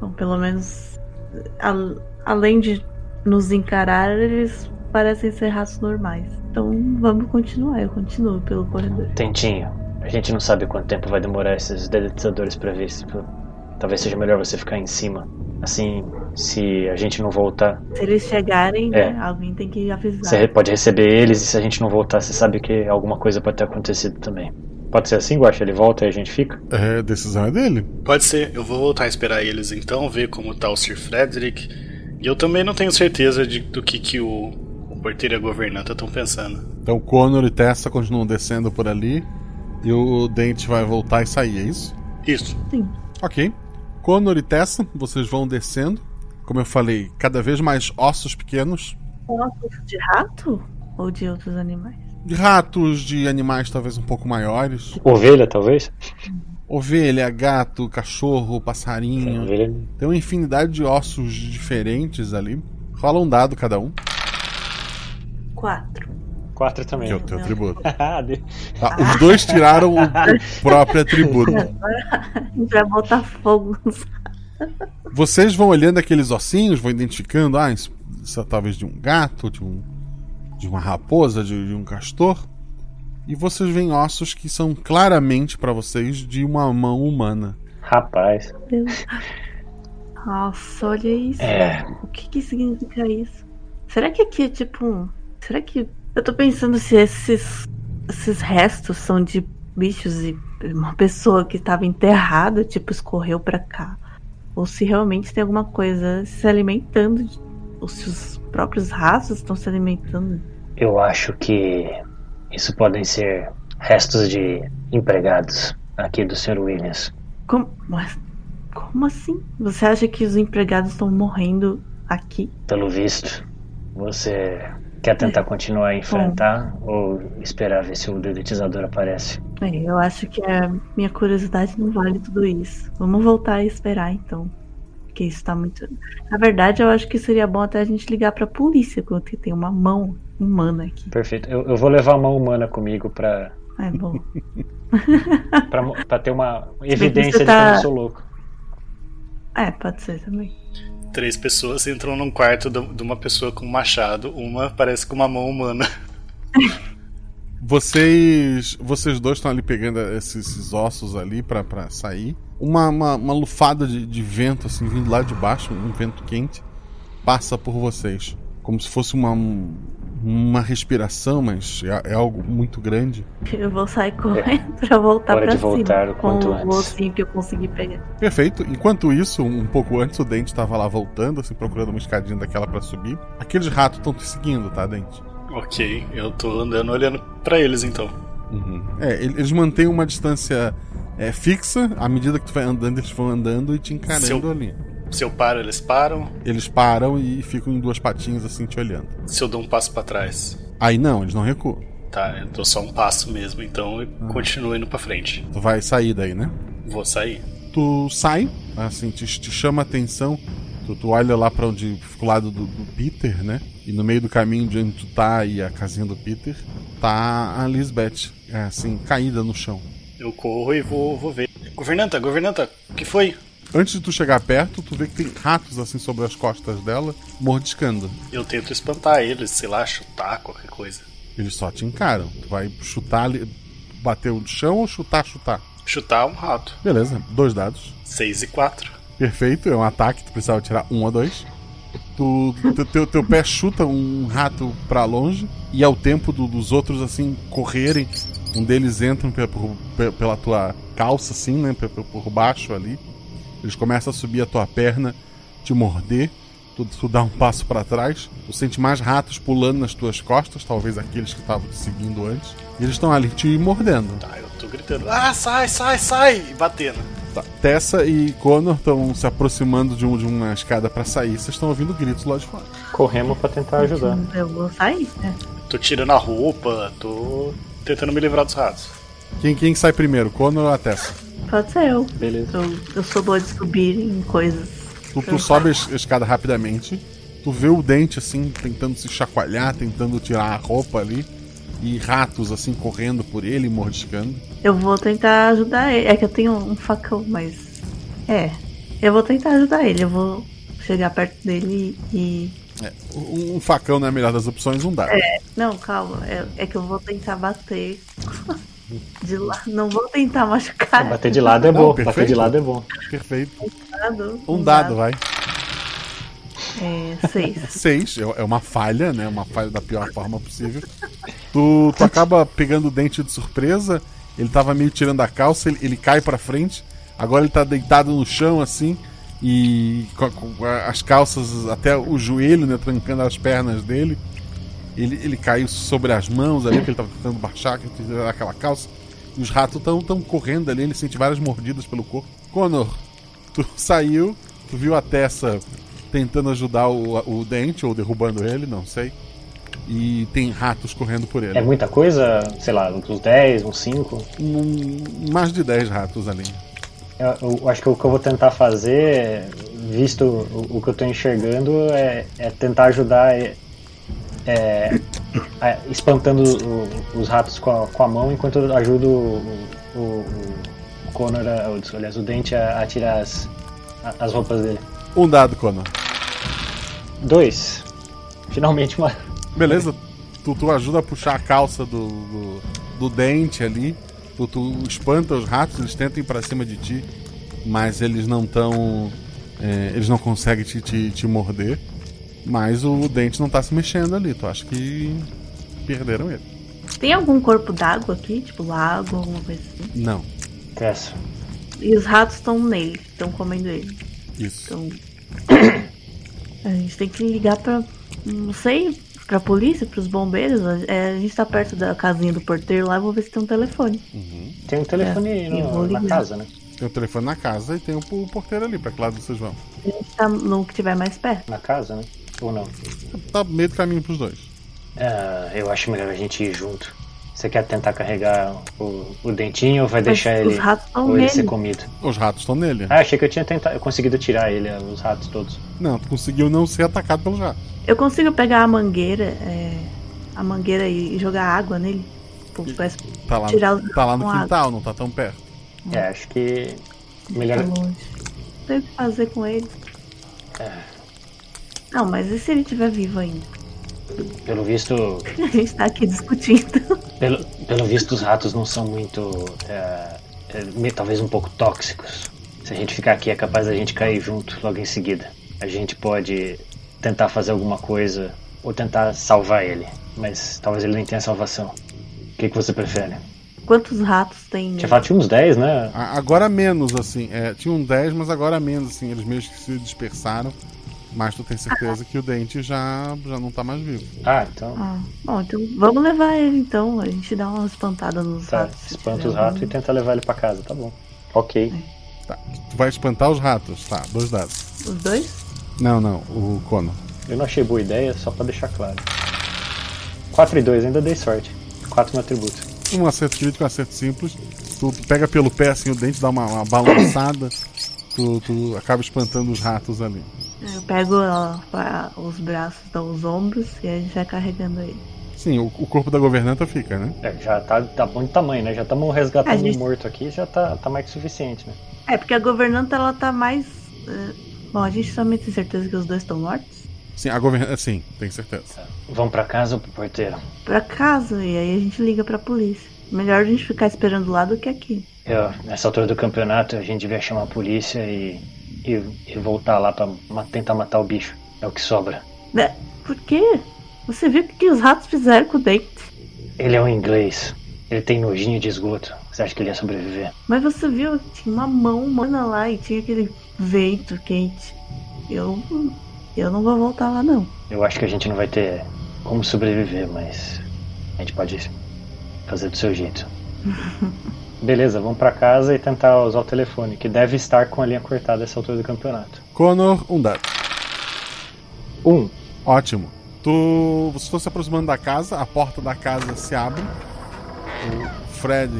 Speaker 11: Bom, pelo menos. a- além de nos encarar, eles parecem ser ratos normais. Então vamos continuar, eu continuo pelo corredor.
Speaker 12: Dentinho, a gente não sabe quanto tempo vai demorar esses dedetizadores pra ver se. Talvez seja melhor você ficar em cima. Assim, se a gente não voltar,
Speaker 11: Se eles chegarem,
Speaker 12: É.
Speaker 11: né, alguém tem que avisar.
Speaker 12: você pode receber eles e se a gente não voltar, você sabe que alguma coisa pode ter acontecido também. Pode ser assim, Guaxa? Ele volta e a gente fica?
Speaker 1: É, decisão é dele.
Speaker 10: Pode ser, eu vou voltar a esperar eles então, ver como tá o Sir Frederick. E eu também não tenho certeza de- do que, que o, o porteiro e a governanta estão pensando.
Speaker 1: Então Connor e Tessa continuam descendo por ali. E o Dente vai voltar e sair, é isso?
Speaker 10: Isso.
Speaker 11: Sim.
Speaker 1: Ok. Connor e Tessa, vocês vão descendo. Como eu falei, cada vez mais ossos pequenos.
Speaker 11: Ossos de rato? Ou de outros animais?
Speaker 1: De ratos, de animais talvez um pouco maiores.
Speaker 12: Ovelha, talvez?
Speaker 1: Ovelha, gato, cachorro, passarinho. Tem uma infinidade de ossos diferentes ali. Rola um dado cada um.
Speaker 11: Quatro.
Speaker 12: Quatro também.
Speaker 1: Que é o teu atributo.
Speaker 12: [laughs] Ah, de-
Speaker 1: Tá, os dois
Speaker 12: [laughs]
Speaker 1: tiraram o próprio atributo.
Speaker 11: Agora a [laughs] gente vai botar fogo nos
Speaker 1: Vocês vão olhando aqueles ossinhos, vão identificando, ah, isso, isso é talvez de um gato, de um de uma raposa, de, de um castor, e vocês veem ossos que são claramente pra vocês de uma mão humana.
Speaker 12: Rapaz.
Speaker 11: Deus. Nossa, olha isso.
Speaker 12: É.
Speaker 11: O que que significa isso? Será que aqui é tipo um. Será que. Eu tô pensando se esses. Esses restos são de bichos e uma pessoa que tava enterrada, tipo, escorreu pra cá. Ou se realmente tem alguma coisa se alimentando. de- Ou se os próprios raças estão se alimentando.
Speaker 12: Eu acho que isso podem ser restos de empregados aqui do Sr. Williams.
Speaker 11: Como. Mas. Como assim? Você acha que os empregados estão morrendo aqui? É.
Speaker 12: Pelo visto, você quer tentar continuar a enfrentar ou esperar ver se o dedetizador aparece?
Speaker 11: É, eu acho que a minha curiosidade não vale tudo isso. Vamos voltar e esperar então. Porque isso tá muito. Na verdade, eu acho que seria bom até a gente ligar pra polícia, porque tem uma mão humana aqui.
Speaker 12: Perfeito. Eu, eu vou levar uma humana comigo
Speaker 11: [laughs]
Speaker 12: pra,
Speaker 11: É
Speaker 1: [laughs]
Speaker 11: bom.
Speaker 12: pra, mo- pra ter uma
Speaker 11: você
Speaker 12: evidência de que eu
Speaker 11: tá-
Speaker 12: não sou louco.
Speaker 11: É, pode ser também.
Speaker 10: Três pessoas entram num quarto do- de uma pessoa com um machado, uma parece com uma mão humana. [laughs]
Speaker 1: Vocês, vocês dois estão ali pegando esses, esses ossos ali pra, pra sair. Uma, uma, uma lufada de, de vento, assim, vindo lá de baixo, um vento quente, passa por vocês. Como se fosse uma, um uma respiração, mas é, é algo muito grande.
Speaker 11: Eu vou sair correndo pra voltar
Speaker 1: É. Hora
Speaker 11: pra
Speaker 1: de
Speaker 11: cima.
Speaker 1: voltar o quanto
Speaker 11: com
Speaker 1: antes.
Speaker 11: o bolsinho que eu consegui pegar.
Speaker 1: Perfeito. Enquanto isso, um pouco antes, o Dente estava lá voltando, assim, procurando uma escadinha daquela pra subir. Aqueles ratos estão te seguindo, tá, Dente?
Speaker 10: Ok, eu tô andando olhando pra eles então.
Speaker 1: É, ele- eles mantêm uma distância é, fixa. À medida que tu vai andando, eles vão andando e te encarando
Speaker 10: Se eu-
Speaker 1: ali.
Speaker 10: Se eu paro, eles param.
Speaker 1: Eles param e ficam em duas patinhas, assim, te olhando.
Speaker 10: Se eu dou um passo pra trás.
Speaker 1: Aí não, eles não recuam.
Speaker 10: Tá, eu dou só um passo mesmo, então eu
Speaker 1: Ah.
Speaker 10: continuo indo pra frente.
Speaker 1: Tu vai sair daí, né?
Speaker 10: Vou sair.
Speaker 1: Tu sai, assim, te, te chama a atenção. Tu, tu olha lá pra onde fica o lado do, do Peter, né? E no meio do caminho de onde tu tá e a casinha do Peter, tá a Lisbeth, é, assim, caída no chão.
Speaker 10: Eu corro e vou, vou ver. Governanta, governanta, o que foi?
Speaker 1: Antes de tu chegar perto, tu vê que tem ratos assim sobre as costas dela, mordiscando.
Speaker 10: Eu tento espantar eles, sei lá, chutar qualquer coisa.
Speaker 1: Eles só te encaram. Tu vai chutar, ali- bater o chão ou chutar, chutar?
Speaker 10: Chutar um rato.
Speaker 1: Beleza, dois dados.
Speaker 10: 6 e 4.
Speaker 1: Perfeito, é um ataque, tu precisava tirar um ou dois. Tu, teu, teu, teu pé chuta um rato pra longe e ao tempo do- dos outros assim correrem, um deles entra pe- por- pe- pela tua calça assim, né, pe- pe- por baixo ali. Eles começam a subir a tua perna, te morder. Tu, tu dá um passo pra trás, tu sente mais ratos pulando nas tuas costas, talvez aqueles que estavam te seguindo antes. E eles estão ali te mordendo.
Speaker 10: Eu tô gritando, ah, sai, sai, sai! E batendo.
Speaker 1: Tá. Tessa e Connor estão se aproximando de, um- de uma escada pra sair. Vocês estão ouvindo gritos lá de fora.
Speaker 12: Corremos pra tentar ajudar.
Speaker 11: Eu vou sair, né?
Speaker 10: Tô tirando a roupa, tô tentando me livrar dos ratos.
Speaker 1: Quem, quem sai primeiro, Connor ou a Tessa?
Speaker 11: Pode ser eu.
Speaker 1: Beleza.
Speaker 11: Eu, eu sou boa de subir em coisas.
Speaker 1: Tu, tu sobe a es- a escada rapidamente. Tu vê o dente assim, tentando se chacoalhar, tentando tirar a roupa ali. E ratos assim correndo por ele, mordiscando.
Speaker 11: Eu vou tentar ajudar ele. É que eu tenho um facão, mas. É. Eu vou tentar ajudar ele. Eu vou chegar perto dele e.
Speaker 1: É, um, um facão não é a melhor das opções,
Speaker 12: Tá.
Speaker 1: um dado.
Speaker 11: É. Não, calma. É, é que eu vou tentar bater. [laughs] De lá. Não vou tentar machucar.
Speaker 12: Bater de lado é
Speaker 1: Não,
Speaker 12: bom, bater
Speaker 1: perfeito.
Speaker 12: de lado é bom.
Speaker 1: Perfeito.
Speaker 11: Dado,
Speaker 1: Um dado, vai.
Speaker 11: É, seis.
Speaker 1: [laughs] Seis, é é uma falha, né? Uma falha da pior forma possível. Tu, tu acaba pegando o dente de surpresa, ele tava meio tirando a calça, ele, ele cai pra frente, agora ele tá deitado no chão assim, e com, a- com a- as calças até o joelho, né? Trancando as pernas dele. Ele, ele caiu sobre as mãos ali, que ele tava tentando baixar, que ele tentando tirar aquela calça. E os ratos tão, tão correndo ali, ele sente várias mordidas pelo corpo. Connor, tu [laughs] saiu, tu viu a Tessa tentando ajudar o, o Dente, ou derrubando ele, não sei. E tem ratos correndo por ele.
Speaker 12: É muita coisa, sei lá, uns 10, uns 5.
Speaker 1: Hum, mais de 10 ratos ali.
Speaker 12: Eu, eu acho que o que eu vou tentar fazer, visto o, o que eu tô enxergando, é, é tentar ajudar é, é, a- espantando o- os ratos com a, com a mão enquanto eu ajudo o, o, o Connor, a- o- aliás, o Dente a, a tirar as, a- as roupas dele.
Speaker 1: Um dado, Connor.
Speaker 12: Dois. Finalmente uma.
Speaker 1: Beleza, tu, tu ajuda a puxar a calça do, do, do Dente ali. Tu, tu espanta os ratos, eles tentam ir pra cima de ti, mas eles não estão. eles não conseguem te, te, te morder. Mas o dente não tá se mexendo ali. Tu acha que perderam ele?
Speaker 11: Tem algum corpo d'água aqui? Tipo lago, alguma coisa assim?
Speaker 1: Não.
Speaker 12: Tessa.
Speaker 11: E os ratos estão nele, estão comendo ele.
Speaker 1: Isso.
Speaker 11: Então. [coughs] A gente tem que ligar pra. Não sei, pra polícia, pros bombeiros. É, a gente tá perto da casinha do porteiro lá, eu vou ver se tem um telefone.
Speaker 12: Tem um telefone
Speaker 11: É,
Speaker 12: no-
Speaker 11: eu vou
Speaker 12: na
Speaker 11: ligar.
Speaker 12: casa, né?
Speaker 1: Uhum. Tem o telefone na casa e tem o, o porteiro ali, pra que lado vocês vão?
Speaker 11: A gente tá no que tiver mais perto.
Speaker 12: Na casa, né? Ou não?
Speaker 1: Tá meio do caminho pros dois.
Speaker 12: Ah, eu acho melhor a gente ir junto. Você quer tentar carregar o, o dentinho ou vai
Speaker 11: Mas
Speaker 12: deixar
Speaker 11: os
Speaker 12: ele,
Speaker 11: ratos tão
Speaker 12: ou ele ser
Speaker 11: nele.
Speaker 12: comido?
Speaker 1: Os ratos estão nele.
Speaker 12: Ah, achei que eu tinha tentado, conseguido tirar ele, os ratos todos.
Speaker 1: Não, tu conseguiu não ser atacado pelos ratos.
Speaker 11: Eu consigo pegar a mangueira, é, a mangueira e jogar água nele? Tipo, parece
Speaker 1: Tá lá,
Speaker 11: tirar um os
Speaker 1: no, tá lá no
Speaker 11: com água.
Speaker 1: quintal, não tá tão perto.
Speaker 12: É, acho que. Melhor.
Speaker 11: Tá longe.
Speaker 1: né?
Speaker 11: Não sei o que fazer com ele.
Speaker 12: É.
Speaker 11: Não, mas e se ele estiver vivo ainda? [laughs]
Speaker 12: Pelo visto.
Speaker 11: A gente tá aqui discutindo.
Speaker 12: Pelo, pelo visto, os ratos não são muito. é, é, me- talvez um pouco tóxicos. Se a gente ficar aqui, é capaz da gente cair junto logo em seguida. A gente pode tentar fazer alguma coisa ou tentar salvar ele. mas talvez ele nem tenha salvação. O que, que você prefere?
Speaker 11: Quantos ratos tem?
Speaker 12: Tinha falado, tinha uns 10, né?
Speaker 1: A- Agora menos, assim. É, tinha um 10, mas agora menos, assim. Eles meio que se dispersaram. Mas tu tem certeza que o dente já, já não tá mais vivo.
Speaker 12: Ah, então.
Speaker 11: Ah, bom, então vamos levar ele então. A gente dá uma espantada nos
Speaker 12: Tá,
Speaker 11: ratos. se
Speaker 12: espanta
Speaker 11: tiver
Speaker 12: os ratos
Speaker 11: algum.
Speaker 12: e tenta levar ele pra casa, tá bom. Ok.
Speaker 1: Tá. Tu vai espantar os ratos, tá? Dois dados.
Speaker 11: Os dois?
Speaker 1: Não, não, o Cono.
Speaker 12: Eu não achei boa ideia, só pra deixar claro. 4 e 2, ainda dei sorte. 4 no atributo.
Speaker 1: Um acerto crítico, um acerto simples. Tu, tu pega pelo pé assim o dente, dá uma, uma balançada. Tu, tu acaba espantando os ratos ali.
Speaker 11: Eu pego ó, pra- os braços, dou os ombros e a gente vai carregando ele.
Speaker 1: Sim, o, o corpo da governanta fica, né?
Speaker 12: É, já tá, tá bom de tamanho, né? Já estamos resgatando
Speaker 11: A gente-
Speaker 12: um morto aqui, já tá, tá mais que suficiente, né?
Speaker 11: É, porque a governanta ela tá mais. eh, Bom, a gente também tem certeza que os dois estão mortos.
Speaker 1: Sim, a governanta. Sim, tenho certeza.
Speaker 12: Vamos pra casa ou pro porteiro?
Speaker 11: Pra casa, e aí a gente liga pra polícia. Melhor a gente ficar esperando lá do que aqui.
Speaker 12: Eu, nessa altura do campeonato, a gente devia chamar a polícia e, e, e voltar lá pra ma- tentar matar o bicho. É o que sobra.
Speaker 11: Né? Por quê? Você viu o que que os ratos fizeram com o dente.
Speaker 12: Ele é um inglês. Ele tem nojinho de esgoto. Você acha que ele ia sobreviver?
Speaker 11: Mas você viu, tinha uma mão humana lá e tinha aquele vento quente. Eu. Eu não vou voltar lá não. [laughs]
Speaker 12: Eu acho que a gente não vai ter como sobreviver, mas a gente pode fazer do seu jeito. Beleza, vamos pra casa e tentar usar o telefone, que deve estar com a linha cortada essa altura do campeonato.
Speaker 1: Conor, um dado.
Speaker 12: Um.
Speaker 1: Ótimo. Tu. Vocês estão se aproximando da casa, a porta da casa se abre. O Fred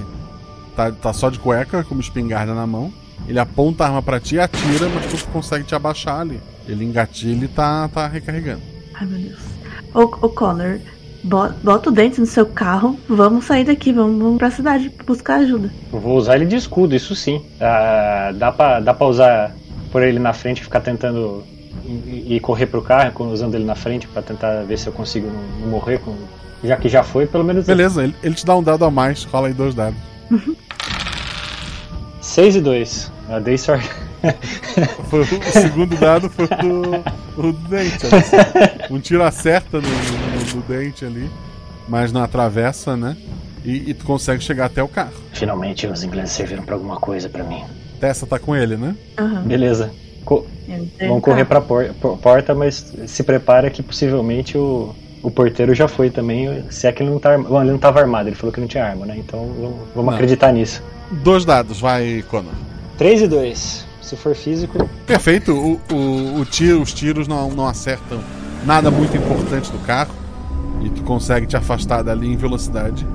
Speaker 1: tá, tá só de cueca, com uma espingarda na mão. Ele aponta a arma pra ti e atira, mas tu consegue te abaixar ali. Ele engatilha e tá, tá recarregando.
Speaker 11: Ai meu Deus. Ô, ô Connor, bo- bota o dente no seu carro, vamos sair daqui, vamos, vamos pra cidade buscar ajuda.
Speaker 12: Eu Vou usar ele de escudo, isso sim. Ah, dá, pra, dá pra usar por ele na frente e ficar tentando e, e correr pro carro, com- usando ele na frente pra tentar ver se eu consigo não, não morrer. com- já que já foi, pelo menos.
Speaker 1: Beleza, ele, ele te dá um dado a mais, rola aí dois
Speaker 12: [laughs]
Speaker 1: dados.
Speaker 12: 6 e 2. Eu Ah, dei sorte.
Speaker 1: Foi o segundo dado foi o
Speaker 10: [laughs]
Speaker 1: Tá do, o do dente. olha só. Um tiro acerta no, no- no dente ali, mas não atravessa, né? [laughs] E, e tu consegue chegar até o carro.
Speaker 12: Finalmente os ingleses serviram pra alguma coisa pra mim.
Speaker 1: Tessa tá com ele, né?
Speaker 11: Aham.
Speaker 12: Beleza. Co-
Speaker 11: Entrei no
Speaker 12: Vão correr
Speaker 11: carro.
Speaker 12: pra por- por- porta, mas se prepara que possivelmente o, o porteiro já foi também. Se é que ele não tá armado. Bom, ele não tava armado, ele falou que não tinha arma, né? Então vamos, vamos
Speaker 1: Não.
Speaker 12: acreditar nisso.
Speaker 1: Dois dados, vai, Conan.
Speaker 12: 3 e 2. Se for físico.
Speaker 1: Perfeito, o, o, o tiro, os tiros não, não acertam nada muito importante do carro e tu consegue te afastar dali em velocidade.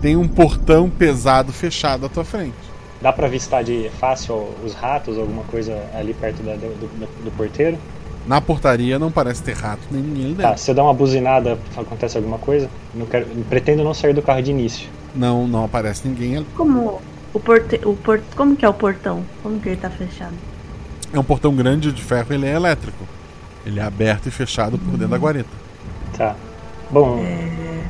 Speaker 1: Tem um portão pesado fechado à tua frente.
Speaker 12: Dá pra avistar de fácil os ratos, alguma coisa ali perto da- do, do- do porteiro?
Speaker 1: Na portaria não parece ter rato nem ninguém dentro.
Speaker 12: Tá, se eu dar uma buzinada, acontece alguma coisa? Não quero, pretendo não sair do carro de início.
Speaker 1: Não, não aparece ninguém ali.
Speaker 11: Como o porte, o por, como que é o portão? Como que ele tá fechado?
Speaker 1: É um portão grande de ferro, ele é elétrico. Ele é aberto e fechado por dentro da guarita.
Speaker 12: Tá. Bom,
Speaker 11: É,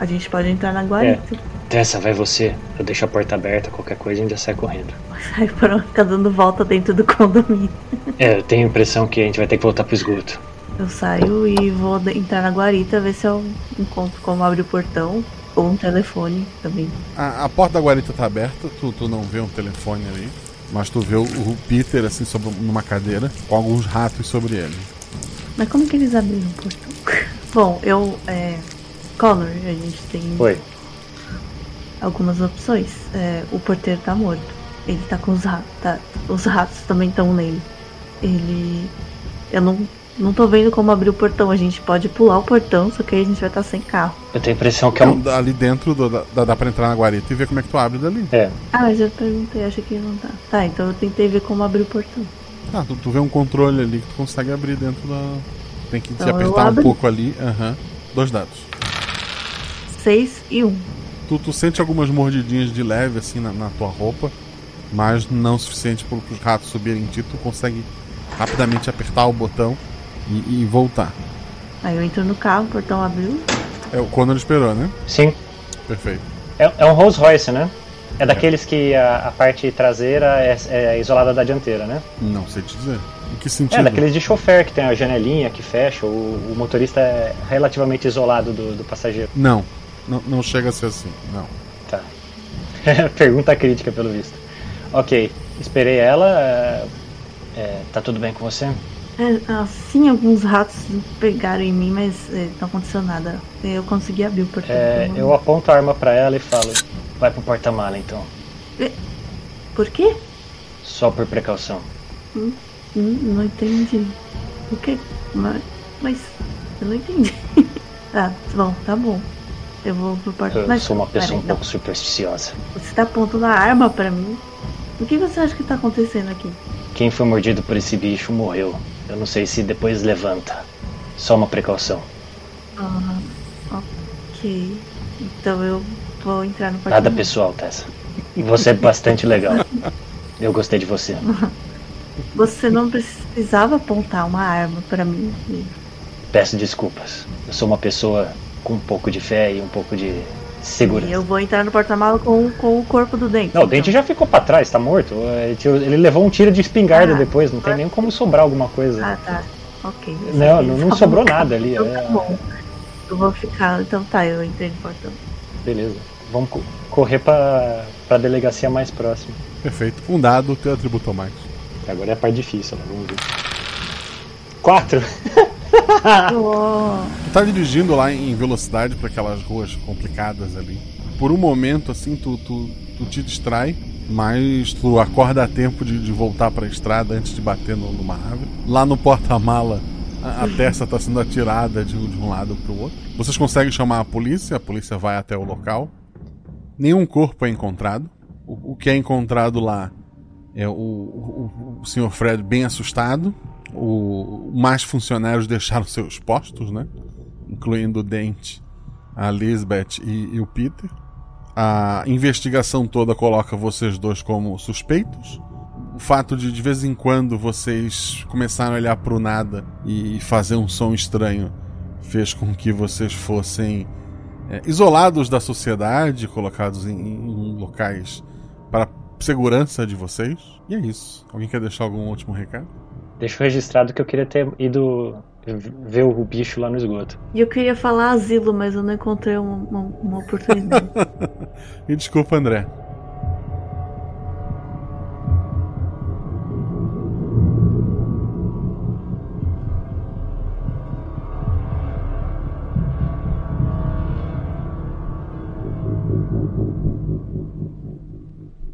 Speaker 11: A gente pode entrar na guarita. [laughs]
Speaker 12: Tessa, vai você. Eu deixo a porta aberta, qualquer coisa a gente já sai correndo.
Speaker 11: Aí foram ficar dando volta dentro do condomínio.
Speaker 12: É, eu tenho a impressão que a gente vai ter que voltar pro esgoto.
Speaker 11: Eu saio e vou de- entrar na guarita, ver se eu encontro como abrir o portão. Ou um telefone também.
Speaker 1: A, a porta da guarita tá aberta, tu, tu não vê um telefone ali, mas tu vê o, o Peter assim sobre, numa cadeira, com alguns ratos sobre ele.
Speaker 11: Mas como que eles abriram o portão? [laughs] Bom, eu. É... Connor, a gente tem
Speaker 12: Oi.
Speaker 11: algumas opções. É, o porteiro tá morto. Ele tá com os ratos. Os ratos também estão nele. Ele. Eu não, não tô vendo como abrir o portão. A gente pode pular o portão, só que aí a gente vai estar sem carro.
Speaker 12: Eu tenho a impressão que é
Speaker 1: Então,
Speaker 12: um.
Speaker 1: dá- ali dentro do- da- dá, dá pra entrar na guarita e ver como é que tu abre dali.
Speaker 12: É.
Speaker 11: Ah, mas eu perguntei, achei que não tá. Tá, então eu tentei ver como abrir o portão.
Speaker 1: Tá, tu, tu vê um controle ali que tu consegue abrir dentro da. Tem que
Speaker 11: Então
Speaker 1: te
Speaker 11: eu
Speaker 1: apertar um
Speaker 11: abro.
Speaker 1: pouco ali. Aham. Dois dados.
Speaker 11: 6 e 1.
Speaker 1: Tu, tu sente algumas mordidinhas de leve assim na, na tua roupa, mas não o suficiente para os ratos subirem em ti. Tu consegue rapidamente apertar o botão e, e voltar.
Speaker 11: Aí eu entro no carro, o portão abriu.
Speaker 1: É o Conor esperou, né?
Speaker 12: Sim.
Speaker 1: Perfeito.
Speaker 12: É, é um Rolls Royce, né? É daqueles que a, a parte traseira é, é isolada da dianteira, né?
Speaker 1: Não sei te dizer. Em que sentido?
Speaker 12: É daqueles de chofer que tem a janelinha que fecha, o, o motorista é relativamente isolado do, do passageiro.
Speaker 1: Não, não, não chega a ser assim, não.
Speaker 12: Tá. [laughs] Pergunta crítica, pelo visto. Ok, esperei ela. é, tá tudo bem com você?
Speaker 11: É, assim, alguns ratos pegaram em mim, mas é, não aconteceu nada. Eu consegui abrir o portão.
Speaker 12: É, eu aponto a arma pra ela e falo: Vai pro porta-mala então.
Speaker 11: É, Por quê?
Speaker 12: Só por precaução.
Speaker 11: Hum, hum, Não entendi. O quê? Mas, mas eu não entendi. [laughs] ah, bom, tá bom. Eu vou pro porta
Speaker 12: Eu
Speaker 11: mas,
Speaker 12: sou uma pessoa
Speaker 11: peraí,
Speaker 12: um pouco supersticiosa.
Speaker 11: não. Você tá apontando a arma pra mim? O que você acha que tá acontecendo aqui?
Speaker 12: Quem foi mordido por esse bicho morreu. Eu não sei se depois levanta. Só uma precaução.
Speaker 11: Ah, ok. Então eu vou entrar no porta
Speaker 12: Nada pessoal, Tessa. Você é bastante legal.
Speaker 11: [laughs]
Speaker 12: Eu gostei de você.
Speaker 11: Você não precisava apontar uma arma pra mim.
Speaker 12: Peço desculpas. Eu sou uma pessoa com um pouco de fé e um pouco de segurança.
Speaker 11: E eu vou entrar no porta-mala com, com o corpo do dente.
Speaker 12: Não, o dente já ficou pra trás, tá morto. Ele tirou- Ele levou um tiro de espingarda depois, não tem nem como sobrar alguma coisa.
Speaker 11: Ah, tá. Ok.
Speaker 12: Não, não, não sobrou nada ali.
Speaker 11: Então
Speaker 12: é-
Speaker 11: tá bom. Eu vou ficar. Então tá, eu entrei no portão.
Speaker 12: Beleza. Vamos co- correr pra, pra delegacia mais próxima.
Speaker 1: Perfeito. Um dado, teu atributo ao mais.
Speaker 12: Agora é a parte difícil, né? vamos ver. Quatro.
Speaker 1: Tu tá dirigindo lá em velocidade pra aquelas ruas complicadas ali. Por um momento, assim, tu, tu, tu te distrai, mas tu acorda a tempo de, de voltar pra estrada antes de bater no- numa árvore. Lá no porta-mala, a, a Tessa tá sendo atirada de, um- de um lado pro outro. Vocês conseguem chamar a polícia, a polícia vai até o local. Nenhum corpo é encontrado. O, o que é encontrado lá é o, o, o senhor Fred bem assustado. O, mais funcionários deixaram [laughs] seus postos, né? Incluindo o Dente, a Lisbeth e, e o Peter. A investigação toda coloca vocês dois como suspeitos. O fato de de vez em quando vocês começaram a olhar pro nada e fazer um som estranho fez com que vocês fossem é, isolados da sociedade, colocados em,
Speaker 12: Uhum.
Speaker 1: em locais para segurança de vocês. E é isso. Alguém quer deixar algum último recado?
Speaker 12: Deixa eu registrado que eu queria ter ido ver o bicho lá no esgoto.
Speaker 11: E eu queria falar asilo, mas eu não encontrei uma, uma, uma oportunidade.
Speaker 1: E desculpa, André.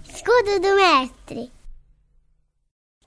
Speaker 21: Escudo do mestre.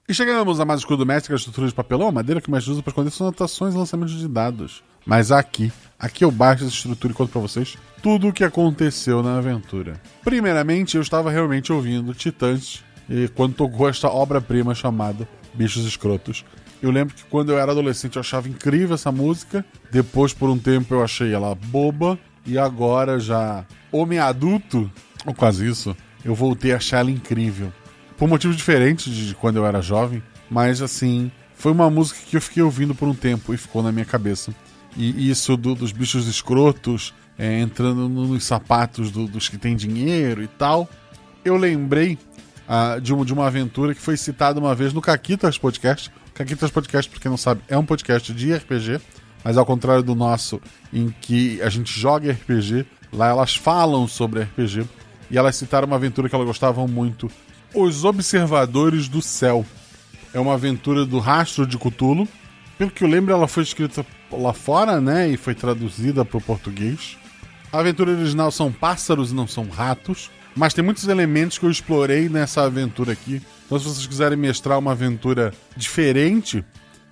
Speaker 1: E chegamos a mais escudo mestre, que é a estrutura de papelão, a madeira que mais usa para esconder são anotações e lançamentos de dados. Mas aqui, aqui eu baixo essa estrutura e conto pra vocês tudo o que aconteceu na aventura. Primeiramente, eu estava realmente ouvindo Titãs e quando tocou esta obra-prima chamada Bichos Escrotos. Eu lembro que quando eu era adolescente eu achava incrível essa música, depois por um tempo eu achei ela boba, e agora já homem adulto, ou quase isso, eu voltei a achar ela incrível por motivos diferentes de quando eu era jovem, mas assim, foi uma música que eu fiquei ouvindo por um tempo e ficou na minha cabeça. E isso do- dos bichos escrotos é, entrando no- nos sapatos do- dos que têm dinheiro e tal. Eu lembrei ah, de, uma, de uma aventura que foi citada uma vez no Caquitas Podcast. Caquitas Podcast, pra quem não sabe, é um podcast de RPG, mas ao contrário do nosso, em que a gente joga RPG, lá elas falam sobre RPG. E elas citaram uma aventura que elas gostavam muito, os Observadores do Céu. É uma aventura do Rastro de Cthulhu. Pelo que eu lembro, ela foi escrita lá fora, né? E foi traduzida para o português. A aventura original são pássaros e não são ratos. Mas tem muitos elementos que eu explorei nessa aventura aqui. Então, se vocês quiserem mestrar uma aventura diferente,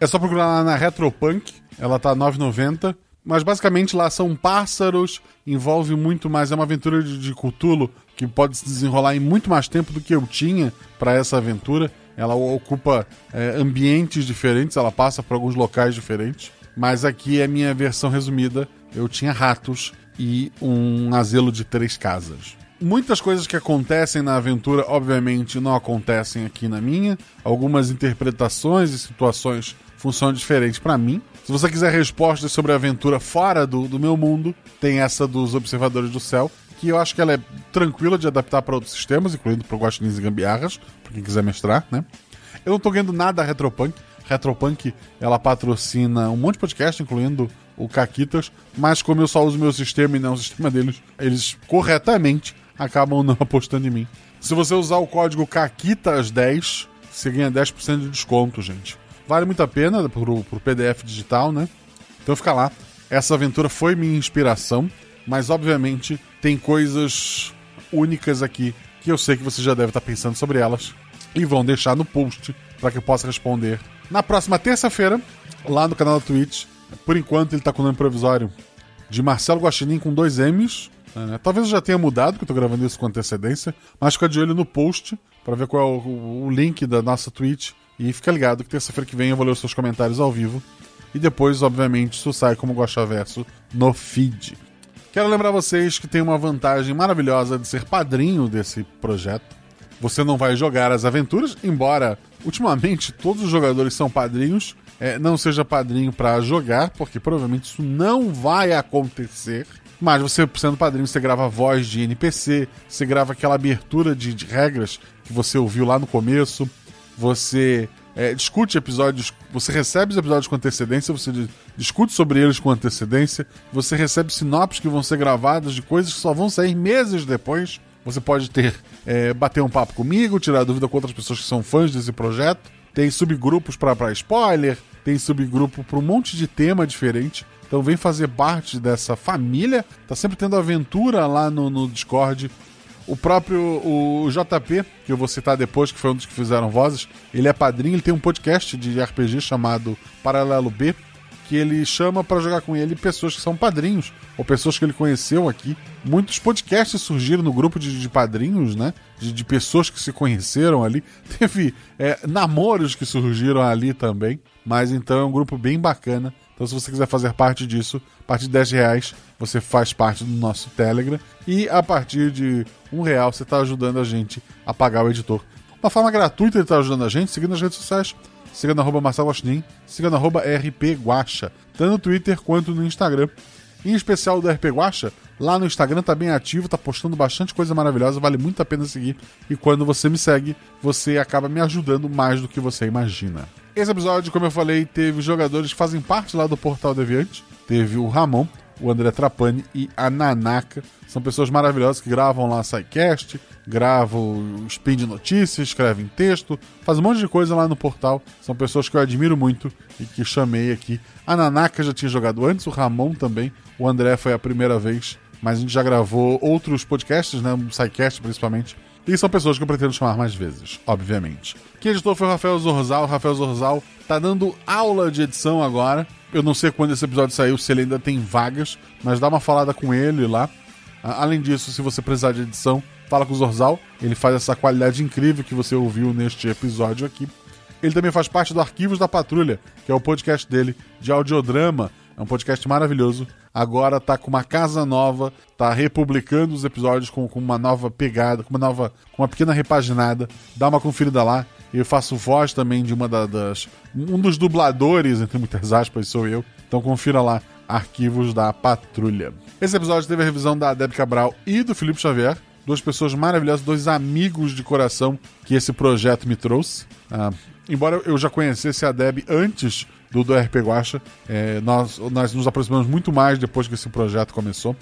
Speaker 1: é só procurar lá na Retropunk. Ela tá R$ 9,90. Mas basicamente lá são pássaros, envolve muito mais. É uma aventura de, de Cthulhu que pode se desenrolar em muito mais tempo do que eu tinha para essa aventura. Ela o- ocupa é, ambientes diferentes, ela passa por alguns locais diferentes. Mas aqui é a minha versão resumida. Eu tinha ratos e um asilo de três casas. Muitas coisas que acontecem na aventura, obviamente, não acontecem aqui na minha. Algumas interpretações e situações funcionam diferentes pra mim. Se você quiser respostas sobre a aventura fora do, do meu mundo, tem essa dos Observadores do Céu, que eu acho que ela é tranquila de adaptar para outros sistemas, incluindo para Guaxinins e Gambiarras, para quem quiser mestrar, né? Eu não tô ganhando nada da Retropunk. Retropunk, ela patrocina um monte de podcast, incluindo o Caquitas, mas como eu só uso o meu sistema e não o sistema deles, eles corretamente acabam não [laughs] apostando em mim. Se você usar o código CAQUITAS10, você ganha 10% de desconto, gente. Vale muito a pena pro, pro PDF digital, né? Então fica lá. Essa aventura foi minha inspiração, mas obviamente tem coisas únicas aqui que eu sei que você já deve estar pensando sobre elas e vão deixar no post para que eu possa responder na próxima terça-feira, lá no canal da Twitch. Por enquanto ele tá com o nome provisório de Marcelo Guaxinim com dois M's. né? Talvez eu já tenha mudado, porque eu tô gravando isso com antecedência, mas fica de olho no post para ver qual é o, o- o link da nossa Twitch. E fica ligado que terça-feira que vem eu vou ler os seus comentários ao vivo. E depois, obviamente, isso sai como Guaxaverso no feed. Quero lembrar vocês que tem uma vantagem maravilhosa de ser padrinho desse projeto. Você não vai jogar as aventuras, embora ultimamente todos os jogadores são padrinhos. É, não seja padrinho para jogar, porque provavelmente isso não vai acontecer. Mas você, sendo padrinho, você grava a voz de NPC, você grava aquela abertura de, de regras que você ouviu lá no começo, você é, discute episódios, você recebe os episódios com antecedência, você di- discute sobre eles com antecedência, você recebe sinopses que vão ser gravadas de coisas que só vão sair meses depois. Você pode ter é, bater um papo comigo, tirar dúvida com outras pessoas que são fãs desse projeto. Tem subgrupos pra pra spoiler, tem subgrupo para um monte de tema diferente. Então vem fazer parte dessa família. Tá sempre tendo aventura lá no, no Discord. O próprio o JP, que eu vou citar depois, que foi um dos que fizeram vozes, ele é padrinho, ele tem um podcast de RPG chamado Paralelo B, que ele chama pra jogar com ele pessoas que são padrinhos, ou pessoas que ele conheceu aqui. Muitos podcasts surgiram no grupo de, de padrinhos, né? De, de pessoas que se conheceram ali. [laughs] Teve é, namoros que surgiram ali também. Mas então é um grupo bem bacana. Então, se você quiser fazer parte disso, a partir de 10 reais você faz parte do nosso Telegram. E a partir de um real você está ajudando a gente a pagar o editor. Uma forma gratuita de estar ajudando a gente, seguindo as redes sociais. Siga no arroba Marcelo Guaxinim, siga no arroba RP Guaxa, tanto no Twitter quanto no Instagram. Em especial do RP Guaxa, lá no Instagram tá bem ativo, tá postando bastante coisa maravilhosa, vale muito a pena seguir. E quando você me segue, você acaba me ajudando mais do que você imagina. Esse episódio, como eu falei, teve jogadores que fazem parte lá do Portal Deviante. Teve o Ramon, o André Trapani e a Nanaka. São pessoas maravilhosas que gravam lá a SciCast, gravam o Spin de Notícias, escrevem texto, fazem um monte de coisa lá no portal. São pessoas que eu admiro muito e que chamei aqui. A Nanaka já tinha jogado antes, o Ramon também. O André foi a primeira vez, mas a gente já gravou outros podcasts, né? O SciCast principalmente. E são pessoas que eu pretendo chamar mais vezes, obviamente. Quem editou foi é o Rafael Zorzal. O Rafael Zorzal tá dando aula de edição agora. Eu não sei quando esse episódio saiu, se ele ainda tem vagas, mas dá uma falada com ele lá. A- Além disso, se você precisar de edição, fala com o Zorzal. Ele faz essa qualidade incrível que você ouviu neste episódio aqui. Ele também faz parte do Arquivos da Patrulha, que é o podcast dele de audiodrama. É um podcast maravilhoso. Agora tá com uma casa nova, tá republicando os episódios com, com uma nova pegada, com uma nova, com uma pequena repaginada. Dá uma conferida lá. Eu faço voz também de uma da- das. Um dos dubladores, entre muitas aspas, sou eu. Então confira lá, Arquivos da Patrulha. Esse episódio teve a revisão da Deb Cabral e do Felipe Xavier. Duas pessoas maravilhosas, dois amigos de coração que esse projeto me trouxe. Ah, embora eu já conhecesse a Deb antes do, do RP Guacha, é, nós, nós nos aproximamos muito mais depois que esse projeto começou.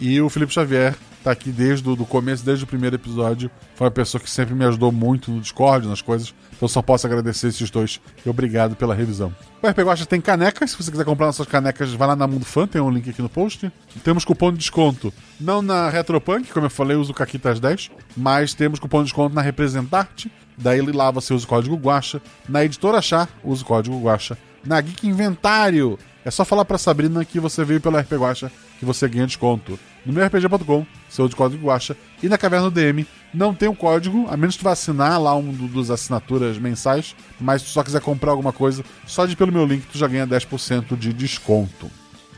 Speaker 1: E o Felipe Xavier tá aqui desde o do começo, desde o primeiro episódio. Foi uma pessoa que sempre me ajudou muito no Discord, nas coisas. Então só posso agradecer esses dois. E obrigado pela revisão. O RP Guacha tem canecas. Se você quiser comprar nossas canecas, vai lá na Mundo Fan, tem um link aqui no post. Temos cupom de desconto. Não na Retropunk, como eu falei, eu uso o Caquitas 10. Mas temos cupom de desconto na Representarte. Daí lá você usa o código Guacha. Na Editora Char, usa o código Guacha. Na Geek Inventário, é só falar pra Sabrina que você veio pela RP Guacha que você ganha desconto. No meu RPG.com, seu de código Guacha. E na Caverna do DM, não tem o código, a menos que tu vá assinar lá um do- dos assinaturas mensais. Mas se tu só quiser comprar alguma coisa, só de ir pelo meu link tu já ganha 10% de desconto.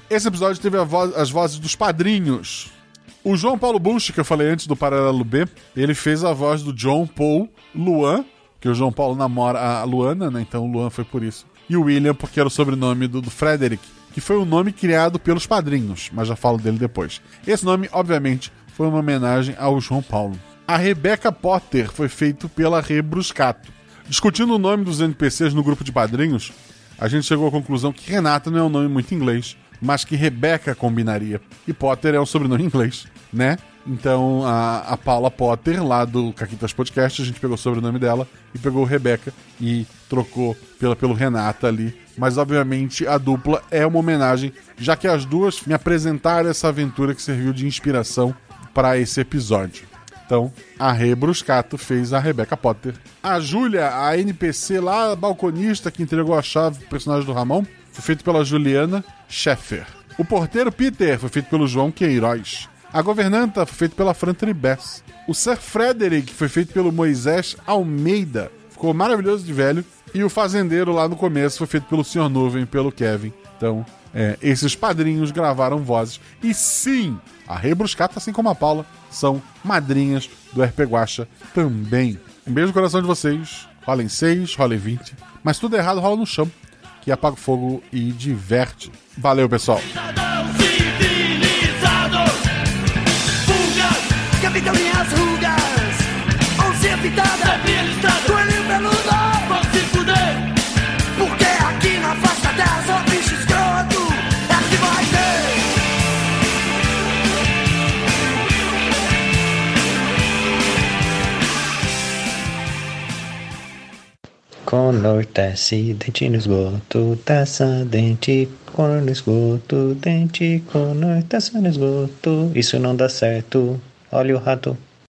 Speaker 1: Esse episódio teve a voz- as vozes dos padrinhos. O João Paulo Bush, que eu falei antes do Paralelo B, ele fez a voz do John Paul Luan, que o João Paulo namora a Luana, né? Então o Luan foi por isso. E o William, porque era o sobrenome do, do Frederick, que foi um nome criado pelos padrinhos, mas já falo dele depois. Esse nome, obviamente, foi uma homenagem ao João Paulo. A Rebecca Potter foi feito pela Rebruscato. Discutindo o nome dos NPCs no grupo de padrinhos, a gente chegou à conclusão que Renata não é um nome muito inglês, mas que Rebecca combinaria. E Potter é um sobrenome inglês, né? Então a, a Paula Potter, lá do Caquitas Podcast, a gente pegou o sobrenome dela e pegou Rebecca e trocou pela, pelo Renata ali. Mas obviamente a dupla é uma homenagem, já que as duas me apresentaram essa aventura que serviu de inspiração para esse episódio. Então, a Rebruscato fez a Rebecca Potter. A Júlia, a NPC lá, a balconista que entregou a chave pro personagem do Ramon, foi feito pela Juliana Sheffer. O porteiro Peter foi feito pelo João Queiroz. A governanta foi feito pela Fran Tribes. O Sir Frederick foi feito pelo Moisés Almeida. Ficou maravilhoso de velho. E o fazendeiro lá no começo foi feito pelo Sr. Nuvem, pelo Kevin. Então, é, esses padrinhos gravaram vozes. E sim, a Rebruscata, assim como a Paula, são madrinhas do RP Guacha também. Um beijo no coração de vocês. Rolem 6, rolem 20. Mas tudo errado rola no chão, que apaga o fogo e diverte. Valeu, pessoal.
Speaker 3: Fugas, capitam minhas rugas. Onze habitada, coelho peludo. Vão se fuder. é Porque aqui na faixa terra só bicho escroto. É que vai ter.
Speaker 15: Conor desce, dente no esgoto, taça, dente, Conor no esgoto, dente, Conor, taça no esgoto. Isso não dá certo. Olha o rato.